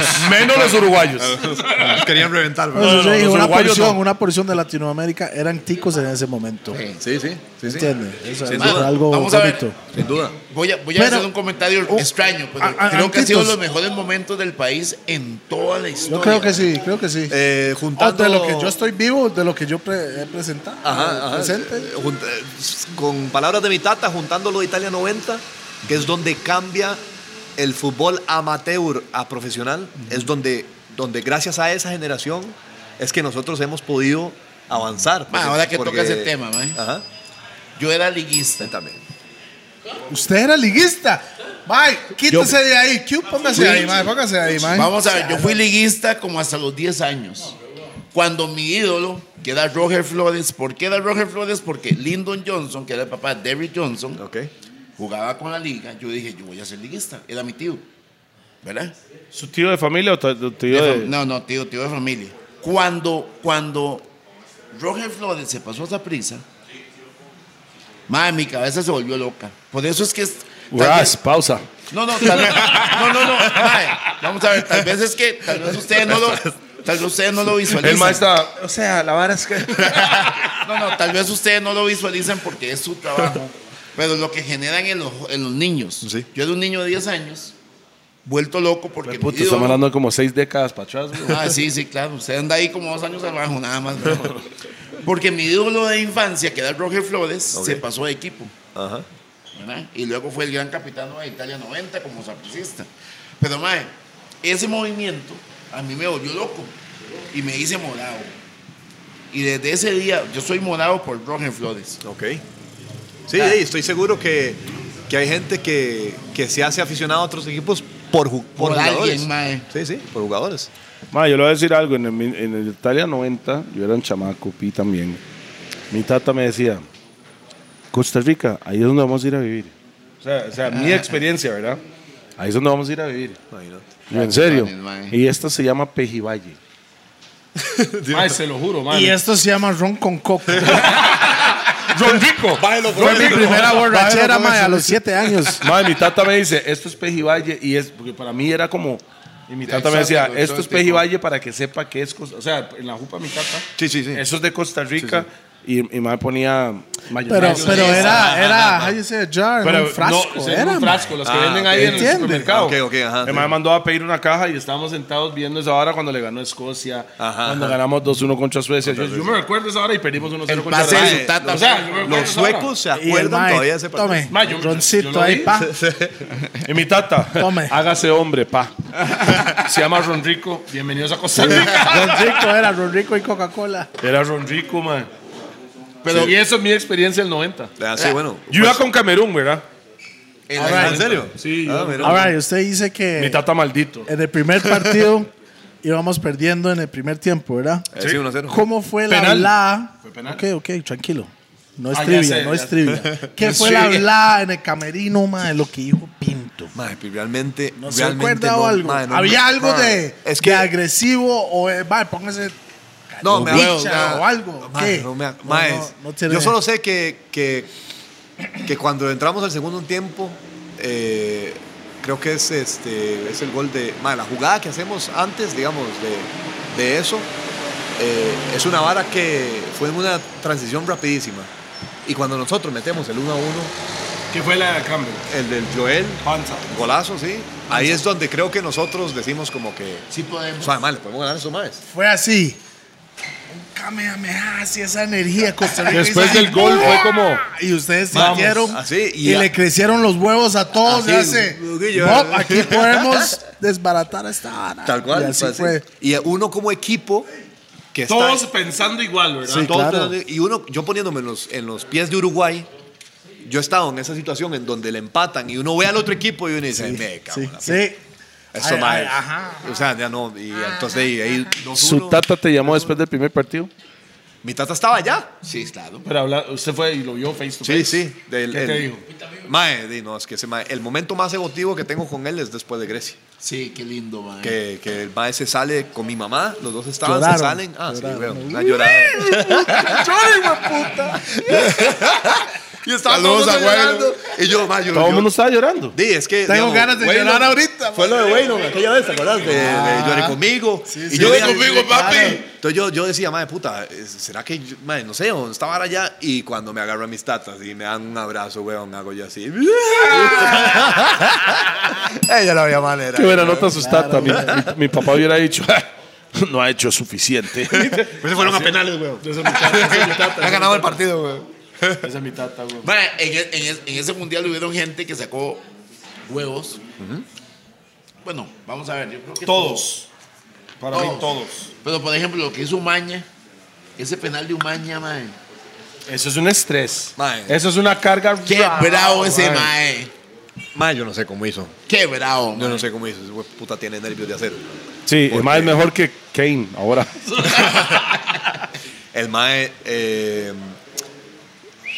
B: Menos los uruguayos.
D: Nos querían reventar,
C: Eso
D: ¿verdad?
B: no,
C: yo digo,
B: los
C: una
B: uruguayos
C: porción,
B: no.
C: una porción de Latinoamérica eran ticos en ese momento.
E: Sí.
D: Sí, sí, sí, sí.
C: ¿Entiendes? Eso
D: Sin
C: es
D: duda.
C: algo
E: Vamos a ver.
C: bonito.
D: Sin duda.
E: Voy a, voy a
C: Pero-
E: hacer un comentario
C: Oh,
E: extraño, pero
C: a- a-
E: creo que ha sido
C: antitos.
E: los mejores momentos del país en toda la historia.
C: Yo creo que sí, creo que sí.
D: Eh, juntando.
C: de lo que yo estoy vivo, de lo que yo pre- he presentado.
D: Ajá, ajá.
C: presente.
D: Eh, junta- eh, con palabras de mi tata, juntándolo de Italia 90, que es donde cambia el fútbol amateur a profesional, es donde, donde gracias a esa generación es que nosotros hemos podido avanzar.
E: Ma, ahora que toca ese tema, ma.
D: Ajá,
E: Yo era liguista.
D: también.
C: Usted era liguista. Mike, quítese de ahí. Q, póngase ahí, Mike. Póngase ahí, Mike.
E: Vamos a ver, yo fui liguista como hasta los 10 años. Cuando mi ídolo, que era Roger Flores, ¿por qué era Roger Flores? Porque Lyndon Johnson, que era el papá de Derrick Johnson,
D: Ok.
E: jugaba con la liga. Yo dije, yo voy a ser liguista. Era mi tío. ¿Verdad?
B: ¿Su tío de familia o tu tío
E: De fam-
B: de.?
E: No, no, tío, tío de familia. Cuando, cuando Roger Flores se pasó esa prisa, madre, mi cabeza se volvió loca. Por eso es que. es- tal
B: Ras,
E: vez-
B: pausa.
E: no, no, tal vez. No, no, no. mae, vamos a ver, tal vez es que. Tal vez ustedes no lo. Tal vez ustedes no lo visualizan.
B: El maestro. O sea, la vara es que.
E: No, no, tal vez ustedes no lo visualizan porque es su trabajo. Pero lo que generan en los, en los niños.
D: Sí.
E: Yo era un niño de 10 años, vuelto loco porque. mi
B: Puto,
E: ídolo-
B: estamos hablando de como seis décadas para atrás, güey.
E: Ah, sí, sí, claro. Usted anda ahí como dos años abajo, nada más. ¿no? Porque mi ídolo de infancia, que era Roger Flores,
D: Ok.
E: se pasó de equipo.
D: Ajá.
E: ¿verdad? Y luego fue el gran capitán de Italia 90 como sapricista. Pero, mae, ese movimiento a mí me volvió loco y me hice morado. Y desde ese día, yo soy morado por Roger Flores.
D: Ok.
E: Ah.
D: Sí, sí, estoy seguro que, que hay gente que, que se hace aficionado a otros equipos por, ju- por,
E: Por
D: jugadores.
E: alguien, mae.
D: Sí, sí, por jugadores.
B: Ma, yo le voy a decir algo. En, el, mil- en el Italia 90, yo era un chamaco, Pi también. Mi tata me decía, Costa Rica, ahí es donde vamos a ir a vivir. O sea, o sea,
E: Ah.
B: mi experiencia, ¿verdad? Ahí es donde vamos a ir a vivir. Y yo, en serio.
E: mames, ma.
B: Y esta se llama Pejivalle.
F: Mae, se lo juro, mae.
C: Y esto se llama ron con coco.
B: ¡Ron Rico!
C: Fue mi primera borrachera,
D: Bájalo,
C: mae, a los siete años.
B: Madre, mi tata me dice, esto es Pejivalle, y es, porque para mí era como, y mi tata me decía,
E: Exótico,
B: esto es
E: exótico.
B: Pejivalle para que sepa que es, Cos- o sea, en la jupa mi tata,
D: Sí, sí, sí.
B: eso es de Costa Rica, y, y me ponía
C: Pero,
B: mayonesa.
C: pero era, era, how you say a jar,
B: Pero
C: un frasco.
B: no, sí,
C: era,
B: un frasco, las que
D: Ah,
B: venden ahí
D: ok.
B: en el
C: Entiende.
B: supermercado.
D: Ok, ok, ajá,
B: Mi
D: sí.
B: mamá mandó a pedir una caja y estábamos sentados viendo esa hora cuando le ganó Escocia,
D: Ajá,
B: cuando
D: ajá.
B: ganamos 2-1 contra Suecia. Yo, yo me recuerdo esa hora y perdimos 1-0 contra
E: pase de
B: Suecia.
E: su tata.
B: O sea, yo me recuerdo
D: Los
B: esa hora.
D: suecos se
C: mae. Y el
D: acuerdan
C: mae,
D: todavía de ese partido.
C: Tome,
B: Ma, yo- yo
C: roncito
B: lo
C: ahí,
B: vi.
C: pa.
B: Y mi tata,
C: Tome.
B: hágase hombre, pa. Se llama Ron Rico. Bienvenidos a Costa Rica.
C: Ron rico era, ron rico y Coca-Cola.
B: Era Ron Rico, man.
E: Pero-
B: Pero, Y eso es mi experiencia del 90.
D: Ah, sí, bueno.
B: Yo iba con Camerún, ¿verdad?
E: En
D: Ah,
E: la-
D: ¿En serio?
B: Sí,
D: Ah,
B: yo-
D: mira.
C: All right, usted dice
B: Mi
C: que
B: tata maldito.
C: en el primer partido íbamos perdiendo en el primer tiempo, ¿verdad?
D: Eh, sí, 1-0.
C: ¿Cómo fue la
B: Penal.
C: hablada?
B: Fue penal.
C: Ok, ok, tranquilo. No es
B: Ah, ya
C: trivia,
B: sé, ya
C: no es
B: sé.
C: trivia. ¿Qué
B: Es
C: fue la
B: trivia.
C: hablada en el camerino, mae, lo que dijo Pinto?
D: Mae, pi- realmente.
C: ¿No se
D: realmente
C: acuerda
D: no,
C: o algo?
D: mae, no,
C: ¿Había
D: mae.
C: algo de,
D: Es
C: de
D: que.
C: agresivo o, eh, mae, póngase
D: No,
C: o
D: me
C: bicha
D: acuerdo.
C: o algo?
D: Mae,
C: ¿Qué?
D: no me ac-
C: No,
D: mae,
C: no, no tiene-
D: Yo solo sé que, que, que cuando entramos al segundo tiempo, eh, creo que es, este, es el gol de. mae, la jugada que hacemos antes, digamos, de, de eso, eh, es una vara que fue en una transición rapidísima. Y cuando nosotros metemos el 1 a 1,
F: ¿Qué fue la de Campbell?
D: el del Joel,
F: Panza.
D: golazo, sí. Ahí es donde creo que nosotros decimos como que.
E: Sí podemos.
D: Suave, mae, le podemos ganar a esos maes.
C: Fue así. Un Kamehameha, así esa energía Costa Rica
B: Después
C: hizo así,
B: del gol fue como-
C: Y ustedes
B: Vamos,
C: sintieron.
D: así,
C: y
D: y-
C: le crecieron los huevos a todos.
D: Así,
C: y hace,
D: Guillo.
C: "Bob, aquí podemos desbaratar esta vara.
D: Tal cual.
C: Y así
D: fue así.
C: fue.
D: Y uno como equipo que está-
F: Todos pensando igual, ¿verdad?
C: Sí,
D: todos
C: claro.
D: pensando- y uno, yo poniéndome en los, en los pies de Uruguay, yo he estado en esa situación en donde le empatan y uno ve al otro equipo y uno dice, me cago
C: Sí,
D: en la p-".
C: sí.
D: Eso
C: Ay,
D: mae.
C: ay, ajá.
D: O sea, ya no. Y entonces ahí, ahí dos,
B: ¿Su
D: uno.
B: tata te llamó después del primer partido?
D: Mi tata estaba allá.
E: Sí, claro.
B: Pero habla- usted fue y lo vio face to
D: Sí,
B: face.
D: sí. del-
B: ¿Qué
D: el,
B: te dijo?
D: Mae, di, no, es que ese mae- el momento más emotivo que tengo con él es después de Grecia.
E: Sí, qué lindo, man.
D: Que, que el mae se sale con mi mamá, los dos estaban,
C: Lloraron,
D: se salen. Ah, sí,
C: lloraron.
D: veo. Una llorada. Y estaba todo el
E: Saludos
D: mundo
E: a Waylon.
D: llorando. Y yo, ma, yo,
B: Todo el
D: yo-
B: mundo estaba llorando.
D: Di, es que.
C: Tengo
D: digamos,
C: ganas de
D: Waylon-
C: llorar ahorita.
D: Fue lo de Wayne, aquella vez, ¿te acuerdas? De, de lloré conmigo. y yo
E: Lloré
D: decía-
E: conmigo, papi.
D: Entonces yo, yo decía, madre puta, eh, ¿será que, yo- madre, no sé, dónde estaba ahora allá? Y cuando me agarran mis tatas y me dan un abrazo, weón, hago yo así. Ella la había manera.
B: Qué buena nota su tata. Mi, mi- mi papá hubiera dicho, "Ah, no ha hecho suficiente.
D: Pero se fueron a penales, weón.
B: Esa es mi tata, esa es mi tata,
D: Ha ganado el partido, weón.
B: esa es mi tata, güey.
E: Mae, en, e- en es- en ese mundial hubieron gente que sacó huevos. Bueno, vamos a ver, yo creo que
F: Todos. Para mí,
E: Todos.
F: todos.
E: Pero por ejemplo, lo que hizo Umaña, ese penal de Umaña, mae.
B: Eso es un estrés.
D: Mae.
B: Eso es una carga.
E: Qué
B: brava,
E: bravo ese
B: mae.
E: mae.
D: Mae, yo no sé cómo hizo.
E: Qué bravo.
D: Yo no sé cómo hizo. Ese weón puta tiene nervios de acero.
B: Sí,
D: ¿Por
B: el mae es
D: qué?
B: mejor que Kane ahora.
D: El mae. eh,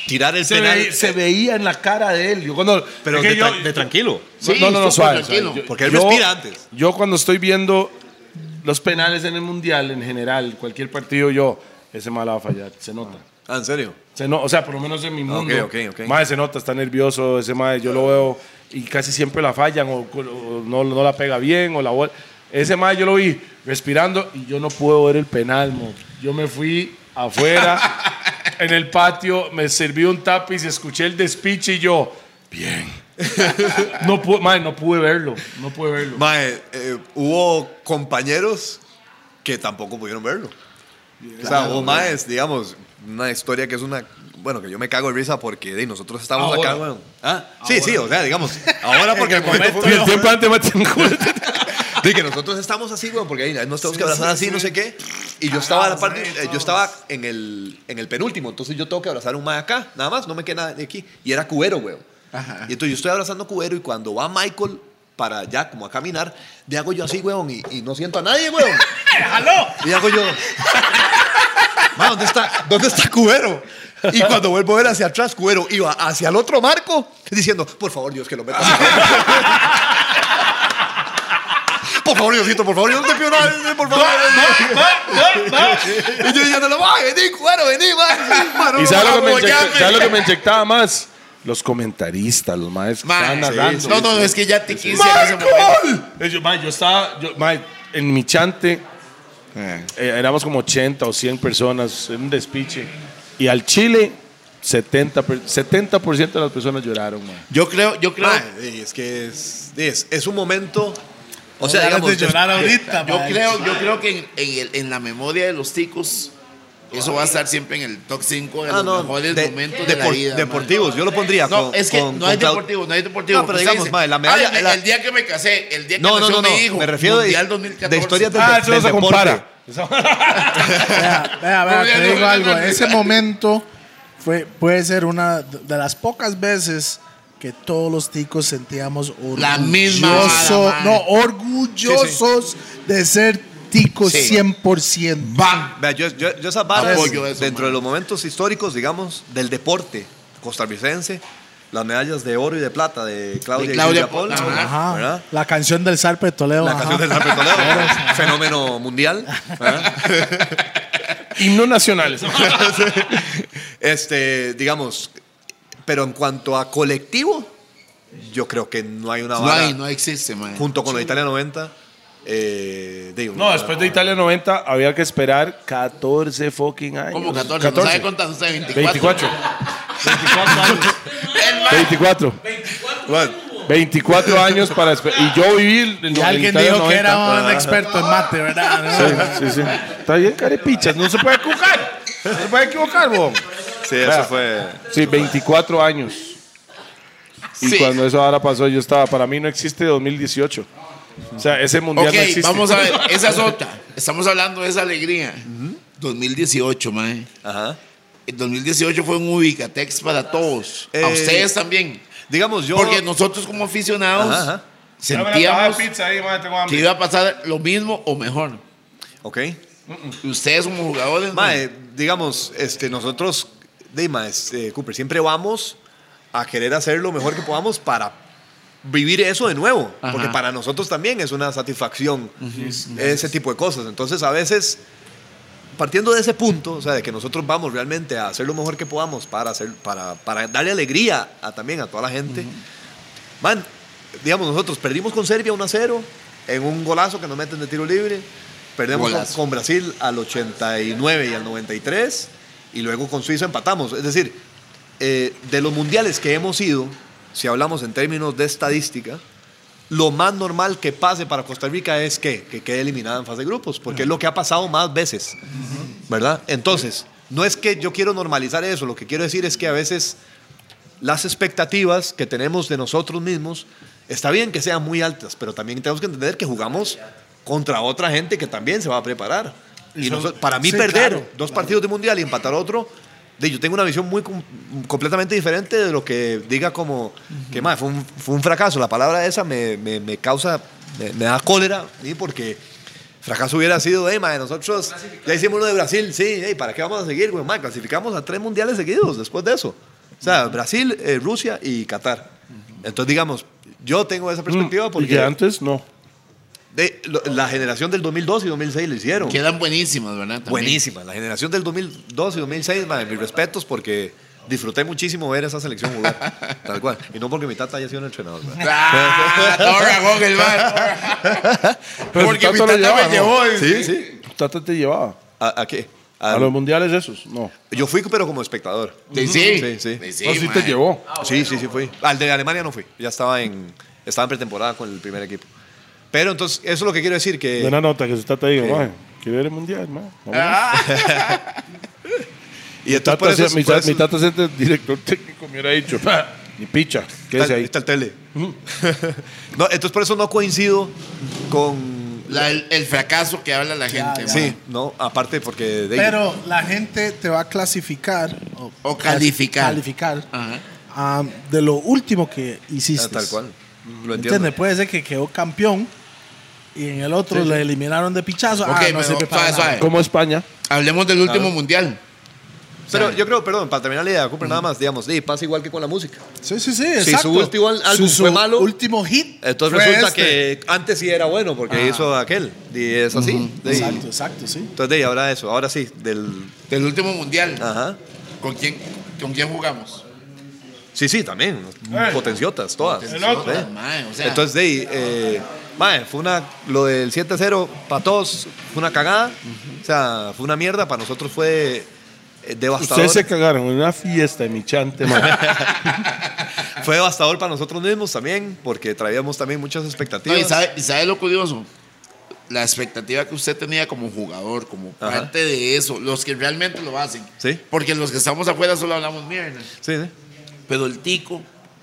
D: tirar el
B: Se,
D: penal.
B: ve- se veía en la cara de él. Yo cuando,
D: Pero
B: es que
D: de,
B: yo-
D: tra- de tranquilo.
E: Sí,
B: no, no, no,
E: súper
B: suave,
E: tranquilo.
B: suave. Yo-
D: Porque él respira antes.
B: Yo cuando estoy viendo los penales en el mundial, en general, cualquier partido, yo, ese mal va a fallar. Se nota.
D: Ah, ¿en serio?
B: Se no, o sea, por lo menos en mi mundo.
D: ok, ok.
B: Mae, se nota, está nervioso, ese mae, yo lo veo y casi siempre la fallan o, o no, no la pega bien o la bol- Ese mae yo lo vi respirando y yo no pude ver el penal, mo. Yo me fui afuera en el patio, me serví un tapiz, escuché el despiche y yo, bien. no pude, mae, no pude verlo, no pude verlo.
D: Mae, eh, hubo compañeros que tampoco pudieron verlo. o sea, hubo maes, digamos, una historia que es una. Bueno, que yo me cago de risa porque de, nosotros estamos
F: Ahora.
D: acá, weón. Ah, sí, sí, o sea, digamos, ahora porque el momento, fue
B: Y el
D: mejor.
B: tiempo antes mae, tengo-
D: De que nosotros estamos así, weón, porque ahí nos tenemos que abrazar así, no sé qué. Y yo estaba a la parte, eh, yo estaba en el, en el penúltimo, entonces yo tengo que abrazar a un mae acá, nada más, no me queda nada de aquí. Y era cubero, weón. Y entonces yo estoy abrazando a cubero y cuando va Michael para ya como a caminar, le hago yo así, weón, y, y no siento a nadie, weón.
H: ¡Aló!
D: Y hago yo. "Ma, ¿dónde está, ¿dónde está Cubero? Y cuando vuelvo a ver hacia atrás, Cubero iba hacia el otro marco diciendo, por favor, Dios, que lo metas. por favor, Diosito, por favor, yo no te pido nada, eh, por favor. y yo diciéndole, va, vení, Cubero, vení, va.
B: ¿Y sabes lo, que me
E: vamos, ya,
B: inyecta-
E: güey.
B: sabe lo que me inyectaba más? Los comentaristas, los maestros que
E: Ma,
B: estaban narrando.
E: no, no, es que ya te quise en ese momento.
B: Eh, Yo, ma, yo estaba, yo, ma, en mi chante,
E: Eh.
B: eh, éramos como 80 o 100 personas en un despiche. Y al Chile, 70%, per- 70 de las personas lloraron, ma.
E: Yo creo, yo creo,
D: Ma, sí, es que es, es, es un momento. O sea,
C: Ganas
D: digamos,
C: de llorar ahorita,
E: yo
C: mae.
E: creo, yo creo que en, en el- en la memoria de los ticos, eso va a estar siempre en el top 5 de
D: Ah,
E: los
D: no,
E: mejores
D: de-
E: momentos de la
D: depor-
E: vida. mae.
D: Deportivos, yo lo pondría.
E: No,
D: con-
E: es que
D: con-
E: no hay
D: con Claud-
E: deportivo, no hay deportivo.
D: No, pero
E: Usted
D: digamos,
E: dice,
D: mae, la
E: "Ah,
D: medalla-
E: el-
D: la-
E: El día que me casé, el día que
D: No, no,
E: nació
D: no, no.
E: mi hijo.
D: Me refiero de,
E: Mundial
D: de
E: 2014.
D: historias de,
B: Ah, eso no
D: del
B: se
D: deporte.
B: compara.
C: Vea, vea, vea,
E: No, ya
C: te
E: no,
C: digo
E: ya
C: algo.
E: no, ya.
C: Ese momento fue, puede ser una de las pocas veces que todos los ticos sentíamos orgullosos.
E: La misma vara, man.
C: No, orgullosos de ser ticos
E: Sí.
C: 100%.
E: ¡Bam!
D: Vea, yo, yo, yo esas varas,
E: Apoyo eso,
D: dentro
E: man.
D: de los momentos históricos, digamos, del deporte costarricense, las medallas de oro y de plata de Claudia,
E: De Claudia
D: y Silvia
E: Pol-
D: Pol,
C: Ajá.
D: ¿verdad?
C: La canción del Sarpe Toledo.
D: La
C: ajá.
D: canción del San Toledo, fenómeno mundial. ¿verdad?
B: Himno nacional.
D: este, digamos, pero en cuanto a colectivo, yo creo que no hay una
E: No
D: vara
E: hay, no existe, man.
D: junto con la Italia 90. eh, de-
B: No, después de Italia 90 había que esperar 14 fucking años.
E: Como 14, ¿no sabe cuántas usted? 24.
B: 24. 24 años. 24. 24 años para esperar. Y yo viví el, el
C: Y alguien
B: Italia
C: dijo
B: 90.
C: que era un experto en mate, ¿verdad?
B: Sí, sí, sí. Está bien, carepichas. No se puede equivocar. No se puede equivocar, vos.
D: Sí, eso
B: Vea.
D: fue.
B: Sí, 24 años. Y
E: Sí.
B: cuando eso ahora pasó, yo estaba. Para mí no existe 2018. O sea, ese mundial
E: Ok,
B: no existe.
E: vamos a ver, esa es otra. Estamos hablando de esa alegría. 2018, mae.
D: Ajá.
E: El 2018 fue un ubicatex para todos.
D: Eh,
E: a ustedes también.
D: Digamos, yo.
E: Porque nosotros como aficionados
D: Ajá, ajá.
E: sentíamos
F: pizza ahí, mae, tengo
E: que
B: Mm,
F: hambre.
E: iba a pasar lo mismo o mejor.
D: Ok.
E: Y ustedes como jugadores, mae,
D: Mae, digamos, este, nosotros, de mae, este, Cooper, siempre vamos a querer hacer lo mejor que podamos para vivir eso de nuevo.
E: Ajá.
D: Porque para nosotros también es una satisfacción ese tipo de cosas. Entonces, a veces, partiendo de ese punto, o sea, de que nosotros vamos realmente a hacer lo mejor que podamos para, hacer, para, para darle alegría a, también a toda la gente. Man, digamos, nosotros perdimos con Serbia 1 a 0 en un golazo que nos meten de tiro libre. Perdemos con,
E: Golazo.
D: con Brasil al 89 y al 93. Y luego con Suiza empatamos. Es decir, eh, de los mundiales que hemos ido, si hablamos en términos de estadística, lo más normal que pase para Costa Rica es que, que quede eliminada en fase de grupos, porque es lo que ha pasado más veces, ¿verdad? Entonces, no es que yo quiero normalizar eso, lo que quiero decir es que a veces las expectativas que tenemos de nosotros mismos, está bien que sean muy altas, pero también tenemos que entender que jugamos contra otra gente que también se va a preparar. Y nosotros- para mí
C: sí,
D: perder
C: claro,
D: dos partidos de mundial y empatar otro, de, yo tengo una visión muy com- completamente diferente de lo que diga como que más fue un, fue un fracaso. La palabra esa me, me- me causa, me, me da cólera, ¿sí? porque fracaso hubiera sido, hey, mae, nosotros ya hicimos uno de Brasil, sí, hey, ¿para qué vamos a seguir? güey? Mae, clasificamos a tres mundiales seguidos después de eso. O sea, Brasil, eh, Rusia y Qatar. Entonces, digamos, yo tengo esa perspectiva
B: Mm, Y que
D: porque
B: antes no.
D: de- lo- la generación del 2002 y 2006 lo hicieron.
E: quedan buenísimas, ¿verdad? También.
D: Buenísima. La generación del 2002 y 2006, madre, mis respetos porque disfruté muchísimo ver esa selección jugar. tal cual. Y no porque mi tata haya sido un entrenador. madre.
E: Ah, todo ragón el man.
B: Pero
E: Porque
B: si
E: mi
B: tanto lo
E: tata me
B: llevaba, ¿no?
E: llevó.
D: Sí, sí.
B: Tata te llevaba.
D: ¿A, a qué?
B: A
E: Ah.
D: Al-
B: los mundiales esos, no.
D: Yo fui, pero como espectador.
E: Sí, sí.
D: Sí, sí.
B: no, sí
E: mae.
B: te llevó.
C: Ah,
D: Sí, sí, sí fui. Al de Alemania no fui. Ya estaba en, estaba en pretemporada con el primer equipo. Pero entonces, eso es lo que quiero decir, que...
B: Buena nota que su tata dijo, "Mae, quiero ir al mundial,
D: Ah,
B: mae. Vamos".
D: y
B: Tata
D: entonces pues por
B: sea-
D: eso-
B: mi,
D: por
B: ta-
D: eso-
B: mi tata es el director técnico, me hubiera dicho, "Ja, ni picha, quédese
D: Está,
B: ahí.
D: está el tele. no, entonces por eso no coincido con...
E: La- el, el fracaso que habla la gente. mae.
D: Sí, no, aparte porque... de-
C: Pero la gente te va a clasificar. O,
E: O calificar.
C: Calificar.
E: Ajá.
C: ah, de lo último que hiciste.
D: Ah, tal cual. Lo entiendo.
C: ¿Entiendes? Puede ser que quedó campeón y en el otro le eliminaron de pichazo.
E: Ok,
C: ah, no
E: pero
C: sirve para
E: suave,
C: nada.
E: suave.
B: Como España.
E: Hablemos del último mundial.
D: Pero yo creo, perdón, para terminar la idea, Cooper, nada más, digamos, sí, pasa igual que con la música.
C: Sí, sí, sí.
D: Si
C: Exacto.
D: su último al- álbum fue malo,
C: último hit.
D: Entonces
C: fue
D: resulta
C: este. Ah.
D: que antes sí era bueno porque hizo aquel. Y es así. de-
C: Exacto, exacto, sí.
D: Entonces, de, ahora eso, ahora sí, del.
E: Del último mundial.
D: Ajá.
E: ¿Con quién, ¿Con quién jugamos?
D: Sí, sí, también.
C: Eh.
D: Potenciotas, todas.
E: El
F: otro.
D: ¿eh?
E: Mae, o sea,
D: Entonces, de ahí, eh, mae, fue una, lo del 7-0 para todos fue una cagada. O sea, fue una mierda. Para nosotros fue eh, devastador.
B: Ustedes se cagaron en una fiesta de mi chante, man.
D: Fue devastador para nosotros mismos también, porque traíamos también muchas expectativas.
E: no, ¿y, sabe, y sabe lo curioso? La expectativa que usted tenía como jugador, como
D: Ajá.
E: parte de eso, los que realmente lo hacen.
D: Sí.
E: Porque los que estamos afuera solo hablamos mierda.
D: Sí, sí.
E: Pero el tico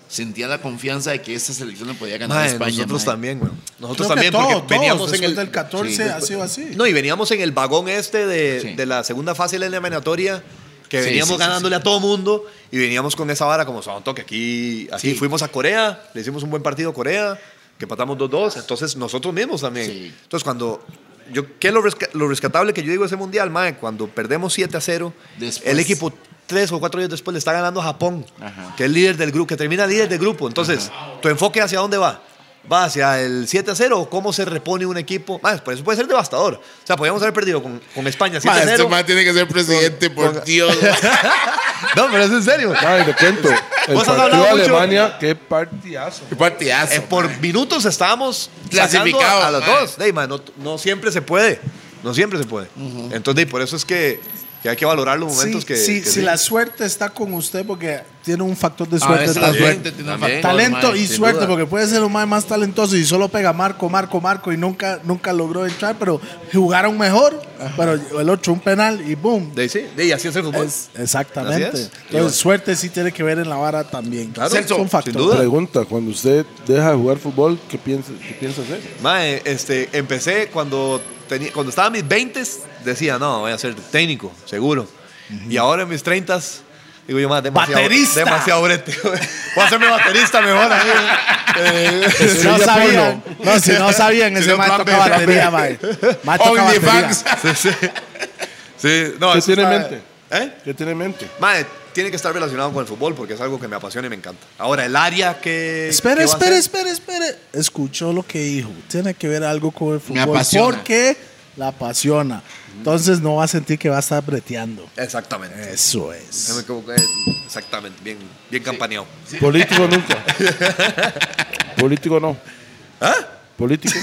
E: sentía la confianza de que esta selección le podía ganar a
D: Mae,
E: España.
D: nosotros
E: mae.
D: también, güey. Nosotros
C: Creo
D: también,
C: que todos,
D: porque veníamos en el.
C: del 14
E: Sí,
C: ha sido así.
D: No, y veníamos en el vagón este de,
E: Sí.
D: de la segunda fase de la eliminatoria, que
E: Sí,
D: veníamos
E: sí, sí,
D: ganándole a todo mundo y veníamos con esa vara como santo que aquí, aquí
E: Sí.
D: fuimos a Corea, le hicimos un buen partido a Corea, que patamos 2-2, entonces nosotros mismos también.
E: Sí.
D: Entonces cuando... Yo, ¿Qué es lo, resca- lo rescatable que yo digo de ese mundial, mae? Cuando perdemos 7 a 0,
E: Después.
D: el equipo tres o cuatro días después le está ganando a Japón,
E: Ajá.
D: que es líder del grupo, que termina líder del grupo. Entonces, ¿tu enfoque hacia dónde va? ¿Va hacia el 7 a 0 o cómo se repone un equipo? Más, por eso puede ser devastador. O sea, podríamos haber perdido con, con España 7
E: Mae,
D: a
E: este
D: 0.
E: mae tiene que ser presidente, por Dios.
D: No, pero es en serio.
B: Ay, te cuento. El
D: Vos has
B: partido
D: hablado
B: de
D: mucho.
B: Alemania, qué partidazo.
E: Qué partidazo.
D: Eh, por minutos estábamos
E: Clasificados,
D: clasificados a los
E: mae.
D: dos. Dey, mae, no, no siempre se puede. No siempre se puede. Entonces, dey, por eso es que, que hay que valorar los momentos
C: Sí,
D: que.
C: sí,
D: que
C: si
D: sí.
C: la suerte está con usted, porque tiene un factor de
E: A
C: suerte.
E: veces la
C: también.
E: suerte Ah, tiene un
D: También.
E: factor,
C: Talento
E: mae,
C: y
E: sin
C: suerte,
E: duda.
C: porque puede ser un mae más talentoso y solo pega marco, marco, marco y nunca, nunca logró entrar, pero jugaron mejor, pero el otro un penal y boom.
D: Dey, sí. Dey, así es el fútbol.
C: Es- exactamente.
D: Así es.
C: Entonces,
D: Y bueno.
C: suerte sí tiene que ver en la vara también.
D: Claro,
C: Son
D: sin
C: factores.
D: duda.
B: Pregunta, cuando usted deja de jugar fútbol, ¿qué piensa, qué piensa hacer?
D: Mae, este, empecé cuando, tenía, cuando estaba en mis 20 decía, no, voy a ser técnico, seguro. Y ahora en mis 30 digo yo, más demasiado,
C: ¡Baterista!
D: demasiado brete. Voy a hacerme baterista mejor. ahí. Eh,
C: Si no
B: Estrella
C: sabían, no, si no sabían,
E: Si
C: ese
E: no,
C: mae
E: plan
C: toca
E: B, plan
C: batería,
E: B.
C: mae. Mae toca batería.
E: OnlyFans.
D: sí, sí. Sí, no,
B: ¿Qué
D: eso
B: tiene en
D: está-
B: mente?
D: ¿Eh?
B: ¿Qué tiene en mente?
D: Mae, tiene que estar relacionado con el fútbol porque es algo que me apasiona y me encanta. Ahora, el área que.
C: Espere,
D: que va a
C: espere,
D: ser-
C: espere, espere. Escuchó lo que dijo. Tiene que ver algo con el fútbol.
E: apasiona.
C: Porque la apasiona. Entonces no va a sentir que va a estar breteando.
B: Eh.
D: Exactamente.
C: Eso es.
D: Se me equivocó, eh, Exactamente, bien, bien campaneado.
B: Político nunca. Político no.
D: ¿Ah?
B: Político.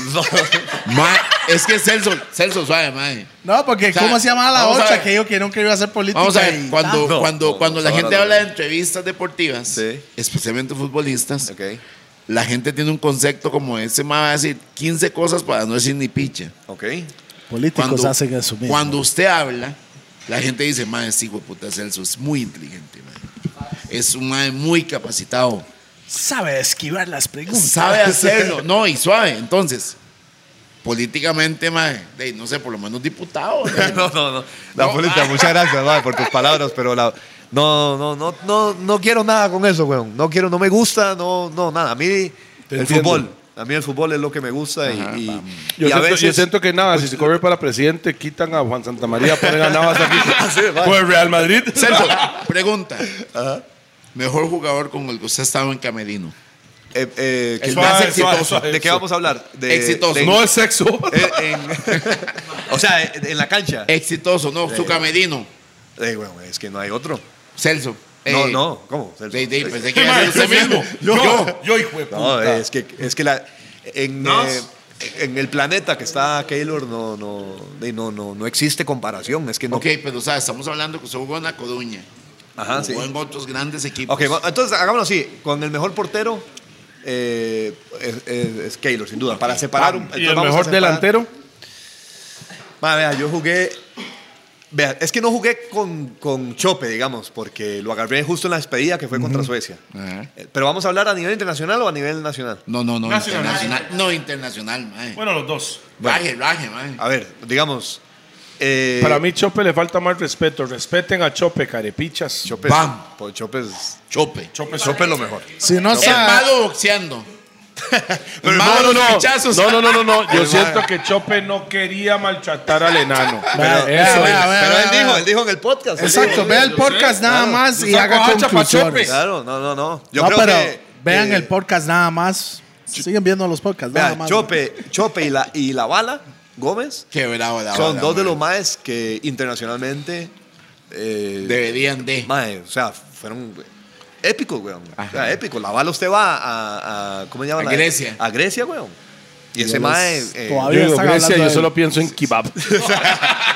E: Mae, es que Celso, Celso suave, mae.
C: No, porque
E: sea,
C: ¿cómo se llama la
E: vamos a
C: otra
E: ver.
C: que dijo que nunca iba a ser política?
E: Vamos a
C: y
E: ver, cuando,
C: tal?
D: No,
E: cuando,
D: no,
E: cuando la
D: ahora
E: gente
D: no.
E: habla de entrevistas deportivas,
D: Sí.
E: especialmente futbolistas,
D: ok,
E: la gente tiene un concepto como ese, mae, va a decir 15 cosas para no decir ni picha.
D: ok.
C: Políticos hacen eso mismo.
E: Cuando usted habla, la gente dice, mae, sí, hijo de puta, Celso es muy inteligente, mae. Es un mae muy capacitado.
C: Sabe esquivar las preguntas.
E: Sabe hacerlo. No, y suave. Entonces, políticamente, mae, de, no sé, por lo menos diputado. de-
D: no, no, no. La
E: No,
D: política,
E: ah.
D: muchas gracias, mae, por tus palabras, pero la. No, no, no, no, no quiero nada con eso, weón. No quiero, no me gusta, no, no, nada. A mí el
B: entiendo.
D: fútbol. A mí el fútbol es lo que me gusta y, y- y
B: Yo,
D: a
B: siento, yo
D: veces. pues,
B: siento que nada, si se corre para presidente, quitan a Juan Santamaría, ponen a Navas aquí.
D: Ah, Sí, mae.
B: Pues Real Madrid.
E: Celso, pregunta. Mejor jugador con el que usted estaba en Camerino.
D: Eh, eh, que-
E: El más
B: Suave, suave,
E: exitoso.
B: suave.
D: ¿De qué vamos a hablar? De,
E: Exitoso.
D: Eh, de-
B: No es sexo.
D: eh, en- o sea, en, en la cancha.
B: Eh.
E: Exitoso, no, su Camerino.
D: Eh, weón, es que no hay otro.
E: Celso.
D: no,
E: eh,
D: no, ¿cómo? Celso?
E: de-
B: pues,
E: de- pensé que
F: ¿Qué
E: iba a
F: mae?
E: ser usted mismo.
F: Yo, yo, hijo de
D: No,
F: puta.
D: es que, es que la, en, eh, en el planeta que está Keylor no, no, de- no, no, no existe comparación. Es que no.
E: Ok, pero o sea, estamos hablando que usted jugó en La Coruña.
D: Ajá, sí.
E: jugó en otros grandes equipos.
D: Ok, va- entonces hagámoslo así. Con el mejor portero eh, es, es- es Keylor, sin duda. Para separar un.
B: Ah, Y
D: entonces
B: el
D: vamos a
B: mejor
D: separar-
B: delantero.
D: Ma, vea, yo jugué. Vea, es que no jugué con, con Chope, digamos, porque lo agarré justo en la despedida que fue contra Suecia.
E: Ajá.
D: Eh, Pero vamos a hablar a nivel internacional o a nivel nacional.
E: Ah, No, no, no,
F: Nacional.
E: internacional. No, internacional, mae.
F: Bueno, los dos.
E: raje, raje, mae.
D: A ver, digamos. eh,
B: Para mí, Chope le falta más respeto. Respeten a Chope, carepichas.
D: Chope
E: Bam.
D: es, po- Chope es-
E: Chope.
D: Chope ah. es lo mejor.
C: Si no
E: El
C: sabe.
E: malo boxeando. Pero el
B: No,
E: mae
B: no,
E: los
B: no.
E: flechazos.
B: No, no, no, no, no. Yo siento que Chope no quería maltratar al enano.
C: Vea,
B: Pero
C: vea,
B: eso
C: vea,
B: es.
C: vea,
D: Pero él
C: vea,
D: dijo,
C: vea.
D: él dijo en el podcast. él
C: Exacto,
D: dijo-
C: vea el
F: yo
C: podcast
F: sé,
C: nada
F: claro.
C: más y
F: Yo saco hacha
C: haga
F: pa' Chope.
C: conclusiones.
D: Claro, no, no, no. Yo
C: no,
D: creo
C: pero
D: que,
C: vean
D: eh,
C: el podcast nada más. Siguen viendo los podcasts
D: vea,
C: nada más.
D: Chope, Chope y la, y la bala, Gómez,
E: Qué bravo la
D: son
E: bala,
D: dos de
E: mae.
D: los maes que internacionalmente. eh,
E: Deberían de.
D: mae, o sea, fueron épicos, weón. O sea, épicos. La bala, usted va a. a- ¿Cómo se llama?
E: A
D: la-
E: Grecia.
D: A Grecia, weón. Y ese
C: los-
D: mae. eh,
B: Yo
C: todavía-
B: digo,
C: están
B: Grecia,
C: hablando
B: yo
C: de-
B: solo pienso en kebab.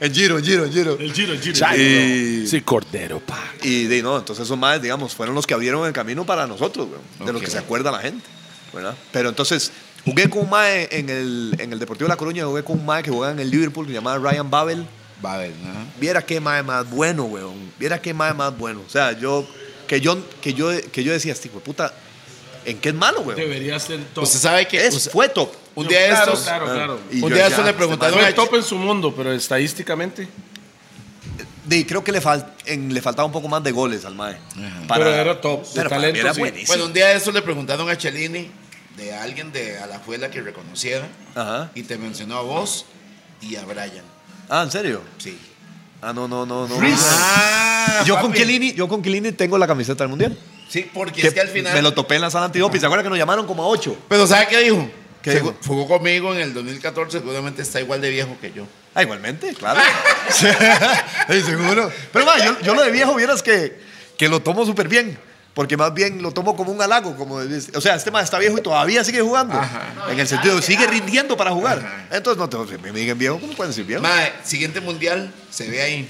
D: en Giro, en Giro, en Giro.
F: El giro, el giro.
D: Y,
B: Sí, cordero, pa.
D: y de, no, entonces esos maes, digamos, fueron los que abrieron el camino para nosotros, weón, de lo que se acuerda la gente, ¿verdad? Pero entonces, jugué con un mae en el, en el Deportivo de La Coruña, jugué con un mae que jugaba en el Liverpool, que se llamaba Ryan Babel.
E: Va a ver, ¿no?
D: Viera qué mae más bueno, weón. Viera qué mae más bueno. O sea, yo, que yo, que yo, que yo decía, este hijo de puta, ¿en qué es malo, weón?
F: Debería ser
D: Pues
F: top.
E: Usted sabe que
D: Es-
E: usted-
D: fue top. Ah,
E: un día de
F: Claro,
E: estos,
F: claro, claro.
D: Y
E: un
D: yo
E: día de
D: ya,
E: estos le
D: este
E: preguntaron
F: Fue
E: a
F: el top en su mundo, pero estadísticamente.
D: De, creo que le, fal- en- le faltaba un poco más de goles al mae.
F: Pero era top, de
D: Pero para mí
F: talento,
D: era
F: sí.
D: buenísimo.
E: Bueno, un día de eso le preguntaron a Cellini de alguien de Alajuela que reconociera
D: Ajá.
E: y te mencionó a vos y a Brian.
D: Ah, ¿en serio?
E: Sí.
D: Ah, no, no, no, no.
E: Ah,
D: Yo con,
E: papi.
D: Chiellini, yo con Chiellini tengo la camiseta del mundial.
E: Sí, porque
D: Que
E: es que al final.
D: Me lo topé en la sala antidoping. ¿Se acuerdan que nos llamaron como a ocho?
E: Pero ¿sabe qué dijo?
D: ¿Qué
E: Se
D: dijo?
E: ju- Jugó conmigo en el 2014, seguramente está igual de viejo que yo.
D: Ah, igualmente, claro. Sí, seguro. Pero ma, yo, yo lo de viejo vieras que, que lo tomo súper bien. Porque más bien lo tomo como un halago. Como, de- o sea, este más está viejo y todavía sigue jugando. En el sentido, de sigue rindiendo para jugar. Entonces, no te, si me digan viejo, ¿cómo pueden decir viejo?
E: Mae, siguiente mundial se ve ahí.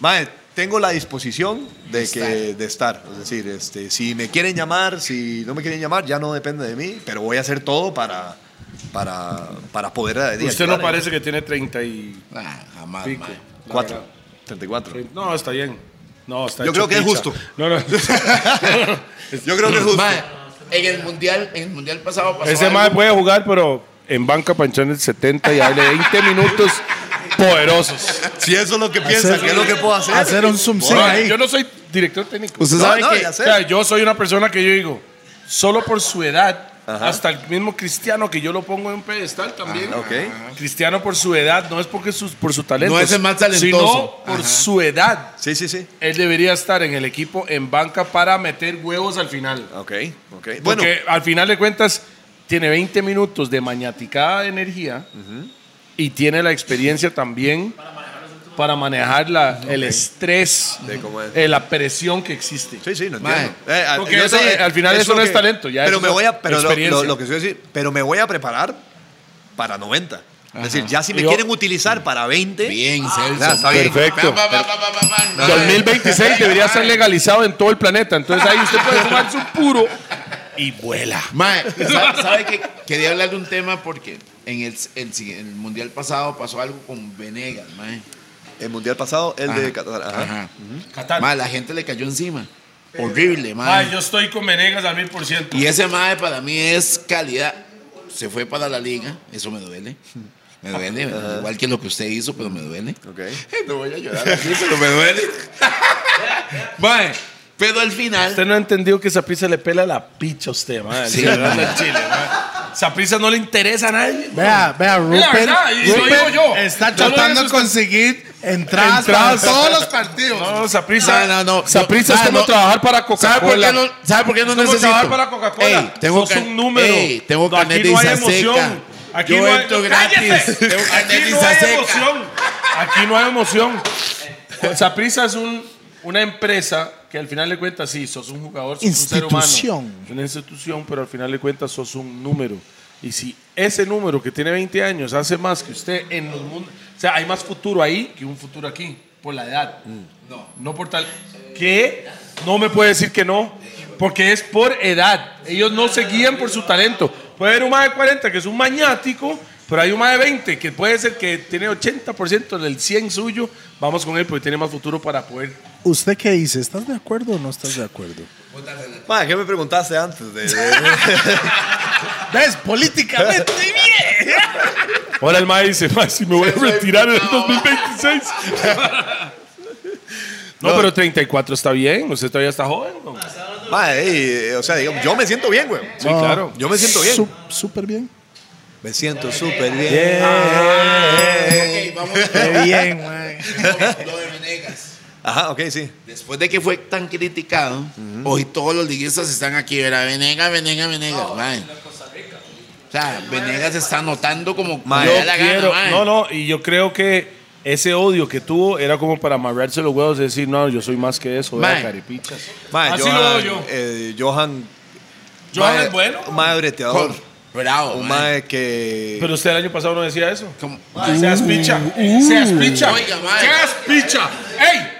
D: Mae, tengo la disposición de,
E: Estar.
D: que, de estar. Es decir, este, si me quieren llamar, si no me quieren llamar, ya no depende de mí, pero voy a hacer todo para, para, para poder eh, adicionar.
B: Usted no parece que tiene 30 y...
E: Ah, jamás,
B: Pico.
E: mae.
D: Cuatro, 34.
B: No, está bien. No, está
D: Yo
B: hecho
D: creo que es
B: picha.
D: justo.
B: No, no.
D: Yo creo que es justo.
E: Mae, en el mundial, en el mundial pasado pasó
B: Ese
E: algo.
B: mae puede jugar, pero en banca para echar el 70 y darle 20 minutos poderosos.
D: Si eso es lo que piensan,
C: Hacer-
D: ¿qué es lo que puedo hacer?
C: Hacer un zoom
B: O
C: sin
B: sea,
C: ahí.
B: Yo no soy director técnico.
D: Usted
B: No,
D: sabe
B: no,
D: que-
B: ya sé. O sea, yo soy una persona que yo digo, solo por su edad, hasta el mismo cristiano que yo lo pongo en un pedestal también.
D: Ah, ok.
B: Cristiano por su edad, no es porque su, por su talento.
E: No es el más talentoso.
B: Sino por su edad.
D: Sí, sí, sí.
B: Él debería estar en el equipo en banca para meter huevos al final.
D: Ok, ok. Bueno,
B: Porque al final de cuentas tiene 20 minutos de mañaticada de energía y tiene la experiencia también para manejar la, el estrés,
D: Sí, cómo es.
B: eh, la presión que existe.
D: sí, sí, no
E: Mae,
D: entiendo. Eh, a-
B: porque
D: yo
B: eso,
D: sé-
B: eh, al final eso no
D: que-
B: es talento, ya
D: pero
B: es
D: me
B: una
D: voy a, pero lo- lo,
B: experiencia.
D: lo que estoy decir, pero me voy a preparar para 90. Es decir, ya si me
B: Y yo-
D: quieren utilizar para 20,
E: Bien, Celso.
D: ya, está bien.
B: Perfecto.
E: Pa, pa, pa, pa, pa, pa, pa.
B: 2026 debería ser legalizado en todo el planeta. Entonces ahí usted puede fumar su puro.
E: Mae, ¿sabe, sabe que quería hablar de un tema porque en el, el, si- el mundial pasado pasó algo con Venegas, mae.
D: El mundial pasado, el de
E: Ajá.
D: Qatar.
B: Ah,
D: ajá.
E: Ajá.
F: Catar.
E: Mae, la gente le cayó encima.
B: Eh,
E: Horrible,
F: Ay,
E: mae.
F: yo estoy con Venegas al mil por ciento.
E: Y ese mae para mí es calidad. Se fue para la liga, eso me duele. Me duele, igual que lo que usted hizo, pero me duele.
D: Ok.
E: No voy a llorar aquí, pero me duele. mae, pero al final.
B: Usted no ha entendido que Saprisa le pela la picha a usted, madre.
E: Sí,
B: Sí,
E: madre.
B: Chile, Saprisa no le interesa a nadie.
C: Vea, vea, Rupert,
F: verdad, y lo
C: Rupert
F: digo yo.
C: está
F: Yo lo digo,
C: tratando de
F: usted-
C: conseguir entradas,
B: Entradas.
C: para todos los partidos.
B: No, Saprisa.
E: No, no, no.
B: Saprisa
C: Ah,
E: No,
B: es como
E: no.
B: trabajar para Coca-Cola.
E: ¿Sabe por qué no, sabe por qué no
B: Como
E: necesito?
B: trabajar para Coca-Cola.
E: Ey, tengo
B: Sos
E: can-
B: un número.
E: Ey, tengo
B: No, aquí
E: caneta
B: no hay
E: Isaseca.
B: emoción. Aquí
E: Yo
B: no hay,
E: entro
B: ¡Cállese!
E: gratis. Tengo
B: Aquí
E: caneta
B: no hay
E: Isaseca.
B: emoción. Aquí no hay emoción. Saprisa es un, una empresa que al final de cuentas sí, sos un jugador, sos un ser humano.
C: Institución.
B: Es una institución, pero al final de cuentas sos un número. Y si ese número que tiene 20 años hace más que usted en los mundos. O sea, hay más futuro ahí que un futuro aquí, por la edad. No. No por tal. ¿Qué? No me puede decir que no. Porque es por edad. Ellos no se guían por su talento. Puede haber un más de 40 que es un mañático, pero hay un más de 20 que puede ser que tiene 80% del 100 suyo. Vamos con él porque tiene más futuro para poder.
C: ¿Usted qué dice? ¿Estás de acuerdo o no estás de acuerdo?
D: Ma, ¿qué me preguntaste antes? De, de-
C: Es políticamente.
B: Ahora el maíz dice: "Ma, si me voy a retirar en el 2026. no, pero 34 está bien. Usted todavía está joven. ¿no?
E: Ah,
G: Está hablando
D: Mae, ey, o sea, digamos, yo me siento bien, güey.
I: Sí, claro.
D: Yo me siento bien.
C: Sup- Súper bien.
D: Me siento súper bien.
E: Ah, Ok, vamos.
C: Qué bien, man.
E: Lo de Venegas.
D: Ajá, ok, sí.
E: Después de que fue tan criticado, hoy todos los liguistas están aquí, ¿verdad? Venegas, Venegas, Venegas, mae. O sea, Venegas está anotando como
D: Mae.
E: le
I: Yo
E: da la gana,
I: quiero,
E: mae.
I: no, no, y yo creo que ese odio que tuvo era como para amarrarse los huevos y decir, no, yo soy más que eso,
E: Mae.
I: era caripichas.
D: Mae,
B: Así
D: Johan,
B: lo veo yo.
D: eh, Johan.
B: Johan
D: mae,
B: es bueno.
D: Mae breteador.
E: Con- Bravo,
D: Un
E: mae.
D: mae
E: Eh,
D: que.
I: Pero usted el año pasado no decía eso.
E: Como-
B: Seas picha. Seas picha.
E: Oiga, mae.
B: Seas picha. ¡Ey!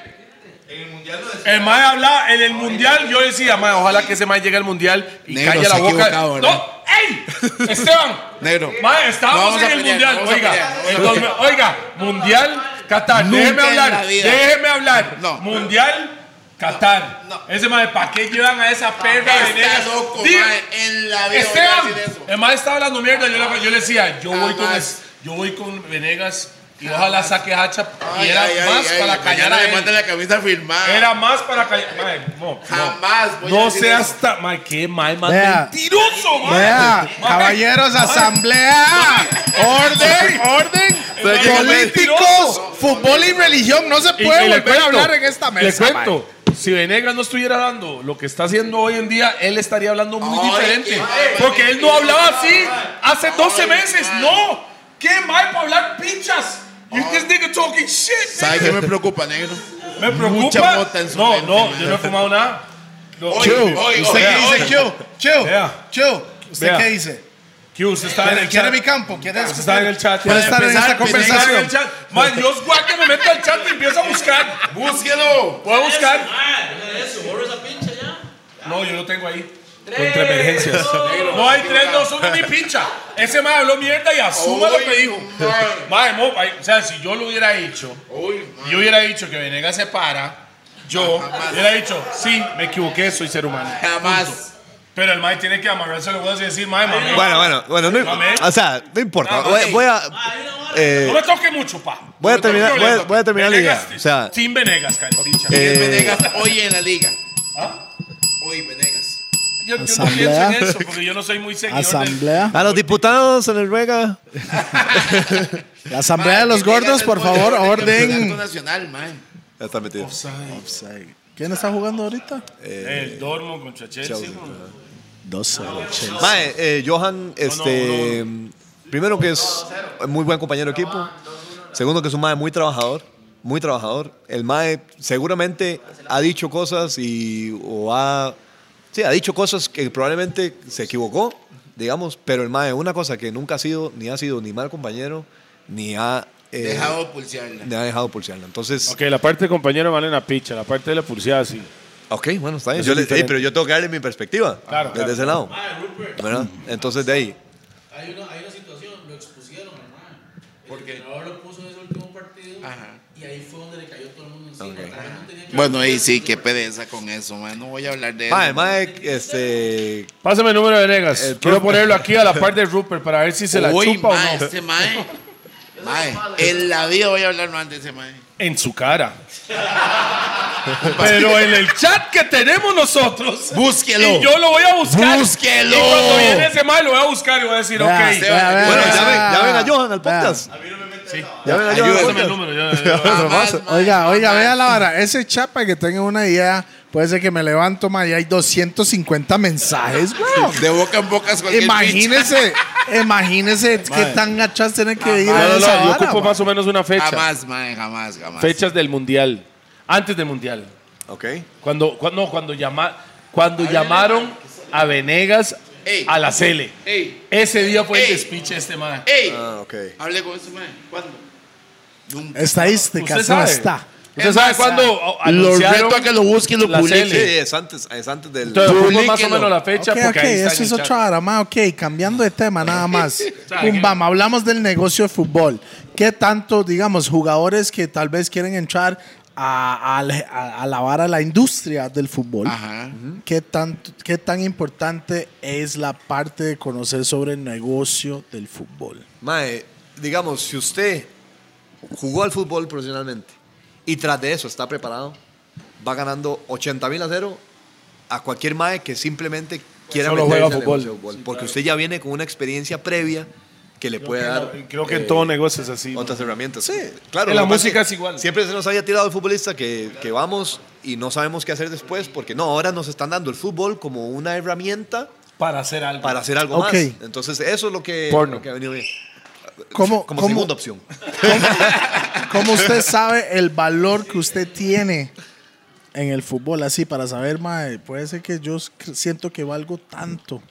B: El mae hablaba, en el mundial yo decía, mae, ojalá que ese mae llegue al mundial y
E: Negro,
B: calla la
E: se ha
B: boca.
E: equivocado, ¿verdad?
B: No, ¡ey! Esteban,
E: Negro.
B: mae,
E: No
B: estábamos
E: vamos
B: en
E: a
B: el
E: pelear,
B: mundial.
E: vamos a
B: Oiga,
E: pelear, vamos a
B: entonces, oiga, mundial Qatar,
E: Nunca
B: déjeme
E: en
B: hablar,
E: la vida.
B: déjeme hablar.
E: No.
B: Mundial Qatar.
E: No, no.
B: Ese mae, ¿para qué llevan a esa perra de
E: Está
B: Venegas?
E: loco,
B: Di-
E: mae. En la vida voy a
B: Esteban,
E: decir eso.
B: el mae estaba hablando mierda. Yo le, yo le decía, yo voy, con,
E: Jamás.
B: yo voy con Venegas y ojalá saque hacha.
E: Ay,
B: y era
E: ay, ay,
B: más
E: ay,
B: para
E: mañana
B: callar a
E: le
B: él.
E: mandan la camisa firmada.
B: Era más para callar. Mae, no,
E: Jamás
B: No,
E: voy a
B: no
E: decir
B: seas tan. Mae, qué mae, más
C: Vea.
B: mentiroso, mae.
C: Vea,
B: Mae,
C: caballeros, asamblea, orden, orden,
D: ¿Sabe qué?
C: políticos, fútbol y religión, no se
B: y-
C: puede
B: y le
C: volver a
B: cuento,
C: hablar en esta mesa.
B: Le cuento, si Venegas no estuviera dando lo que está haciendo hoy en día, él estaría hablando muy
E: Ay,
B: diferente.
E: qué mal,
B: porque él no hablaba así hace 12
E: Ay,
B: meses.
E: mal.
B: No, qué mal para hablar pinchas. You this nigga talking shit. nigga.
E: ¿Sabe qué me preocupa, negro?
B: Me preocupa.
E: Mucha mota en su
B: no,
E: mente,
B: no,
E: man.
B: yo no he fumado nada. No,
E: Oye,
B: Q,
E: oye, oye,
C: ¿Usted
E: oye,
C: qué dice, Chu?
B: Vea.
C: Chu, Chu, ¿usted
B: Vea.
C: qué dice?
B: Q, usted está en
C: ¿Quiere,
B: el
C: quiere
B: chat.
C: mi campo? ¿Quiere
B: Usted está en el chat.
C: ¿Quiere estar en
E: Empezar,
C: esta
B: Usted está en el
C: conversación?
B: chat. Man, Dios guarde que me meto al chat y empiezo a buscar.
E: ¡Búsquelo!
B: Voy a buscar.
G: Mae, no es eso, borra esa pincha ya.
B: No, yo lo tengo ahí. Contra emergencias. No hay tres, no, uno mi pincha. Ese man habló mierda y asuma lo que
E: Uy,
B: dijo. Mae,
E: mae.
B: mo, ay, o sea, si yo lo hubiera hecho,
E: Uy, mae.
B: yo hubiera dicho que Venegas se para, yo hubiera dicho, sí, me equivoqué, soy ser humano.
E: Jamás.
B: Pero el mae tiene que amarrarse los huevos y decir, mae, mami,
D: Bueno, bueno, bueno, no,
B: Amén.
D: o sea, no importa.
B: Ah,
D: Voy,
E: ok.
D: voy a.
B: no
D: eh,
B: me toque mucho, pa.
D: voy a
B: No me toque
D: terminar- voy a-
B: violento.
D: voy a terminar la
B: Venegas,
D: liga, o sea-
B: sin Venegas, cara, pincha.
D: Eh,
E: Miguel Venegas hoy en la liga.
B: ¿Ah?
E: Hoy Venegas.
B: Yo, yo no
C: Asamblea.
B: pienso en eso, porque yo no soy muy seguidor del-
C: Asamblea.
D: a los diputados en el Ruega.
C: La asamblea de los
E: Venegas
C: gordos,
E: es
C: por
E: goleador
C: favor,
E: del campeonato
C: orden.
E: nacional, mae.
D: Ya está metido.
C: Offside. ¿Quién está jugando ahorita?
B: El Dortmund contra Chelsea. güey.
C: 12.
D: Mae, eh, Johan, este. Primero que es muy buen compañero de equipo. Segundo que es un mae muy trabajador. Muy trabajador. El mae seguramente ha dicho cosas y. o ha. Sí, ha dicho cosas que probablemente se equivocó, digamos. Pero el mae, una cosa que nunca ha sido, ni ha sido ni mal compañero, ni ha. eh,
E: Dejado pulsearla.
D: ni ha dejado pulsearla. Entonces.
I: Ok, la parte de compañero vale una picha, la parte de la pulseada sí.
D: Ok, bueno, está bien.
I: Eso
D: Yo
I: es
D: le-
I: diferente.
D: ey, pero yo tengo que darle mi perspectiva.
I: Claro,
D: desde
I: claro.
D: ese lado.
G: Mae, Rupert,
D: ¿verdad? Entonces, de ahí.
G: hay una, hay una situación, lo expusieron, hermano. ¿Por qué? Ah. El entrenador lo puso en ese último partido
E: Ajá.
G: y ahí fue donde le cayó todo el mundo encima. Tal vez no tenía que-
E: Bueno, y sí, qué pereza con eso, mae. No voy a hablar de eso.
D: Mae, mae, este.
I: Pásame el número de Venegas.
D: El
I: Quiero
D: profe-
I: ponerlo aquí a la parte de Rupert para ver si se la
E: Eh, Uy,
I: chupa
E: mae,
I: o no.
E: este mae. Mae, en la vida voy a hablar más de ese mae.
B: En su cara. Pero en el chat que tenemos nosotros.
E: Búsquelo.
B: Y yo lo voy a buscar.
E: Búsquelo.
B: Y cuando viene ese mal, lo voy a buscar y voy a decir, ok.
D: Bueno, ya ven, ya
B: Ah.
D: ven a Johan al podcast. Ya ven a Johan al
B: Pásame el
D: podcast.
B: número. ya, ya, ya.
E: Jamás, mae,
C: Oiga, oiga,
E: jamás.
C: vea la vara. Ese chapa que tenga una idea, puede ser que me levanto, ma, y hay 250 mensajes, weón.
E: De boca en boca es cualquier
C: Imagínese, imagínese qué tan atrás tiene que ir.
I: No,
C: a
I: no, no,
C: esa
I: yo
C: vara,
I: ocupo
C: ma.
I: más o menos una
E: bicho.
I: fecha.
E: Jamás, mae, jamás, jamás.
I: Fechas del mundial. Antes del mundial.
D: Ok.
I: Cuando, cuando, no, cuando, llama, cuando llamaron a Venegas
E: Ey.
I: a la Cele.
E: Ey,
I: Ese día fue
E: Ey.
I: el despiche este man.
E: ey.
D: Ah, ok.
E: Hable con ese mae. ¿Cuándo? Nunca.
C: Estadísticas,
I: Usted sabe.
C: no está.
I: ¿Usted
E: Es
I: sabe
E: más,
I: cuándo a- anunciaron
E: busque y
I: la
E: publique.
D: Sí,
I: Cele?
D: es antes, es antes del.
I: Entonces, ocupo más o
E: Publíquelo.
I: menos la fecha
C: Ok,
I: porque
C: ok,
I: ahí está
C: eso
I: en
C: es
I: el
C: otra
I: chat.
C: vara más. Ok, cambiando de tema nada más.
B: sea,
C: Pum,
B: que-
C: bam, hablamos del negocio de fútbol. ¿Qué tanto, digamos, jugadores que tal vez quieren entrar a, a- a- a la vara, la industria del fútbol?
E: Ajá.
C: ¿Qué, tanto, ¿Qué tan importante es la parte de conocer sobre el negocio del fútbol?
D: Mae, digamos, si usted jugó al fútbol profesionalmente y tras de eso está preparado, va ganando 80 mil a cero a cualquier mae que simplemente quiera
B: Solo
D: meterse
B: juega
D: al
B: fútbol.
D: negocio de fútbol, porque usted ya viene con una experiencia previa que le puede dar
B: Creo que
D: eh,
B: en todo negocio es así.
D: otras herramientas. Sí, claro.
B: En la
D: lo que pasa
B: música
D: que
B: es igual.
D: Siempre se nos había tirado el futbolista que, que vamos y no sabemos qué hacer después, porque no, ahora nos están dando el fútbol como una herramienta
F: Para hacer algo.
D: para hacer algo
C: Ok.
D: más. Entonces, eso es lo que,
B: Porno.
D: lo que ha venido bien.
C: ¿Cómo,
D: Como
C: cómo-
D: segunda opción.
C: cómo usted sabe el valor que usted tiene en el fútbol? Así para saber, mae, puede ser que yo cre- siento que valgo tanto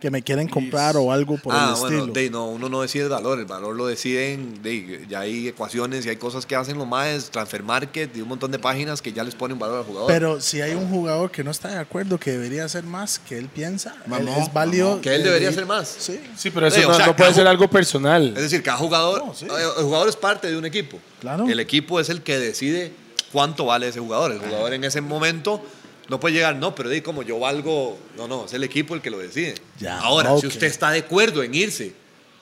C: que me quieren comprar o algo por
D: ah,
C: el
D: bueno,
C: estilo.
D: de, no, uno no decide el valor, el valor lo deciden, de, ya hay ecuaciones y hay cosas que hacen los maes, transfer market y un montón de páginas que ya les ponen valor al jugador.
C: Pero si hay un jugador que no está de acuerdo, que debería hacer más, que él piensa, él
E: Mamó,
C: es válido.
E: mamó.
D: que él debería
C: eh,
D: hacer más.
C: Sí.
B: Sí, pero eso
D: Sí, o
B: no,
D: sea, Eh,
B: no puede
D: cada-
B: ser algo personal.
D: Es decir, cada jugador,
C: No, sí.
D: eh, el jugador es parte de un equipo.
C: Claro.
D: El equipo es el que decide cuánto vale ese jugador. El jugador en ese momento no puede llegar, no, pero di como yo valgo, no, no, es el equipo el que lo decide.
C: Ya,
D: Ahora, si
C: ok.
D: usted está de acuerdo en irse,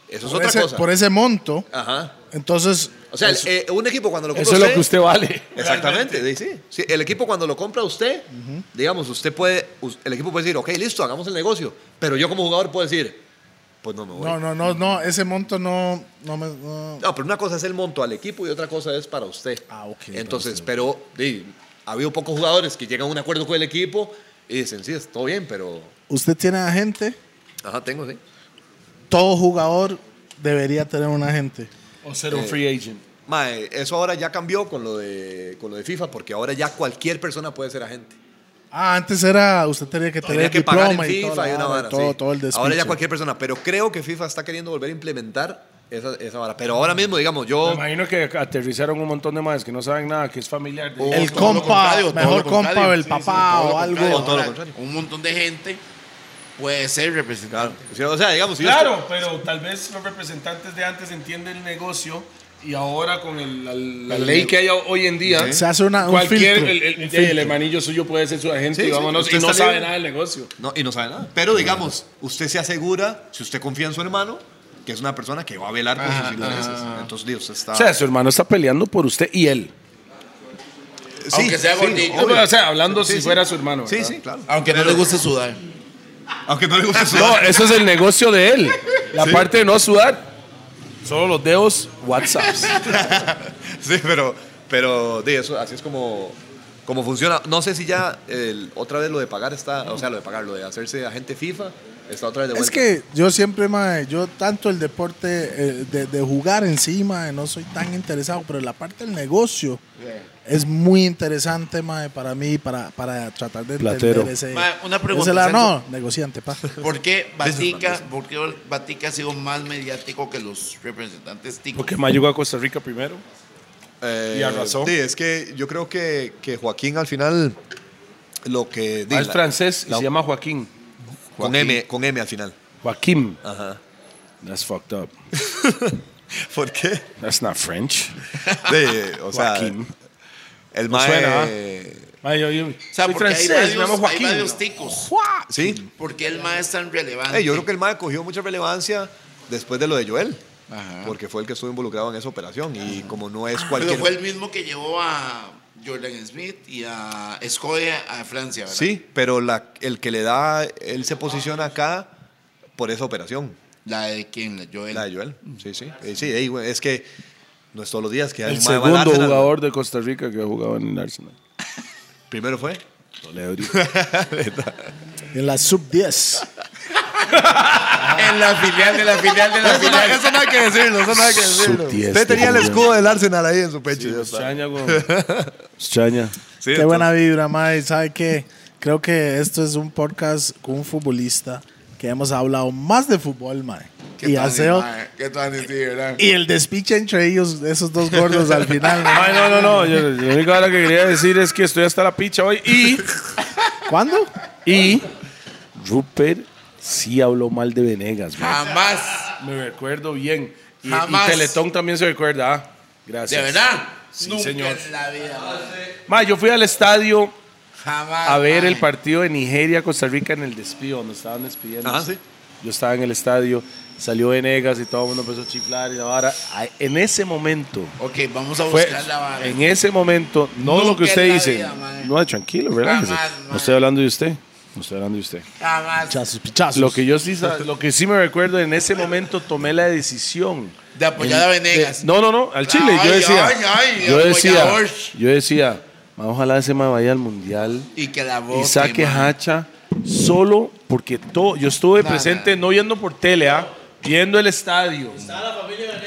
D: eso es
C: Por
D: otra
C: ese,
D: cosa.
C: por e- ese monto,
D: Ajá.
C: entonces
D: O sea, el- eh, un equipo cuando lo compra
B: Eso es lo que usted vale.
D: Eh, Exactamente, di, sí. Sí, El equipo cuando lo compra usted, digamos, usted puede, us- el equipo puede decir, ok, listo, hagamos el negocio. Pero yo como jugador puedo decir, pues no me voy.
C: No, no, no, no, ese monto no, no me... no.
D: No, pero una cosa es el monto al equipo y otra cosa es para usted.
C: Ah, ok,
D: Entonces,
C: entonces.
D: pero di, ha habido pocos jugadores que llegan a un acuerdo con el equipo y dicen, sí, es todo bien, pero...
C: Usted tiene agente,
D: Ajá, tengo, sí.
C: todo jugador debería tener un agente.
F: O ser un free agent.
D: Mae, eso ahora ya cambió con lo, de, con lo de FIFA porque ahora ya cualquier persona puede ser agente.
C: Ah, antes era, usted tenía que tener
D: Tenía que pagar en
C: diploma y,
D: FIFA y,
C: toda la
D: una
C: vara,
D: vara,
C: todo,
D: sí.
C: todo el despiche.
D: Ahora ya cualquier persona, pero creo que FIFA está queriendo volver a implementar esa, esa vara. Pero ahora mismo, digamos,
B: Me
D: yo...
B: imagino que aterrizaron un montón de madres que no saben nada, que es familiar. de-
E: O
C: El
E: todo lo
C: compa,
E: contrario, todo
C: mejor
E: lo
C: compa
E: contrario.
C: o el
E: Sí,
C: papá
E: sí, todo
C: o
E: lo
C: algo.
E: contrario.
D: O todo lo
E: Ahora,
D: contrario.
E: Un montón de gente puede ser representado.
D: O sea, digamos... si yo
F: Claro, pero tal vez los representantes de antes entienden el negocio y ahora con el- la, la ley que hay hoy en día,
C: Se hace una, un
F: cualquier,
C: filtro.
F: el, el- el hermanillo suyo puede ser su agente
D: Sí,
F: y
D: sí,
F: vámonos,
D: usted
F: y no
D: está
F: sabe
D: libre.
F: nada del negocio.
D: No, y no sabe nada. Pero digamos, usted se asegura, si usted confía en su hermano, que es una persona que va a velar por sus intereses. Entonces, Dios, usted está.
B: O sea, su hermano está peleando por usted y él.
D: Sí,
E: aunque sea gordito.
D: obvio.
F: Ah, O sea, hablando si fuera su hermano.
D: Sí,
F: ¿verdad?
D: sí, claro.
E: Aunque no le guste sudar.
D: Aunque no le guste su.
B: No, eso es el negocio de él. La parte de no sudar. Solo los dedos, WhatsApps.
D: Sí, pero, pero de eso, así es como, como funciona. No sé si ya el- otra vez lo de pagar está, o sea, lo de pagar, lo de hacerse agente FIFA, está otra vez de vuelta.
C: Es que yo siempre, mae, yo tanto el deporte eh, de, de jugar encima, no soy tan interesado, pero la parte del negocio es muy interesante, mae, para mí, para, para tratar de entender
B: Platero.
C: ese...
E: Mae, una pregunta,
C: ese lado.
E: Santo.
C: no, negociante, pa.
E: ¿Por qué Batica, por qué Batica ha sido más mediático que los representantes ticos?
B: Porque más llegó a Costa Rica primero.
D: Eh,
B: Y a razón.
D: Sí, es que yo creo que, que Joaquín al final lo que. di,
B: Ah, es
D: la-
B: francés y
D: la-
B: se llama Joaquín.
D: Con M, con M al final.
B: Joaquín.
D: Ajá.
B: That's fucked up.
D: ¿Por qué?
B: That's not French.
D: Sí, o sea,
B: Joaquín.
D: el mae.
B: suena, ¿ah?
E: O sea, porque hay varios, hay varios ticos.
B: ¿ah?
D: Sí.
E: ¿Por qué el más es tan relevante?
D: Eh, yo creo que el mae cogió mucha relevancia después de lo de Joel. Porque fue el que estuvo involucrado en esa operación. Y como no es
E: Pero
D: cualquier.
E: fue el mismo que llevó a Jordan Smith y a Escoe a Francia, ¿verdad?
D: Sí, pero la, el que le da. Él se posiciona acá por esa operación.
E: La de quién, la Joel.
D: La de Joel.
B: Mm.
D: Sí, sí. Eh, sí, ey, güey, es que no es todos los días que hay
B: El
D: un mae va al
B: segundo
D: Arsenal.
B: jugador de Costa Rica que ha jugado en el Arsenal.
D: Primero fue.
B: Toledo.
C: En la sub-10.
E: Ah. En la filial, de la filial, de la filial.
D: Eso no hay que decirlo, eso no hay que decirlo.
B: Sub-10
D: Usted tenía el
B: de Joel.
D: escudo del Arsenal ahí en su pecho. ya está.
B: Chaña, güey. Chaña.
D: Sí,
C: Qué
D: entonces-
C: buena vibra, Mae. ¿Sabe qué? Creo que esto es un podcast con un futbolista que hemos hablado más de fútbol, Mae. Y aseo.
D: Ah,
E: ¿Qué tal, sí, verdad?
C: Y el despiche entre ellos, esos dos gordos al final. mae.
B: Ay, no, no, no. Yo, yo lo único ahora que quería decir es que estoy hasta la picha hoy. Y,
C: ¿Cuándo?
B: y Rupert sí habló mal de Venegas, güey.
E: Jamás.
B: Me recuerdo bien. Y, y
E: Jamás.
B: Teletón también se recuerda. ah. Gracias.
E: ¿De verdad? Nunca
B: señor.
E: en la vida. mae.
B: Ma, yo fui al estadio
E: Jamás.
B: a ver el
E: mae.
B: partido de Nigeria-Costa Rica en el despido, donde estaban despidiendo.
E: Ah,
D: Ajá, sí.
B: Yo estaba en el estadio, salió Venegas y todo el mundo empezó a chiflar y la vara. Ah, En ese momento,
E: Ok, vamos a
B: fue,
E: buscar la vara.
B: en ese momento, no
E: Nunca
B: lo que
E: en
B: usted
E: la
B: dice.
E: vida, mae.
B: no, tranquilo, relájese.
E: Jamás, mae.
B: No estoy hablando de usted. No estoy hablando de usted.
E: Jamás.
C: Pichazos, pichazos.
B: Lo que yo sí, sa- lo que sí me recuerdo, en ese momento tomé la decisión.
E: De apoyar a Venegas.
B: No, no, no, al Chile.
E: Ay,
B: yo decía,
E: ay, ay,
B: yo decía,
E: apoyador.
B: yo decía, "Ma, ojalá ese me vaya al mundial
E: Y que la voz.
B: y saque hacha solo porque todo. Yo estuve presente, no viendo por tele, ah, viendo el estadio.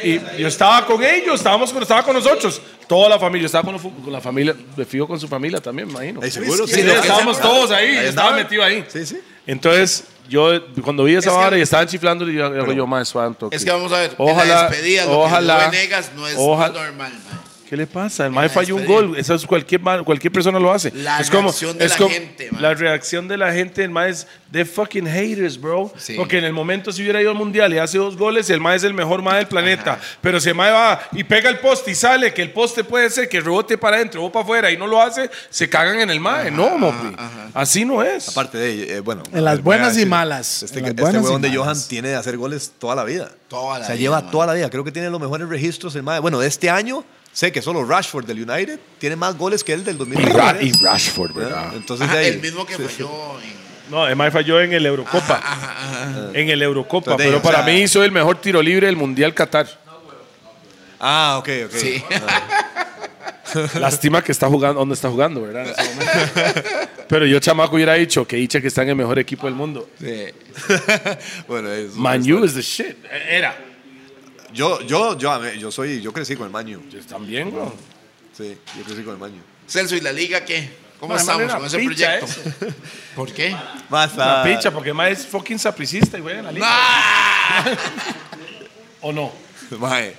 B: Y yo estaba con ellos, estábamos con, estaba con nosotros, toda la familia, estaba con, los fu- con la familia, me fijo con su familia también, me imagino.
D: Ahí seguro,
B: Sí,
D: sí, lo que
B: estábamos
D: sea.
B: todos ahí, yo estaba
D: estaba.
B: metido ahí.
D: Sí, sí.
B: Entonces, yo cuando vi esa
E: Es que-
B: vara y estaban chiflando, yo, yo, yo más suanto.
E: Es que vamos a ver.
B: Ojalá,
E: la despedida, lo
B: ojalá,
E: que hizo Venegas no es
B: ojalá-
E: normal, man.
B: ¿Qué le pasa? El mae
E: la
B: falló un
E: despedida.
B: gol. Eso es cualquier, ma- cualquier persona lo hace.
E: La
B: es como,
E: reacción de
B: es
E: la
B: como-
E: gente, man.
B: La reacción de la gente, el mae es de fucking haters, bro.
E: Sí.
B: Porque en el momento si hubiera ido al mundial y hace dos goles, el mae es el mejor mae del planeta. Pero si el mae va y pega el poste y sale, que el poste puede ser que rebote para adentro o para afuera y no lo hace, se cagan en el mae. no, Mopi. Así no es.
D: Aparte de, eh, bueno.
C: En las
D: voy a
C: buenas y malas,
D: Este,
C: en las
D: este
C: buenas y
D: huevón de
C: malas.
D: Johan tiene de hacer goles toda la vida.
E: Toda la
D: O sea,
E: vida,
D: lleva
E: man.
D: toda la vida. Creo que tiene los mejores registros. El mae. Bueno, de este año, sé que solo Rashford del United tiene más goles que él del 2020.
B: Rashford,
D: ¿Eh? Entonces,
E: Ajá,
D: de ahí,
E: Ah, el mismo que falló en.
B: No, el mae falló en el Eurocopa. En el Eurocopa.
D: Entonces,
B: pero
D: o
B: para
D: sea-
B: mí hizo el mejor tiro libre del Mundial Qatar.
D: Ah, ok, ok.
E: Sí.
B: Lástima que está jugando, donde está jugando, ¿verdad? En ese momento. Pero yo, chamaco, hubiera dicho que Icha que está en el mejor equipo del mundo.
D: bueno, es-
B: Man U is the shit. Era.
D: Yo, yo, yo, amé- yo soy, yo crecí con el Maño.
B: También, bro.
D: Sí, yo crecí con el Maño.
E: Celso, ¿y la liga qué? ¿Cómo
B: Man,
E: estamos
B: era
E: con ese
B: picha
E: proyecto?
B: eso. Pues
E: ¿Por qué?
D: Más
B: Una
D: ah,
B: picha, porque más es fucking sapricista y juega en la liga. Ah. ¿O no?
D: mae,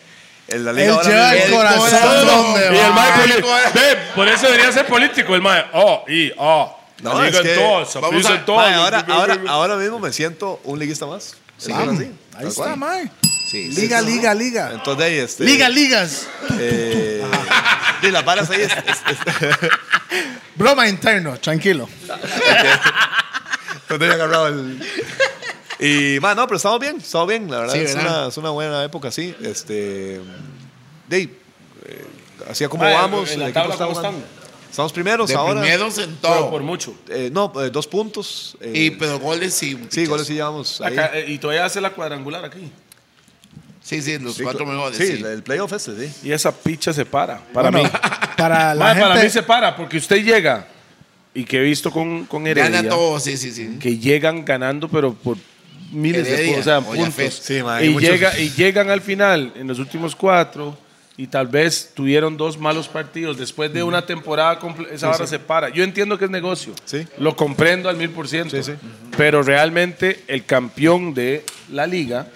D: en la liga
C: Él
D: ahora
C: lleva
D: mismo-
C: el corazón
E: corazón
C: donde
B: Y el
C: va.
B: mae
E: Ay,
B: poli-
E: tú eres-
B: Ve, por eso debería ser político el mae. Oh, y oh.
D: No,
B: La liga
D: es que-
B: en todo,
E: vamos
B: saprissa
E: a-
B: en todo.
D: Mae, ahora, ahora, ahora mismo me siento un liguista más. Sí,
C: Vamos,
D: así,
C: Ahí
D: tal
C: está,
D: cual.
C: mae.
E: Sí, sí,
C: Liga,
E: sí.
C: liga, liga.
D: Entonces, de ahí, este,
C: Liga, ligas.
D: Eh, sí, las varas ahí es, es- es-
C: Broma interno, tranquilo.
D: no tenía agarrado el. Y, man, no, pero estamos bien, estamos bien, la verdad.
E: Sí,
D: es,
E: ¿verdad?
D: una, es una buena época, sí. Este. De ahí, eh, así es como
B: Ah,
D: vamos.
B: en la
D: el equipo
B: tabla,
D: está
B: ¿cómo
D: jugando.
B: están?
D: Estamos primeros
E: De
D: ahora.
E: primeros en
B: Pero por
E: todo.
B: mucho.
D: Eh, no, eh, dos puntos. eh,
E: Y pero goles sí.
D: sí,
E: pichazos.
D: goles sí llevamos. ahí.
B: Acá, eh, y todavía hace la cuadrangular aquí.
E: Sí, sí, los
D: Sí,
E: cuatro
D: cl-
E: mejores.
D: Sí,
E: sí.
D: el playoff este, sí.
B: Y esa picha se para, para
C: Bueno,
B: mí.
C: Para la
B: Mae, para mí
C: gente.
B: se para, porque usted llega y que he visto con, con Heredia,
E: Gana todo, sí, sí, sí.
B: que llegan ganando, pero por miles de
E: Heredia,
B: cosas, o sea,
E: Olla
B: puntos.
E: Fest.
D: Sí, mae,
B: y,
D: muchos-
B: llega, y llegan al final, en los últimos cuatro, y tal vez tuvieron dos malos partidos. Después de una temporada, comple- esa barra se para. Yo entiendo que es negocio.
D: Sí.
B: Lo comprendo al mil por ciento.
D: Sí, sí.
B: Pero realmente el campeón de la liga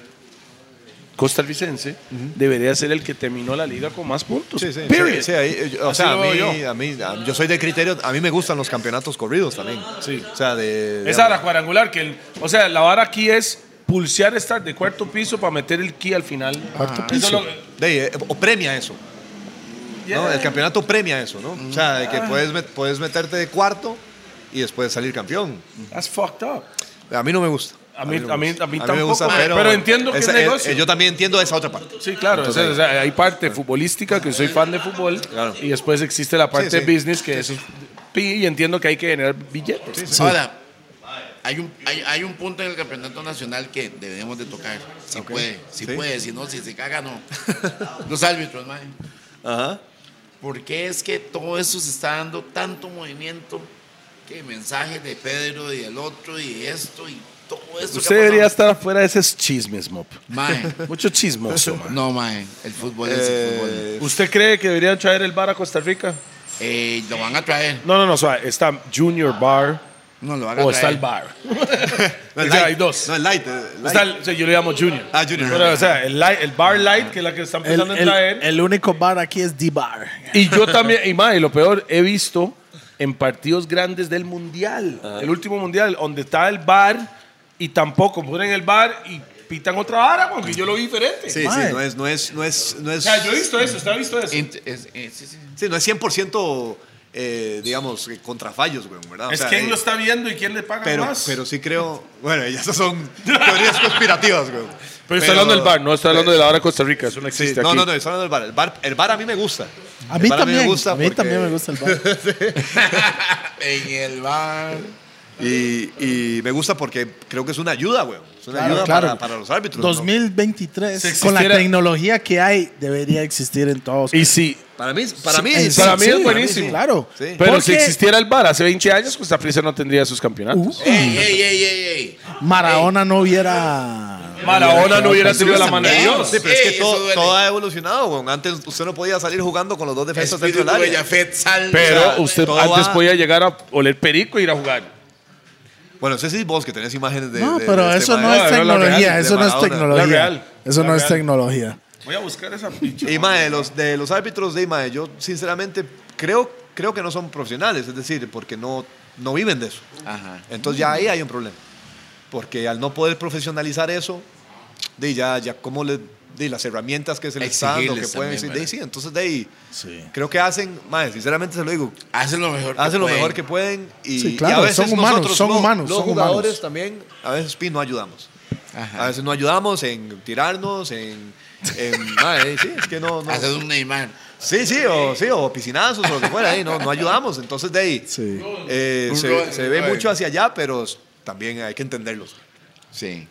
B: costarricense debería ser el que terminó la liga con más puntos.
D: Sí, sí.
B: Period.
D: Sí, sí, ahí, eh, yo- o
B: Así
D: sea, a
B: lo veo
D: mí,
B: yo.
D: a mí, a- yo soy de criterio, a mí me gustan los campeonatos corridos también.
B: Sí.
D: O sea, de. de-
B: Esa era cuadrangular, que el- o sea, la vara aquí es pulsear estar de cuarto piso para meter el ki al final.
D: Ah.
C: Cuarto
B: Eso
C: piso.
B: lo-
D: de- eh, o premia eso. ¿no? El campeonato premia eso, ¿no? O sea, de que
B: Ah.
D: puedes, met- puedes meterte de cuarto y después salir campeón.
B: That's fucked up.
D: A mí no me gusta.
B: A mí-
D: no me
B: a mí-
D: gusta.
B: a mí tampoco, pero- entiendo que es
D: eh,
B: negocio.
D: eh, yo también entiendo esa otra parte.
B: Sí, claro.
D: Entonces,
B: o sea, o sea, hay parte futbolística, que soy fan de fútbol,
D: Claro.
B: y después existe la parte
D: Sí, sí.
B: de business, que es pi, y entiendo que hay que generar billetes.
E: Ahora, hay un, hay, hay un punto en el campeonato nacional que debemos de tocar. Si puede, si
D: Sí.
E: puede, si no, si se caga, no. Los árbitros, mae.
D: Ajá.
E: ¿Por qué es que todo eso se está dando tanto movimiento? Que mensajes de Pedro y el otro y esto y todo eso. que
B: Usted
E: ha
B: debería
E: pasado.
B: estar afuera de esos chismes, Mop.
E: Mae,
B: Mucho chismoso, man.
E: no, mae. El fútbol es el fútbol.
D: Eh,
B: ¿Usted cree que deberían traer el bar a Costa Rica?
E: Eh, lo van a traer.
B: No, no, no. o sea, está Junior Bar
E: No, lo van a
B: o está
E: traer.
B: el bar. O
D: no, el
B: sea,
D: light.
B: hay dos.
D: No, el light. eh, light.
B: Está el- Pues o sea, yo le llamo Junior.
D: Ah, Junior.
B: Pero, o sea, el, light- el bar light, que es la que están
C: El,
B: pensando en
C: el-
B: traer.
C: el único bar aquí es D-Bar.
B: y yo también, y más, y lo peor, he visto en partidos grandes del mundial, el último mundial, donde está el bar y tampoco ponen el bar y pitan otra vara, porque yo lo vi diferente.
D: Sí, sí,
C: Mae.
D: no es, no es, no es, no
B: O
D: es,
B: sea, yo he visto eso, usted ha visto eso.
E: Int- es- eh, sí, sí.
D: sí, no es 100%, eh, digamos, eh, contra fallos, güey, ¿verdad? O
B: es
D: sea,
B: quién
D: eh,
B: lo está viendo y quién le paga
D: Pero,
B: más.
D: pero sí creo. Bueno, ya esas son teorías conspirativas, güey.
B: Pero estoy hablando del bar, no estoy hablando de la hora de Costa Rica, eso no existe
D: Sí, no,
B: aquí.
D: no, no, estoy hablando del bar. El bar, el bar a mí me gusta.
C: A
D: El
C: mí
D: bar
C: también. A mí,
D: me gusta porque-
C: también me gusta el bar.
E: En el bar.
D: Y, y me gusta porque creo que es una ayuda, güey. Es una
C: Claro,
D: ayuda
C: claro.
D: Para, para los árbitros. Pues ¿no?
C: 2023,
F: Si
C: con la
F: existiera-
C: tecnología que hay, debería existir en todos.
F: Y sí,
D: Para mí, para
C: Sí,
D: mí,
C: en
D: sí,
C: sí,
F: para mí
C: sí,
F: es buenísimo.
C: sí, claro.
D: Sí.
F: pero si
C: Porque Uh,
F: existiera el VAR hace 20 años, Costa Prisa no tendría sus campeonatos.
E: Ey, ey, ey, ey, ey.
C: Maradona no hubiera.
F: Maradona no hubiera tenido la mano de
E: mierda.
F: Dios.
D: Sí, pero es
E: Ey,
D: que
E: eso
D: todo,
E: duele.
D: todo ha evolucionado, güey. Antes usted no podía salir jugando con los dos defensas dentro del
E: Espíritu
D: área.
E: Bellafet, sal.
F: Pero
E: sal.
F: usted
D: todo
F: antes
D: va-
F: podía llegar a oler perico e ir a jugar.
D: Bueno, no sé si vos que tenés imágenes de.
C: No,
D: de-
C: pero
D: de este
C: eso no
D: mae.
F: no,
C: es
F: la
C: tecnología.
D: real,
C: Eso
D: de
C: no es
D: Maradona,
F: la
C: tecnología.
F: real,
C: Eso
F: la
C: no es
F: real.
C: tecnología.
F: Voy a buscar esa pinche.
D: Y mae, los, de los árbitros de mae, yo sinceramente creo, creo que no son profesionales, es decir, porque no, no viven de eso.
E: Ajá.
D: Entonces ya ahí hay un problema. Porque al no poder profesionalizar eso, de ya, ya cómo le, de las herramientas que se les están dando, que
E: Exigirles
D: pueden
E: también,
D: decir, de,
E: ¿verdad?
D: sí, entonces de ahí, creo que hacen, mae, sinceramente se lo digo,
E: Hacen lo mejor
D: hacen lo
E: pueden.
D: mejor que pueden y,
C: Sí,
D: y
C: claro,
D: a veces
C: son humanos,
D: nosotros,
C: son
D: lo-
C: humanos,
D: los
C: son
D: jugadores
C: humanos.
D: también a veces pi, no ayudamos
E: Ajá.
D: a veces no ayudamos en tirarnos en, en mae, sí es que no, no.
E: Haces un Neymar.
D: sí sí o sí o piscinazos o lo que fuera ahí, no no ayudamos entonces de ahí
C: Sí.
D: eh,
E: Un
D: se,
E: roe-
D: se ve
E: roe.
D: mucho hacia allá pero s- también hay que entenderlos
E: Sí.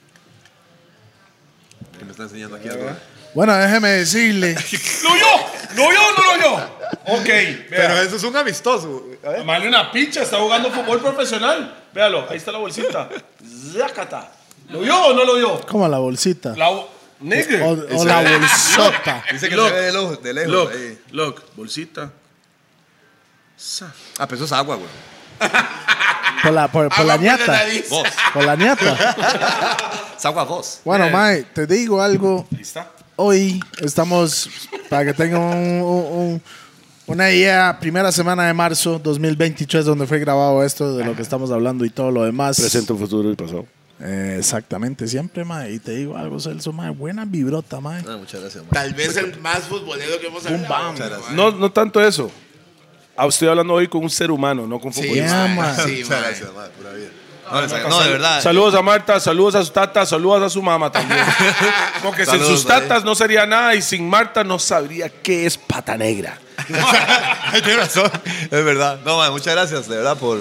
D: que me está enseñando aquí algo
C: Bueno, déjeme decirle.
F: ¡Lo yo! ¡Lo yo! ¡No lo yo! Ok,
D: pero
F: vea.
D: eso es un amistoso a ver.
F: Male una pincha, está jugando fútbol profesional. Véalo, ahí está la bolsita. Zácata. ¿Lo yo o no lo yo?
C: Como la bolsita.
F: La bo- Nigga.
C: O, o la bolsota.
D: dice que
F: Look,
D: se ve de lejos, de lejos
F: Look,
D: ahí.
F: look, bolsita.
D: ah pero eso es agua güey
C: Por la, por, por la
E: Agua por la
C: ñata.
E: nariz.
D: vos
C: Por la ñata.
D: es agua vos
F: Eh.
C: Bueno, Mae, te digo algo.
F: Ahí está.
C: Hoy estamos, para que tengan un- un- un- una idea, primera semana de marzo 2023, donde fue grabado esto, de lo que estamos hablando y todo lo demás.
B: futuro y pasado.
C: Eh, exactamente, siempre, mae. Y te digo algo, Celso, mae. Buena vibrota, mae.
D: Ah, muchas gracias mae.
E: Tal vez el más futbolero que hemos hablado.
D: Muchas gracias.
B: No, no tanto eso. Ah, Estoy hablando hoy con un ser humano, no con
E: Sí,
B: futbolista.
C: Yeah, man.
E: man, sí,
D: Muchas
E: man.
D: gracias, madre, pura vida. No, les- no, de verdad.
B: Saludos a Marta, saludos a su tata, saludos a su mamá también. Porque sin
D: Saludos, eh.
B: sus tatas no sería nada y sin Marta no sabría qué es pata negra.
D: Ay, Tienes razón. Es verdad. No, madre, muchas gracias, de verdad, por.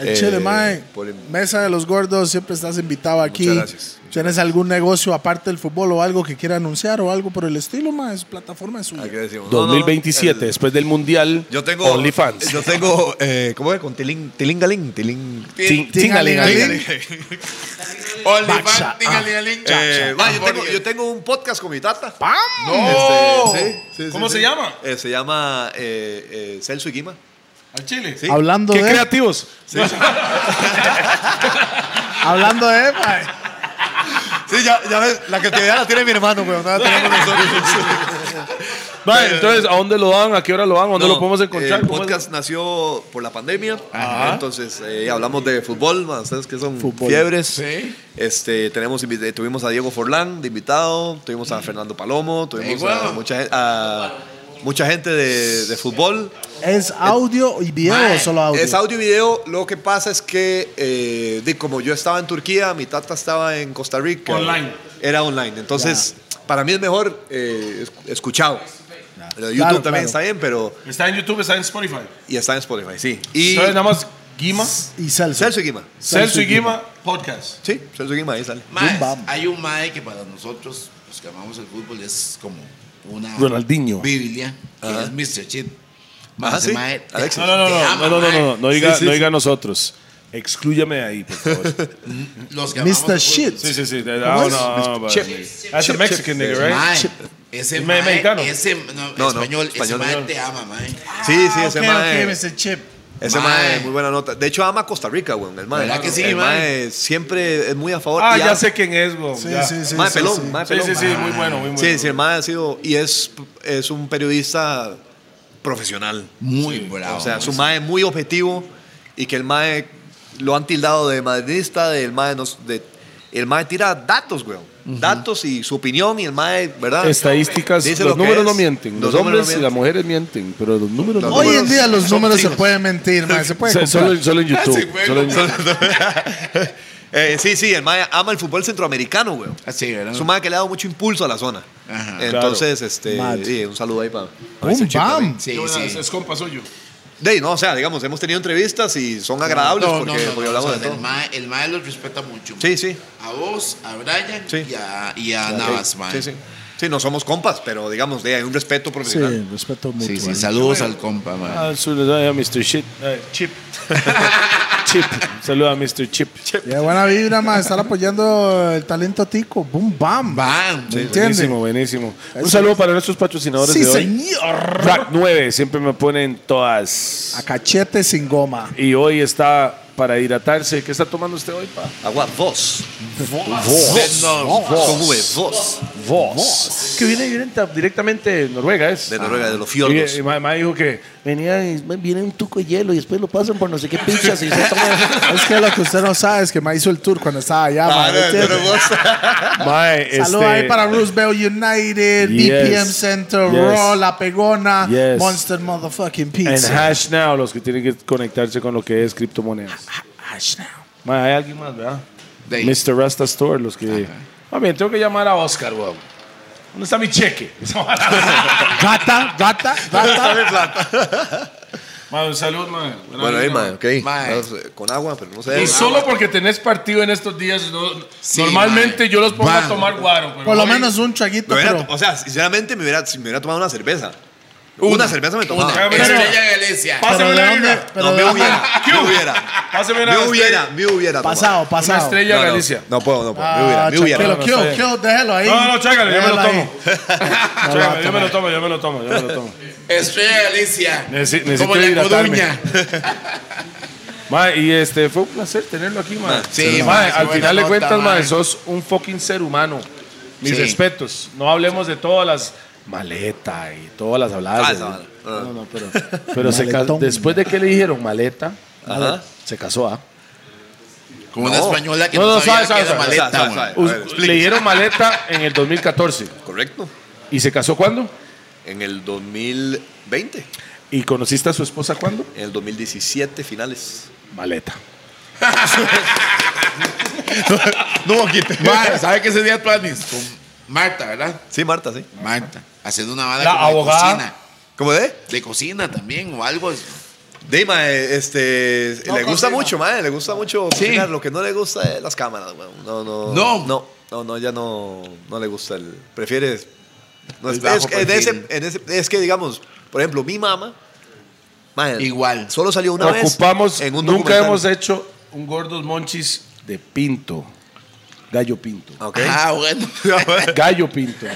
C: El
D: eh,
C: chile, mae.
D: por-
C: Mesa de los gordos, siempre estás invitado aquí.
D: gracias.
C: ¿Tienes algún negocio aparte del fútbol o algo que quiera anunciar o algo por el estilo, mae? Su plataforma es suya.
D: hay que decirlo. No, no,
B: 2027,
D: el-
B: después del Mundial,
D: yo tengo.
B: OnlyFans.
D: Yo tengo. Eh, ¿Cómo es? Con Tiling. Tilingaling. Tiling.
B: Ting-
C: Tingalingaling.
B: tingalingaling.
E: OnlyFans,
B: Ah.
E: tingalingaling.
D: Eh, madre, yo, tengo,
E: Hamburger.
D: yo tengo un podcast con mi tata.
F: ¡No!
D: Este, sí, sí,
F: ¿Cómo
D: sí,
F: se
D: sí.
F: llama?
D: Eh, se llama eh, eh, Celso y Guima.
F: ¿Al Chile?
D: Sí.
C: Hablando
B: Qué
C: de.
B: creativos.
C: Hablando de, mae.
D: Sí, ya, ya ves, la creatividad la tiene mi hermano, weón. No la tenemos nosotros.
B: Vale, entonces, ¿a dónde lo dan? ¿A qué hora lo dan? ¿Dónde
D: No,
B: lo podemos encontrar?
D: El
B: ¿Cómo es?
D: podcast nació por la pandemia. Entonces eh, hablamos de fútbol, más ustedes que son fiebres. Este, tenemos, invi- tuvimos a Diego Forlán de invitado, tuvimos
B: Mm.
D: a Fernando Palomo, tuvimos
E: Ey,
D: a,
E: weón.
D: mucha, gen- a mucha gente de, de fútbol.
C: ¿Es audio y video
E: Mae,
C: o solo audio?
D: Es audio y video. Lo que pasa es que, eh, de, como yo estaba en Turquía, mi tata estaba en Costa Rica.
F: Online.
D: Era online. Entonces, para mí es mejor eh, es- escuchado. Lo de YouTube
C: Claro,
D: también
C: claro.
D: está bien, pero.
F: Está en YouTube, está en Spotify.
D: Y está en Spotify, sí. Y
F: ¿Sabes nada más? Guima.
C: Y Celso.
D: Celso y Guima.
F: Celso y Guima Podcast.
D: Sí, Celso y Guima, ahí sale.
E: Maes,
C: Boom, bam.
E: hay un mae que para nosotros, los que amamos el fútbol, es como una
B: Ronaldinho.
E: Biblia, que es Mr. Chip.
D: Ajá, Ah, sí. Alexis.
E: Alexis.
B: No, no, no, no, no, no, no, no, no diga,
D: Sí, sí,
B: no
D: sí.
B: diga nosotros. Exclúyame de ahí, por favor.
E: Los que amamos
C: Mr.
E: el fútbol.
C: Shit.
B: sí, sí, sí.
F: ah,
B: No, no, no, but- That's a Mexican nigga, right?
E: Mae, ese
B: Me-
E: mae,
B: mexicano.
E: ese no,
D: no,
E: español, ese
D: español.
E: mae te ama, mae.
D: Sí, sí, ese
C: ok,
D: mae.
C: ok, Mr. Chip.
D: ese
E: Mae.
D: mae, muy buena nota. De hecho, ama a Costa Rica, güey. El mae.
E: ¿Verdad que sí,
D: el
E: mae?
D: mae siempre es muy a favor.
B: Ah,
D: y
B: ya
D: ama-
B: sé quién es, bro.
C: Sí,
B: ya.
C: sí, sí.
D: Mae
C: sí,
D: pelón,
C: sí.
D: mae
F: Sí,
D: pelón.
F: sí, sí, muy bueno, muy bueno.
D: Sí, sí, el mae ha sido. Y es, es un periodista profesional.
E: Muy bravo.
D: O sea, su mae muy objetivo y que el mae lo han tildado de madridista, del mae. no- de, el mae tira datos, güey. Datos y su opinión y el mae, ¿verdad?
B: Estadísticas,
D: Dice
B: los
D: lo que
B: números
D: es,
B: no mienten. Los,
D: números no
B: hombres y
D: mienten.
B: las mujeres mienten, pero los números no
D: Los
C: Hoy en
D: números
C: día los
D: son
C: números se
D: fríos.
C: pueden mentir, mae. Se puede
B: mienten. Solo,
C: comprar.
B: solo en YouTube. solo en YouTube.
D: Eh, sí, sí, el mae ama el fútbol centroamericano, güey.
E: Así, ¿verdad?
D: Es un mae que le ha dado mucho impulso a la zona.
E: Ah, Ajá.
D: Entonces,
C: Mad.
D: este, sí, un saludo ahí para.
C: Boom, bam.
E: Sí,
F: Yo,
E: sí.
F: Es, es compa suyo.
D: De ahí, no, o sea, digamos, hemos tenido entrevistas y son agradables
E: No, no,
D: porque,
E: no, no,
D: porque
E: o
D: hablamos
E: sea,
D: de todo.
E: El mae, el mae los respeta mucho.
D: Sí, sí.
E: A vos, a Brian
D: Sí.
E: y a, y a Navas, mae.
D: Sí, sí. Sí, no somos compas, pero digamos, de ahí hay un respeto
C: Sí,
D: profesional.
C: respeto mucho.
E: Sí, sí, saludos al compa, mae.
B: Ah, saluda a Mr. Shit. eh, Chip. Chip. Saluda a Mr. Chip. Chip.
C: Y buena vibra, más estar apoyando el talento tico. Boom, bam.
E: Bam.
C: ¿Me entiendes?
B: Buenísimo, buenísimo. Un saludo para nuestros patrocinadores
C: Sí,
B: de hoy.
C: señor.
B: Rack 9, siempre me ponen todas.
C: A cachete sin goma.
B: Y hoy está para hidratarse. ¿Qué está tomando usted hoy, pa?
D: Agua, vos.
E: Vos.
D: Con V, vos.
B: Vos. Que viene, viene ta- directamente de Noruega, ¿es?
E: Ah.
D: De Noruega, de los
B: Y,
D: fiordos.
B: y ma- ma dijo que venía y ma- viene un tuco de hielo y después lo pasan por no sé qué pinchas y se toma.
C: Es que lo que usted no sabe es que me hizo el tour cuando estaba allá. ma,
D: Ah, no,
C: ¿me entiende?
D: pero vos.
B: Mae,
C: Saludos
B: este,
C: ahí para Roosevelt United, E
B: Yes.
C: BPM Center,
B: Yes.
C: Raw, La Pegona,
B: Yes.
C: Monster Motherfucking
B: este, En
C: Pizza.
B: Hash Now, los que tienen que conectarse con lo que es criptomonedas.
C: Hash now.
B: Ma, hay alguien más, ¿verdad?
E: De ahí.
B: Mr. Rasta Store, los que.
F: Más bien, tengo que llamar a Oscar, weón. ¿Dónde está mi cheque?
C: Gata, gata, gata.
F: Madre, salud, madre.
D: Bueno, ahí, mae, ok.
E: Mae.
D: Vamos, eh, Con agua, pero no sé.
F: Y solo porque tenés partido en estos días, no-
E: Sí,
F: normalmente
E: mae.
F: yo los pongo
E: Mae.
F: a tomar guaro. pero
C: Por lo
F: hoy-
C: menos un traguito,
D: Me hubiera-
C: pero.
D: o sea, sinceramente me hubiera, si me hubiera tomado una cerveza. Una, cerveza me tomaba.
F: Una.
D: Pero-
E: Estrella Galicia.
C: Pero
F: Pásame
C: de
F: una
C: dónde,
F: birra.
C: pero
D: No,
C: de
D: me
C: dónde-
D: hubiera. Me hubiera.
F: Pásame una
D: Me hubiera,
F: estrella.
D: me hubiera. tomado.
C: Pasado,
F: Una
C: pasado.
F: estrella
D: No, no,
F: Galicia.
D: No puedo, no puedo.
C: Ah,
D: me hubiera, me hubiera.
C: Pero
B: No, no
C: Kio,
B: sé.
C: Kio, déjelo ahí.
F: No, no, chágale, yo me lo
C: Déjelo ahí.
F: tomo. Chágame, yo me lo tomo, yo me lo tomo, yo me lo tomo.
E: Estrella Galicia.
B: Necesi- necesito
E: Como la
B: hidratarme.
E: coduña.
B: Ma, y este, fue un placer tenerlo aquí, ma.
E: sí,
B: Ma,
E: ma, qué
B: al
E: buena
B: final de
E: nota,
B: cuentas, ma,
E: ma.
B: sos un fucking ser humano. Mis
E: Sí.
B: respetos. No hablemos de todas las maletas y todas las habladas.
D: Ah,
B: de-
D: esa vara. Ah.
B: No, no, pero, pero se ca-
C: Maletón.
B: después de que le dijeron maleta,
D: Ajá.
B: se casó, ¿ah?
E: Como una
D: No.
E: española que
B: No,
E: no,
B: no,
E: sabía
B: sabe, sabe,
E: que era
B: sabe,
D: O sea,
E: maleta,
D: sabe,
E: güey.
D: sabe. A
B: Us-
D: ver,
B: le
D: explique.
B: dieron maleta en el 2014.
D: Correcto.
B: ¿Y se casó cuándo?
D: En el 2020,
B: ¿Y conociste a su esposa cuándo?
D: en el 2017 finales.
B: Maleta.
D: No, quite.
E: Mae, ¿sabe qué ese día planes? Con Marta, ¿verdad?
D: Sí, Marta, sí.
E: Marta. Haciendo una bala
F: La
E: como
F: abogada.
E: de cocina.
D: ¿Cómo de?
E: De cocina también o algo.
D: Dima, este,
C: No,
D: le gusta
C: cocina.
D: mucho, mae, le gusta mucho cocinar. Lo que no le gusta es las cámaras, weón. No, no.
E: No.
D: No, no, no, ya no, no le gusta el. Prefiere. No,
E: El
D: es,
E: bajo
D: es- en ese-
E: perfil.
D: en ese- es que, digamos, por ejemplo, mi mamá, mae,
E: Igual.
D: Solo salió una vez.
B: Ocupamos,
D: en un
B: nunca
D: documental.
B: hemos hecho un gordos monchis de pinto. Gallo pinto.
D: Ok.
E: Ah, bueno.
B: Gallo Pinto.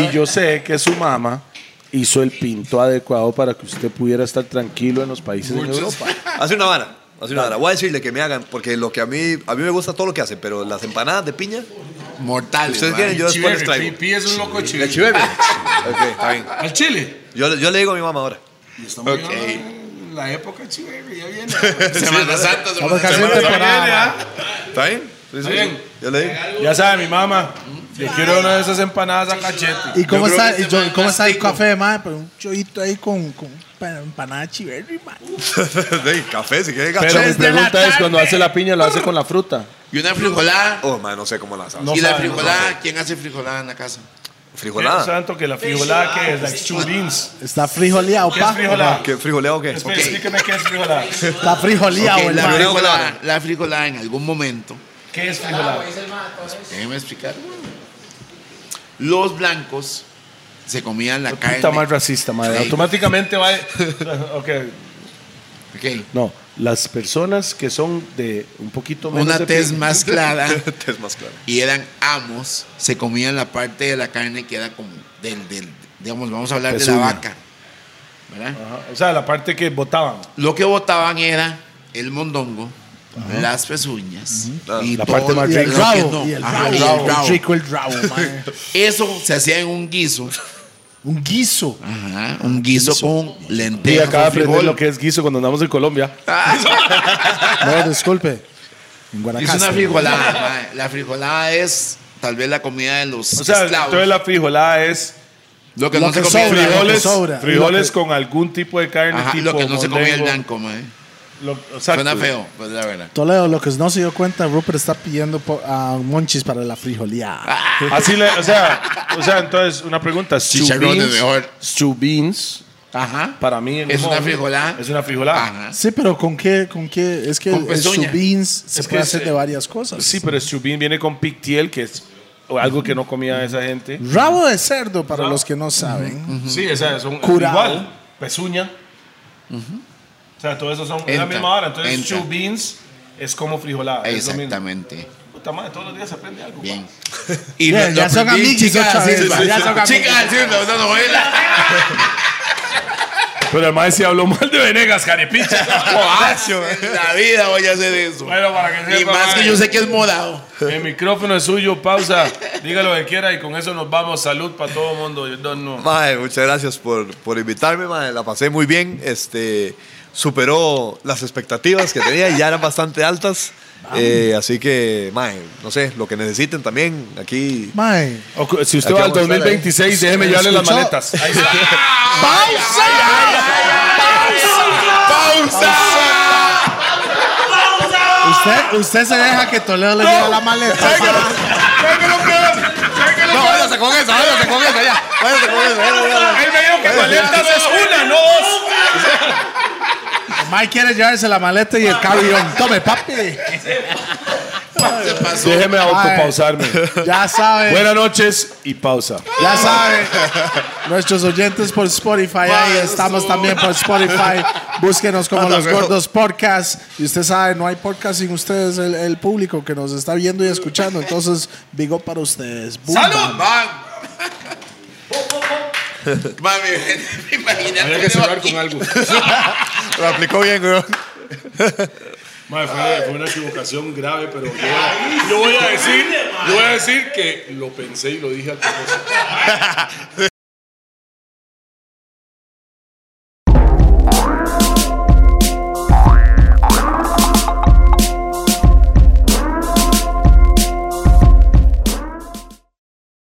B: Y yo sé que su mamá hizo el pinto adecuado para que usted pudiera estar tranquilo en los países de Europa.
D: Hace una vara. Hace una vara. Voy a decirle que me hagan, porque lo que a mí, a mí me gusta todo lo que hacen, pero las empanadas de piña,
E: Mortales.
D: ustedes
E: mae.
D: vienen, yo después les
F: Chiverri, pi-
D: traigo.
F: pi es un loco
D: La
F: chiverri.
D: chiveme. ok, está bien.
F: Al chile.
D: Yo, yo le digo a mi mamá ahora.
F: Estamos
D: Ok.
F: llegando a La época chiverri, ya viene. Está
E: Semana Santa.
C: Estamos
E: Semana
C: casi en
E: Santa.
C: temporada. ma.
D: ¿Está bien? Sí, sí,
F: bien.
D: sí. Yo le digo.
F: Ya sabe, mi mamá. Yo quiero una de esas empanadas a cachete.
C: ¿Y cómo
E: Yo creo
C: está,
E: que
C: y
E: se
C: yo-
E: van
C: cómo está el
E: gastico.
C: café, madre? Pero un choito ahí con, con pa- empanada chiverri, man.
D: Sí, café, si quieres
B: Pero mi
D: café.
B: pregunta es, cuando hace la piña, ¿lo hace con la fruta?
E: Y una frijolada.
D: Oh, man, no sé cómo las hacen.
B: No
E: y la
B: sabe, no
E: frijolada, ¿quién hace frijolada en la casa?
F: Dios
D: ¿Frijolada?
F: santo, que la frijolada que es, la chulins.
C: Está frijoleado,
F: ¿Qué es
C: pa.
F: frijolada?
D: ¿Qué, ¿Frijoleo o qué?
F: Espera, Explíqueme qué es frijolada.
C: Está frijoleado,
E: Ok,
C: el
E: la,
C: man.
D: frijol-
E: frijolada, la frijolada en algún momento.
F: ¿Qué es frijolada?
E: Déjenme explicar. Los blancos se comían la
B: Puta más
E: carne.
B: racista, madre.
E: Sí.
B: Automáticamente va... ok.
E: Ok.
B: No, las personas que son de un poquito menos
E: Una
B: de
E: tez
B: piña-
E: más clara
D: Te es más claro.
E: y eran amos, se comían la parte de la carne que era como del, del digamos, vamos a hablar de la
B: Pezuña.
E: vaca. ¿verdad?
F: Ajá, O sea, la parte que botaban.
E: Lo que votaban era el mondongo, las pezuñas y
B: La
E: todo
B: parte más
E: lo
C: Y el
E: que
C: rabo.
E: no.
C: Y el
E: Ajá,
C: rabo.
E: y el rabo.
C: el rico el rabo, man.
E: Eso se hacía en un guiso.
C: Un guiso.
E: Ajá, un guiso, con
B: Y
E: lentejas.
B: acaba de
E: con frijol.
B: aprender lo que es guiso cuando andamos en Colombia.
C: No, disculpe. En
E: Hice una
C: Guanacaste.
E: frijolada. mae. La frijolada es tal vez la comida de los
B: O sea,
E: esclavos.
B: entonces la frijolada es
E: lo que
C: lo
E: no se
C: que
E: comía
C: sobra,
E: el
C: lo
E: blanco.
C: que
B: frijoles,
C: sobra.
B: frijoles
C: Lo
B: con algún tipo de carne,
E: Ajá,
B: tipo
E: lo que no se comía el
B: mondongo,
E: blanco, mae.
B: Lo, exacto.
E: Suena feo, pues la verdad.
C: Toledo, lo que no se dio cuenta, Rupert está pidiendo po- a Monchis para la frijoleada.
E: Ah.
B: Así le, o sea, o sea, entonces una pregunta, stew
E: Chicharrones
B: beans,
E: mejor.
B: stew beans
E: Ajá.
B: Para mí en
E: Es
B: un
E: una
B: momento,
E: frijolada. Ah,
B: Es una frijolada.
E: Ajá.
C: Sí, pero ¿con qué? ¿Con qué? Es que
E: Con
C: el su
E: pezuña.
C: beans se
B: Es que
C: puede hacer
E: eh,
B: es-
C: de varias cosas.
B: Sí, pero Chubin viene con pictiel, que es algo que no comía esa gente.
C: Rabo de cerdo, para los que no saben.
B: Sí, o sea, son
C: Curado.
B: igual, pezuña. O sea, todo eso son es la
E: Entra,
B: misma hora. Entonces,
E: entra.
B: chu beans es como frijolada. es lo mismo.
E: Exactamente.
B: Puta madre, todos los días se aprende algo.
E: Bien.
C: Y ya, ya son amigos otra vez, va, ya son amigos.
E: Chicas, sí, no, no, novela.
B: Pero el maestro habló mal de Venegas, carepicha.
E: eh. En la vida voy a hacer eso.
B: bueno, para que
E: Y
B: sepa,
E: más que
B: mae,
E: yo sé que es morado.
B: El micrófono es suyo, pausa. Diga lo que quiera y con eso nos vamos. Salud para todo el mundo. Yo no- no.
D: Mae, muchas gracias por, por invitarme, mae. La pasé muy bien. Este, superó las expectativas que tenía y ya eran bastante altas. Eh, así que, mae, no sé, lo que necesiten también aquí.
C: Mae.
B: O- Si usted
D: Aquí
B: va al
D: vamos a estar ahí.
B: 2026, déjeme llevarle las
C: Escuchó.
B: maletas. Ahí está.
C: Usted, usted se deja que Toledo le lleve la maleta.
D: No, váyase con esa, váyase con esa, ya. Váyase con esa, ya, ya, ya.
B: Él me dijo que maletas es una, no dos.
C: Mae quiere llevarse la maleta y el carry-on. Tome, papi.
E: Se pasó.
B: Déjeme autopausarme.
C: Ya sabe.
B: Buenas noches y pausa.
C: Ya saben, nuestros oyentes por Spotify, ahí estamos también por Spotify. Búsquenos como Los Gordos Podcast. Y usted sabe, no hay podcast sin ustedes, el, el público que nos está viendo y escuchando. Entonces, digo para ustedes. Boom, bam.
E: Van. Mami, imagínate.
B: Habría que cerrar con algo.
D: Lo aplicó bien, weón.
B: Madre, fue, fue una equivocación grave, pero yo, voy a- yo voy a decir, yo voy a decir que lo pensé y lo dije al propósito.